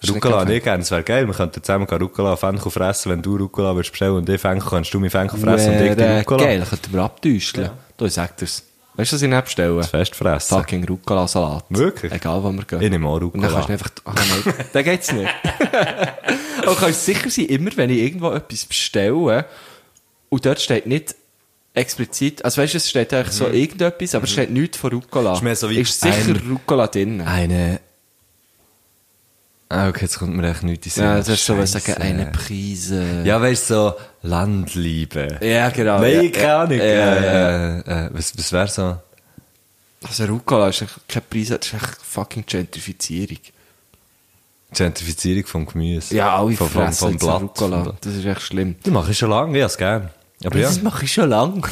[SPEAKER 5] Ist nicht
[SPEAKER 2] Rucola
[SPEAKER 5] kein
[SPEAKER 2] nicht gerne, es wäre geil. Wir könnten zusammen gehen Rucola Fenchel fressen. Wenn du Rucola willst bestellen und ich Fenchel, kannst du mir Fenchel fressen und ich
[SPEAKER 5] Wäre
[SPEAKER 2] die Rucola.
[SPEAKER 5] Geil, könnten wir abtäuscheln. Da sagt er es. Weißt du, was ich nicht bestelle?
[SPEAKER 2] Das Fest fressen.
[SPEAKER 5] Fucking Rucola-Salat.
[SPEAKER 2] Wirklich?
[SPEAKER 5] Egal, wo wir gehen.
[SPEAKER 2] Ich nehme auch
[SPEAKER 5] Und dann
[SPEAKER 2] Rucola.
[SPEAKER 5] kannst du einfach, ah nein, dann geht's nicht. Aber kannst sicher sein, immer wenn ich irgendwo etwas bestelle, und dort steht nicht explizit, also weißt du, es steht eigentlich so irgendetwas, aber es steht nichts von Rucola.
[SPEAKER 2] Ist mehr so wie
[SPEAKER 5] Mhm. Ist sicher
[SPEAKER 2] ein-
[SPEAKER 5] Rucola drin.
[SPEAKER 2] Eine. Ah, okay, jetzt kommt mir echt nichts in den
[SPEAKER 5] Ja,
[SPEAKER 2] Sinn.
[SPEAKER 5] das ist so, was
[SPEAKER 2] Scheiße.
[SPEAKER 5] sagen, eine Prise.
[SPEAKER 2] Ja, weißt du, so Landliebe.
[SPEAKER 5] Ja, genau.
[SPEAKER 2] Nein,
[SPEAKER 5] ja,
[SPEAKER 2] keine Ahnung.
[SPEAKER 5] Ja, ja, ja.
[SPEAKER 2] Äh, äh, äh, was was wäre so?
[SPEAKER 5] Also Rucola ist eigentlich keine Prise, das ist echt fucking Gentrifizierung.
[SPEAKER 2] Gentrifizierung vom Gemüse.
[SPEAKER 5] Ja, alle
[SPEAKER 2] vom, vom, vom
[SPEAKER 5] fressen jetzt
[SPEAKER 2] Blatt. vom
[SPEAKER 5] Rucola.
[SPEAKER 2] Blatt.
[SPEAKER 5] Das ist echt schlimm.
[SPEAKER 2] Das mache ich schon lange, ich habe es gern. Aber ja,
[SPEAKER 5] Das mache ich schon lange.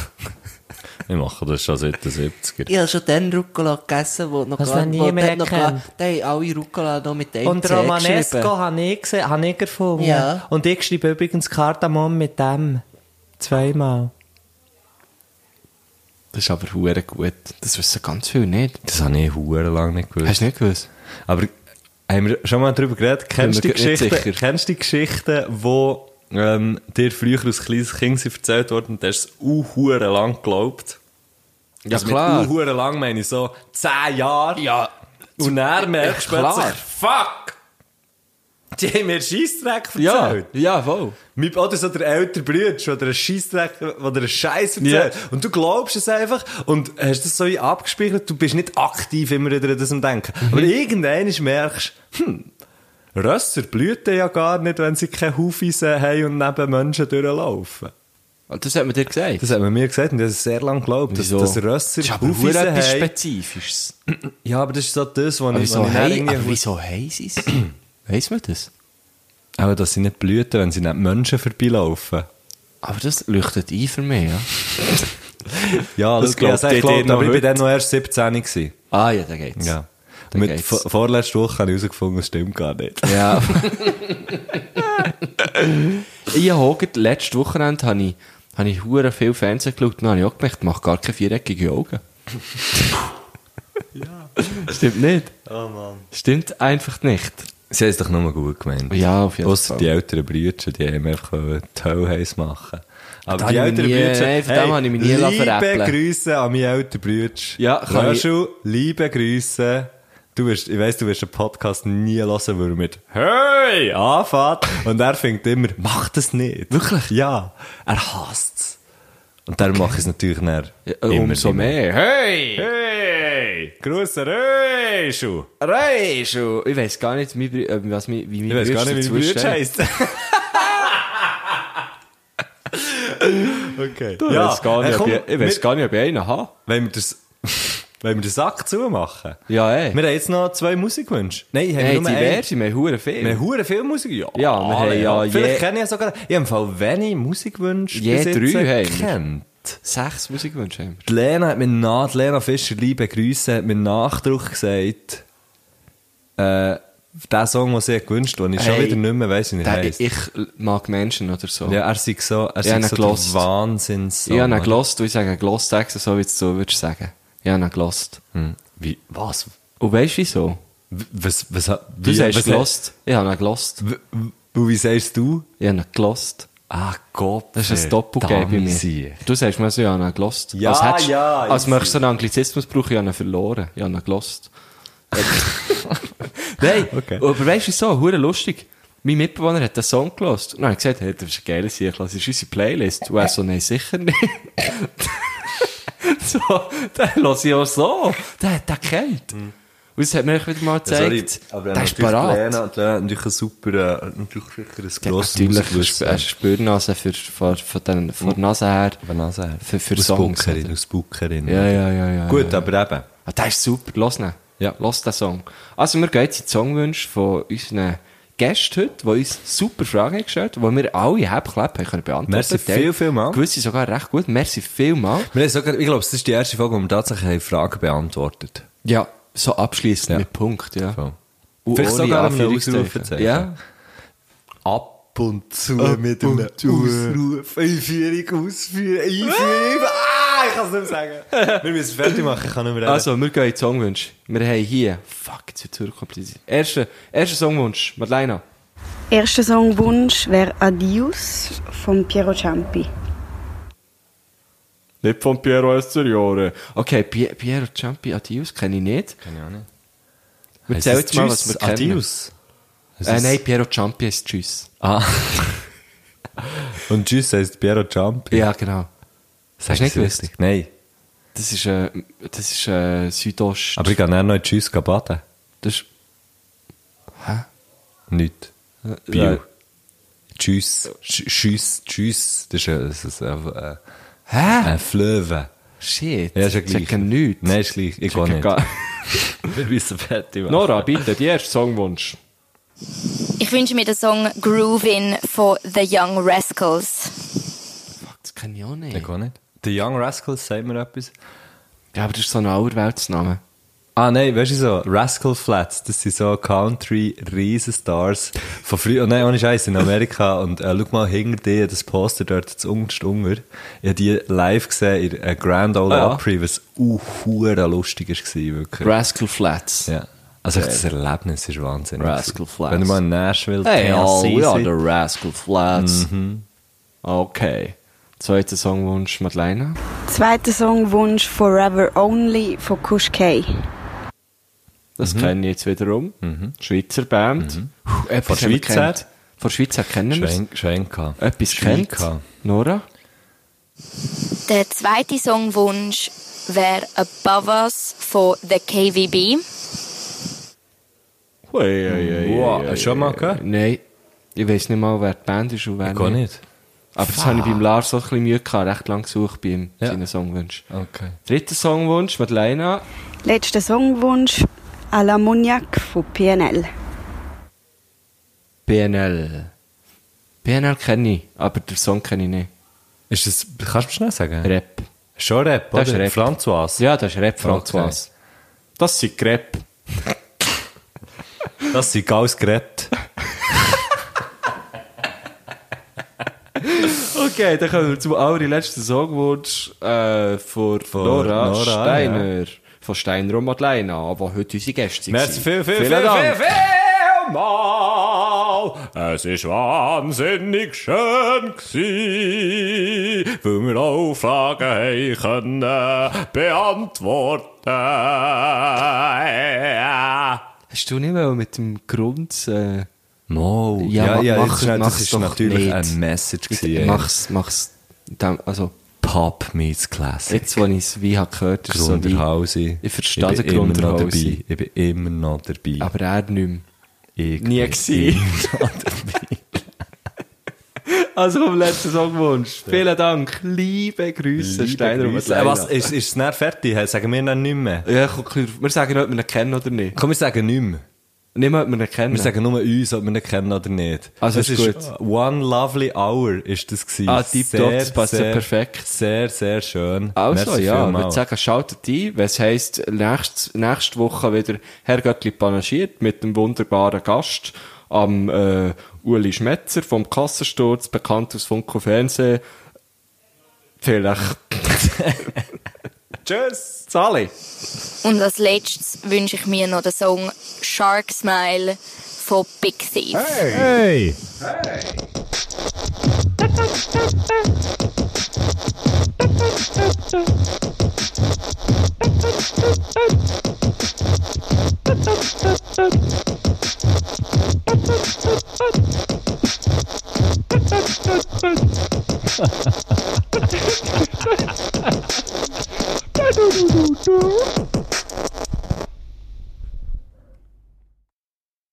[SPEAKER 2] ich mache das schon seit den 70ern.
[SPEAKER 10] Ich habe schon den Rucola gegessen, wo noch
[SPEAKER 9] Was noch
[SPEAKER 10] gar- wo
[SPEAKER 9] niemand
[SPEAKER 10] dort noch
[SPEAKER 9] kennt.
[SPEAKER 10] gar- Die haben alle Rucola noch mit dem
[SPEAKER 9] Und
[SPEAKER 10] C geschrieben.
[SPEAKER 9] Romanesco habe ich, gesehen, habe ich erfunden.
[SPEAKER 10] Ja.
[SPEAKER 9] Und ich schreibe übrigens Kardamom mit dem. Zweimal.
[SPEAKER 5] Das ist aber hure gut. Das wissen ganz viele nicht.
[SPEAKER 2] Das habe ich hure lange nicht gewusst.
[SPEAKER 5] Hast du nicht gewusst?
[SPEAKER 2] Aber haben wir schon mal darüber geredet? Kennst du die
[SPEAKER 5] Bin mir nicht
[SPEAKER 2] Geschichten,
[SPEAKER 5] sicher.
[SPEAKER 2] kennst du die Geschichten, wo ähm, dir früher als kleines Kind sind erzählt worden und du hast es uhuere lang Dus geglaubt?
[SPEAKER 5] Ja, klar.
[SPEAKER 2] Mit uhuere lang meine ich so 10 Jahre.
[SPEAKER 5] Ja.
[SPEAKER 2] Und dann merkst du
[SPEAKER 5] Ja, klar.
[SPEAKER 2] plötzlich, fuck! Die haben mir einen Scheissdreck
[SPEAKER 5] Ja,
[SPEAKER 2] erzählt.
[SPEAKER 5] ja, voll.
[SPEAKER 2] Mein- Oder so der ältere Bruder, der einen Scheissdreck, der einen Scheiß erzählt.
[SPEAKER 5] Ja.
[SPEAKER 2] Und du glaubst es einfach und hast das so wie abgespeichert. Du bist nicht aktiv immer wieder an diesem Denken.
[SPEAKER 5] Mhm.
[SPEAKER 2] Aber irgendwann merkst du, hm, Rösser blühten ja gar nicht, wenn sie keine Haufisen haben und neben Menschen durchlaufen.
[SPEAKER 5] Ah, Das hat man dir gesagt.
[SPEAKER 2] Das hat man mir gesagt und ich habe es sehr lange geglaubt, dass,
[SPEAKER 5] Wieso?
[SPEAKER 2] dass Rösser
[SPEAKER 5] Das ist aber hure
[SPEAKER 2] Haufisen
[SPEAKER 5] etwas
[SPEAKER 2] haben.
[SPEAKER 5] Spezifisches.
[SPEAKER 2] Ja, aber das ist so das, was ich,
[SPEAKER 5] wieso
[SPEAKER 2] was ich dann
[SPEAKER 5] hei,
[SPEAKER 2] irgendwie-
[SPEAKER 5] aber wieso heiß ist Weiss man das?
[SPEAKER 2] Aber dass sie nicht blühten, wenn sie nicht Menschen vorbeilaufen.
[SPEAKER 5] Aber das leuchtet ein für mich, ja.
[SPEAKER 2] Ja,
[SPEAKER 5] Das
[SPEAKER 2] das glaube
[SPEAKER 5] glaubt
[SPEAKER 2] ich.
[SPEAKER 5] ihr
[SPEAKER 2] Glaubt,
[SPEAKER 5] noch
[SPEAKER 2] aber ich bin
[SPEAKER 5] heute?
[SPEAKER 2] dann noch erst 17 gewesen.
[SPEAKER 5] Ah ja, da geht's.
[SPEAKER 2] Ja.
[SPEAKER 5] Da
[SPEAKER 2] Mit
[SPEAKER 5] geht's.
[SPEAKER 2] vor- vorletzte Woche habe ich herausgefunden, es stimmt gar nicht.
[SPEAKER 5] Ja. ich habe gerade letztes Wochenende habe ich, habe ich hure viel Fernsehen geschaut und dann habe ich auch gemerkt, ich mache gar keine viereckige Augen. Stimmt nicht. Stimmt einfach nicht.
[SPEAKER 2] Sie haben es doch nur gut gemeint.
[SPEAKER 5] Ja, auf jeden
[SPEAKER 2] Ausser
[SPEAKER 5] Fall.
[SPEAKER 2] die älteren Brüder, die haben einfach wollen die Hölle heiß machen. Aber
[SPEAKER 5] Da habe ich mich nie- nein, von dem habe ich mich nie lassen
[SPEAKER 2] liebe
[SPEAKER 5] veräppeln.
[SPEAKER 2] Grüße an meine älteren Brüder.
[SPEAKER 5] Ja, kann
[SPEAKER 2] Röschel, liebe Grüße. Du wirst, ich weiss, du wirst den Podcast nie hören, weil er mit «Hey!» anfängt. Und er fängt immer «Mach das nicht!» Wirklich? Ja. Er hasst es. Und darum mache ich es natürlich dann
[SPEAKER 5] Ja, äh,
[SPEAKER 2] immer
[SPEAKER 5] umso
[SPEAKER 2] wieder.
[SPEAKER 5] mehr. Hey!
[SPEAKER 1] Hey! Grüße, Röschel!
[SPEAKER 5] Reischu! Ich weiß gar nicht, mein Brü- äh, was mi- wie
[SPEAKER 2] Ich
[SPEAKER 5] mein
[SPEAKER 2] weiß
[SPEAKER 5] Brüder
[SPEAKER 2] gar nicht,
[SPEAKER 5] dazu
[SPEAKER 2] wie mein Bruder
[SPEAKER 5] stehen.
[SPEAKER 2] heisst. okay.
[SPEAKER 5] Ich weiss gar nicht,
[SPEAKER 2] äh,
[SPEAKER 5] ob
[SPEAKER 2] komm,
[SPEAKER 5] ich- ich weiss
[SPEAKER 2] wir-
[SPEAKER 5] gar nicht, ob ich einen habe.
[SPEAKER 2] Wollen wir, das, wollen wir den Sack zumachen?
[SPEAKER 5] Ja, ey.
[SPEAKER 2] Wir haben jetzt noch zwei Musikwünsche. Nein, haben wir
[SPEAKER 5] Nein,
[SPEAKER 2] nur einen.
[SPEAKER 5] diverse, wir haben hure viel.
[SPEAKER 2] Wir haben hure viel Musik. Ja,
[SPEAKER 5] Ja, wir haben ja je-
[SPEAKER 2] Vielleicht kenne ich ja sogar... Ich habe im Fall wenig Musikwünsche
[SPEAKER 5] Je
[SPEAKER 2] bis jetzt
[SPEAKER 5] drei haben wir.
[SPEAKER 2] gekannt.
[SPEAKER 5] Sechs Musikwünsche haben wir.
[SPEAKER 2] Die Lena hat mir nach, die Lena Fischer, liebe Grüße, hat mir Nachdruck gesagt, äh, der Song, den sie hat gewünscht hat, den ich schon
[SPEAKER 5] Hey,
[SPEAKER 2] wieder nicht mehr weiss, wie er
[SPEAKER 5] Der,
[SPEAKER 2] heisst.
[SPEAKER 5] ich mag Menschen oder so.
[SPEAKER 2] Ja, er sei so, er
[SPEAKER 5] Ich hab
[SPEAKER 2] sei
[SPEAKER 5] ihn
[SPEAKER 2] so
[SPEAKER 5] gelost.
[SPEAKER 2] der Wahnsinns.
[SPEAKER 5] ich habe ihn gelost, du sagst gelost, sagst du so, wie du würdest sagen. Ich habe ihn gelost.
[SPEAKER 2] Hm. Wie, was?
[SPEAKER 5] Und weißt du wieso?
[SPEAKER 2] W- Was, was,
[SPEAKER 5] Du
[SPEAKER 2] wie,
[SPEAKER 5] sagst
[SPEAKER 2] was,
[SPEAKER 5] gelost. Ich habe ihn gelost.
[SPEAKER 2] W- w- Wie sagst du?
[SPEAKER 5] Ich habe ihn gelost.
[SPEAKER 2] Ah, Gott.
[SPEAKER 5] Das ist ein Doppelgame bei mir.
[SPEAKER 2] verdammt.
[SPEAKER 5] Du sagst mir so, ich habe ihn gelost.
[SPEAKER 2] Ja,
[SPEAKER 5] als hättest,
[SPEAKER 2] ja,
[SPEAKER 5] Als
[SPEAKER 2] easy.
[SPEAKER 5] möchtest du einen Anglizismus brauchen, ich habe ihn verloren. Ich habe ihn gelost. Nein,
[SPEAKER 2] Okay.
[SPEAKER 5] aber weißt du so, hure lustig. Mein Mitbewohner hat den Song gelost. Und dann habe ich gesagt, hey, das ist ein geiler Sieg, das ist unsere Playlist. Und er so, nein, sicher nicht. so, den lasse ich auch so. Der hat den kennt. Und das hat mir wieder mal
[SPEAKER 2] Mhm. Ja, sorry,
[SPEAKER 5] gezeigt,
[SPEAKER 2] aber
[SPEAKER 5] der ist parat.
[SPEAKER 2] Lena, Lena hat natürlich ein super, äh, natürlich sicher ein
[SPEAKER 5] Ja,
[SPEAKER 2] grosses
[SPEAKER 5] Natürlich, eine Spürnase für, von, von, den, von der Nase her. Für,
[SPEAKER 2] Für,
[SPEAKER 5] für
[SPEAKER 2] aus
[SPEAKER 5] Songs.
[SPEAKER 2] Bookerin, aus Bookerin.
[SPEAKER 5] Ja, ja, ja, ja.
[SPEAKER 2] Gut,
[SPEAKER 5] ja.
[SPEAKER 2] aber eben.
[SPEAKER 5] Ah, der ist super, lass ihn.
[SPEAKER 2] Ja.
[SPEAKER 5] Lass den Song. Also, wir gehen jetzt in die Songwünsche von unseren Gästen heute, die uns super Fragen haben gestellt haben, die wir alle hebklapp haben können beantworten.
[SPEAKER 2] Merci
[SPEAKER 5] Teil-
[SPEAKER 2] viel, viel mal.
[SPEAKER 5] Gewisse sogar recht gut. Merci vielmal.
[SPEAKER 2] Wir haben sogar, ich glaube, das ist die erste Folge, wo wir tatsächlich haben Fragen beantwortet
[SPEAKER 5] Ja, so abschließend
[SPEAKER 2] Ja.
[SPEAKER 5] mit Punkt, ja.
[SPEAKER 2] haben.
[SPEAKER 5] Und
[SPEAKER 2] Vielleicht
[SPEAKER 5] ohne
[SPEAKER 2] sogar mit einem
[SPEAKER 5] Anführungszeichen.
[SPEAKER 2] Ausrufezeichen.
[SPEAKER 5] Ja.
[SPEAKER 2] Ab und zu mit einem Ausruf, Einführung, Ausführung, Einführung. ah, ich kann es nicht mehr sagen. Wir müssen fertig machen, ich kann nicht mehr reden.
[SPEAKER 5] Also, wir gehen in die Songwünsche. Wir haben hier, fuck, jetzt wird es wirklich kompliziert. Erster, erster Songwunsch, Madeleina.
[SPEAKER 8] Erster Songwunsch wäre Adios von Piero Ciampi.
[SPEAKER 5] Nicht von Piero Esteriore. Okay, Pie Piero Ciampi, Adios, kenne ich nicht.
[SPEAKER 2] Kann ich auch nicht.
[SPEAKER 5] Wir
[SPEAKER 2] Heisst
[SPEAKER 5] zählen
[SPEAKER 2] es
[SPEAKER 5] jetzt mal, was
[SPEAKER 2] Tschüss,
[SPEAKER 5] wir kennen.
[SPEAKER 2] Adios. Es
[SPEAKER 5] Äh,
[SPEAKER 2] ist-
[SPEAKER 5] nein, Piero Ciampi ist Tschüss.
[SPEAKER 2] Ah. Und Tschüss heisst Piero Ciampi.
[SPEAKER 5] Ja, genau.
[SPEAKER 2] Sag
[SPEAKER 5] Hast du nicht
[SPEAKER 2] ich's
[SPEAKER 5] gewusst?
[SPEAKER 2] richtig? Nein.
[SPEAKER 5] Das ist, äh, das ist äh, Südost.
[SPEAKER 2] Aber ich gehe dann noch in Tschüss gehen baden.
[SPEAKER 5] das ist,
[SPEAKER 2] Nicht.
[SPEAKER 5] äh,
[SPEAKER 2] Bio.
[SPEAKER 5] äh,
[SPEAKER 2] Tschüss. Sch- Tschüss. Tschüss. Das ist, ein- das ist ein, äh,
[SPEAKER 5] Hä?
[SPEAKER 2] ein Flöwe.
[SPEAKER 5] Shit.
[SPEAKER 2] Ja, ist ja gleich.
[SPEAKER 5] Checken nichts.
[SPEAKER 2] Nein, ist gleich. Ich gehe
[SPEAKER 5] Checken
[SPEAKER 2] nicht.
[SPEAKER 5] gar-
[SPEAKER 2] Wir müssen fertig machen.
[SPEAKER 5] Nora, bitte, die erste Songwunsch.
[SPEAKER 7] Ich wünsche mir den Song Groovin von The Young Rascals.
[SPEAKER 5] Fuck, das kann ich auch nicht.
[SPEAKER 2] Ich gehe nicht. The Young Rascals, sagt mir etwas.
[SPEAKER 5] Ja, aber das ist so ein Auerweltsname.
[SPEAKER 2] Ah, nein, weißt du so, Rascal Flats, das sind so Country-Riesenstars von früher, oh, nein, ohne Scheiß in Amerika. Und äh, schau mal hinter dir, das Poster dort, das unterste Unger. Ich habe die live gesehen in äh, Grand Ole
[SPEAKER 5] Ah, ja.
[SPEAKER 2] Opry, was uhuere lustig war, wirklich.
[SPEAKER 5] Rascal Flats.
[SPEAKER 2] ja. Also echt, das Erlebnis ist wahnsinnig.
[SPEAKER 5] Rascal Flats.
[SPEAKER 2] Wenn du mal in Nashville,
[SPEAKER 5] Hey, all
[SPEAKER 2] Tennessee
[SPEAKER 5] we are
[SPEAKER 2] seid.
[SPEAKER 5] the Rascal Flats.
[SPEAKER 2] Mhm.
[SPEAKER 5] Okay. Zweiter Songwunsch, Madeleine.
[SPEAKER 8] Zweiter Songwunsch Forever Only von Kush K.
[SPEAKER 5] Das
[SPEAKER 2] Mhm.
[SPEAKER 5] kenne ich jetzt wiederum. Schweizer Band. Puh, etwas
[SPEAKER 2] Von
[SPEAKER 5] haben wir
[SPEAKER 2] Schweiz
[SPEAKER 5] gekannt.
[SPEAKER 2] her?
[SPEAKER 5] Von Schweiz her kennen wir es.
[SPEAKER 2] Schwenk- Schwenka.
[SPEAKER 5] Etwas kennt.
[SPEAKER 2] Schwenka.
[SPEAKER 5] Nora?
[SPEAKER 7] Der zweite Songwunsch wäre Above Us von The KVB.
[SPEAKER 5] Ui, ui, ui,
[SPEAKER 2] Wow,
[SPEAKER 5] ui,
[SPEAKER 2] hast du schon mal
[SPEAKER 5] ui,
[SPEAKER 2] gehört?
[SPEAKER 5] ui. Nein. Ich weiß nicht mal, wer die Band ist und wer
[SPEAKER 2] Ah. Ich gehe nicht.
[SPEAKER 5] Aber das habe ich beim Lars so ein bisschen Mühe gehabt. Recht lang gesucht bei ihm,
[SPEAKER 2] Ja.
[SPEAKER 5] seinen Songwunsch.
[SPEAKER 2] Okay.
[SPEAKER 5] Dritter Songwunsch, Madeleine.
[SPEAKER 8] Letzter Songwunsch Ala Moniac von PNL.
[SPEAKER 5] BNL. BNL kenne ich, aber den Song kenne ich nicht.
[SPEAKER 2] Ist das, kannst du mir schnell sagen?
[SPEAKER 5] Rap.
[SPEAKER 2] Schon Rap, oder?
[SPEAKER 5] Das ist Rap.
[SPEAKER 2] François.
[SPEAKER 5] Ja, das ist Rap, François. Das sind Rap.
[SPEAKER 2] Das sind geiles Gerät.
[SPEAKER 5] Okay, dann kommen wir zum allerletzten Songwunsch äh, von,
[SPEAKER 2] Von
[SPEAKER 5] Nora,
[SPEAKER 2] Nora,
[SPEAKER 5] Steiner. Von Steiner und Madeleine, aber heute unsere Gäste.
[SPEAKER 2] Merci
[SPEAKER 5] waren.
[SPEAKER 2] viel, viel, viel,
[SPEAKER 5] Vielen Dank.
[SPEAKER 2] viel,
[SPEAKER 1] viel mal. Es ist wahnsinnig schön gsi, weil wir auch Fragen haben können beantworten.
[SPEAKER 5] Hast du nicht mal mit dem Grund. Äh,
[SPEAKER 2] Mo,
[SPEAKER 5] Ja,
[SPEAKER 2] ja, ja,
[SPEAKER 5] mach-
[SPEAKER 2] jetzt schnell,
[SPEAKER 5] mach's
[SPEAKER 2] das ist
[SPEAKER 5] doch
[SPEAKER 2] natürlich
[SPEAKER 5] nicht.
[SPEAKER 2] ein Message gewesen.
[SPEAKER 5] mach's, mach's. Dem, also,
[SPEAKER 2] Pop meets Classic.
[SPEAKER 5] jetzt, wo ich es wie hab gehört ist es so wie.
[SPEAKER 2] Grunderhausi.
[SPEAKER 5] ich verstehe den
[SPEAKER 2] bin immer noch
[SPEAKER 5] Grunderhausi.
[SPEAKER 2] dabei. Ich bin immer noch dabei.
[SPEAKER 5] Aber er nicht mehr.
[SPEAKER 2] ich
[SPEAKER 5] nie
[SPEAKER 2] bin
[SPEAKER 5] gewesen.
[SPEAKER 2] immer noch dabei.
[SPEAKER 5] Also, vom letzten Songwunsch. Vielen Dank. Liebe Grüße,
[SPEAKER 2] Liebe
[SPEAKER 5] Steiner und
[SPEAKER 2] Grüße.
[SPEAKER 5] Madeleine.
[SPEAKER 2] Äh, Was, ist, ist es dann fertig? Sagen wir dann nicht mehr?
[SPEAKER 5] Ja, komm, wir sagen nicht, ob wir ihn kennen oder nicht.
[SPEAKER 2] Komm, wir sagen nicht mehr.
[SPEAKER 5] Niemand, man ihn kennen.
[SPEAKER 2] Wir sagen nur uns, ob wir ihn kennen oder nicht.
[SPEAKER 5] Also
[SPEAKER 2] es
[SPEAKER 5] ist
[SPEAKER 2] ist One Lovely Hour ist das gewesen.
[SPEAKER 5] Ah, tipptopp, das passt ja
[SPEAKER 2] sehr,
[SPEAKER 5] perfekt.
[SPEAKER 2] Sehr, sehr schön.
[SPEAKER 5] Also,
[SPEAKER 2] Merci
[SPEAKER 5] ja, ich
[SPEAKER 2] vielmals.
[SPEAKER 5] würde sagen, schaltet ein, wenn es heisst, nächst, nächste Woche wieder Herr Göttli panaschiert mit einem wunderbaren Gast am äh, Uli Schmetzer vom Kassensturz, bekannt aus Funk und Fernsehen. Vielleicht. Tschüss, Sali.
[SPEAKER 7] Und als letztes wünsche ich mir noch den Song Shark Smile von Big Thief.
[SPEAKER 1] Hey!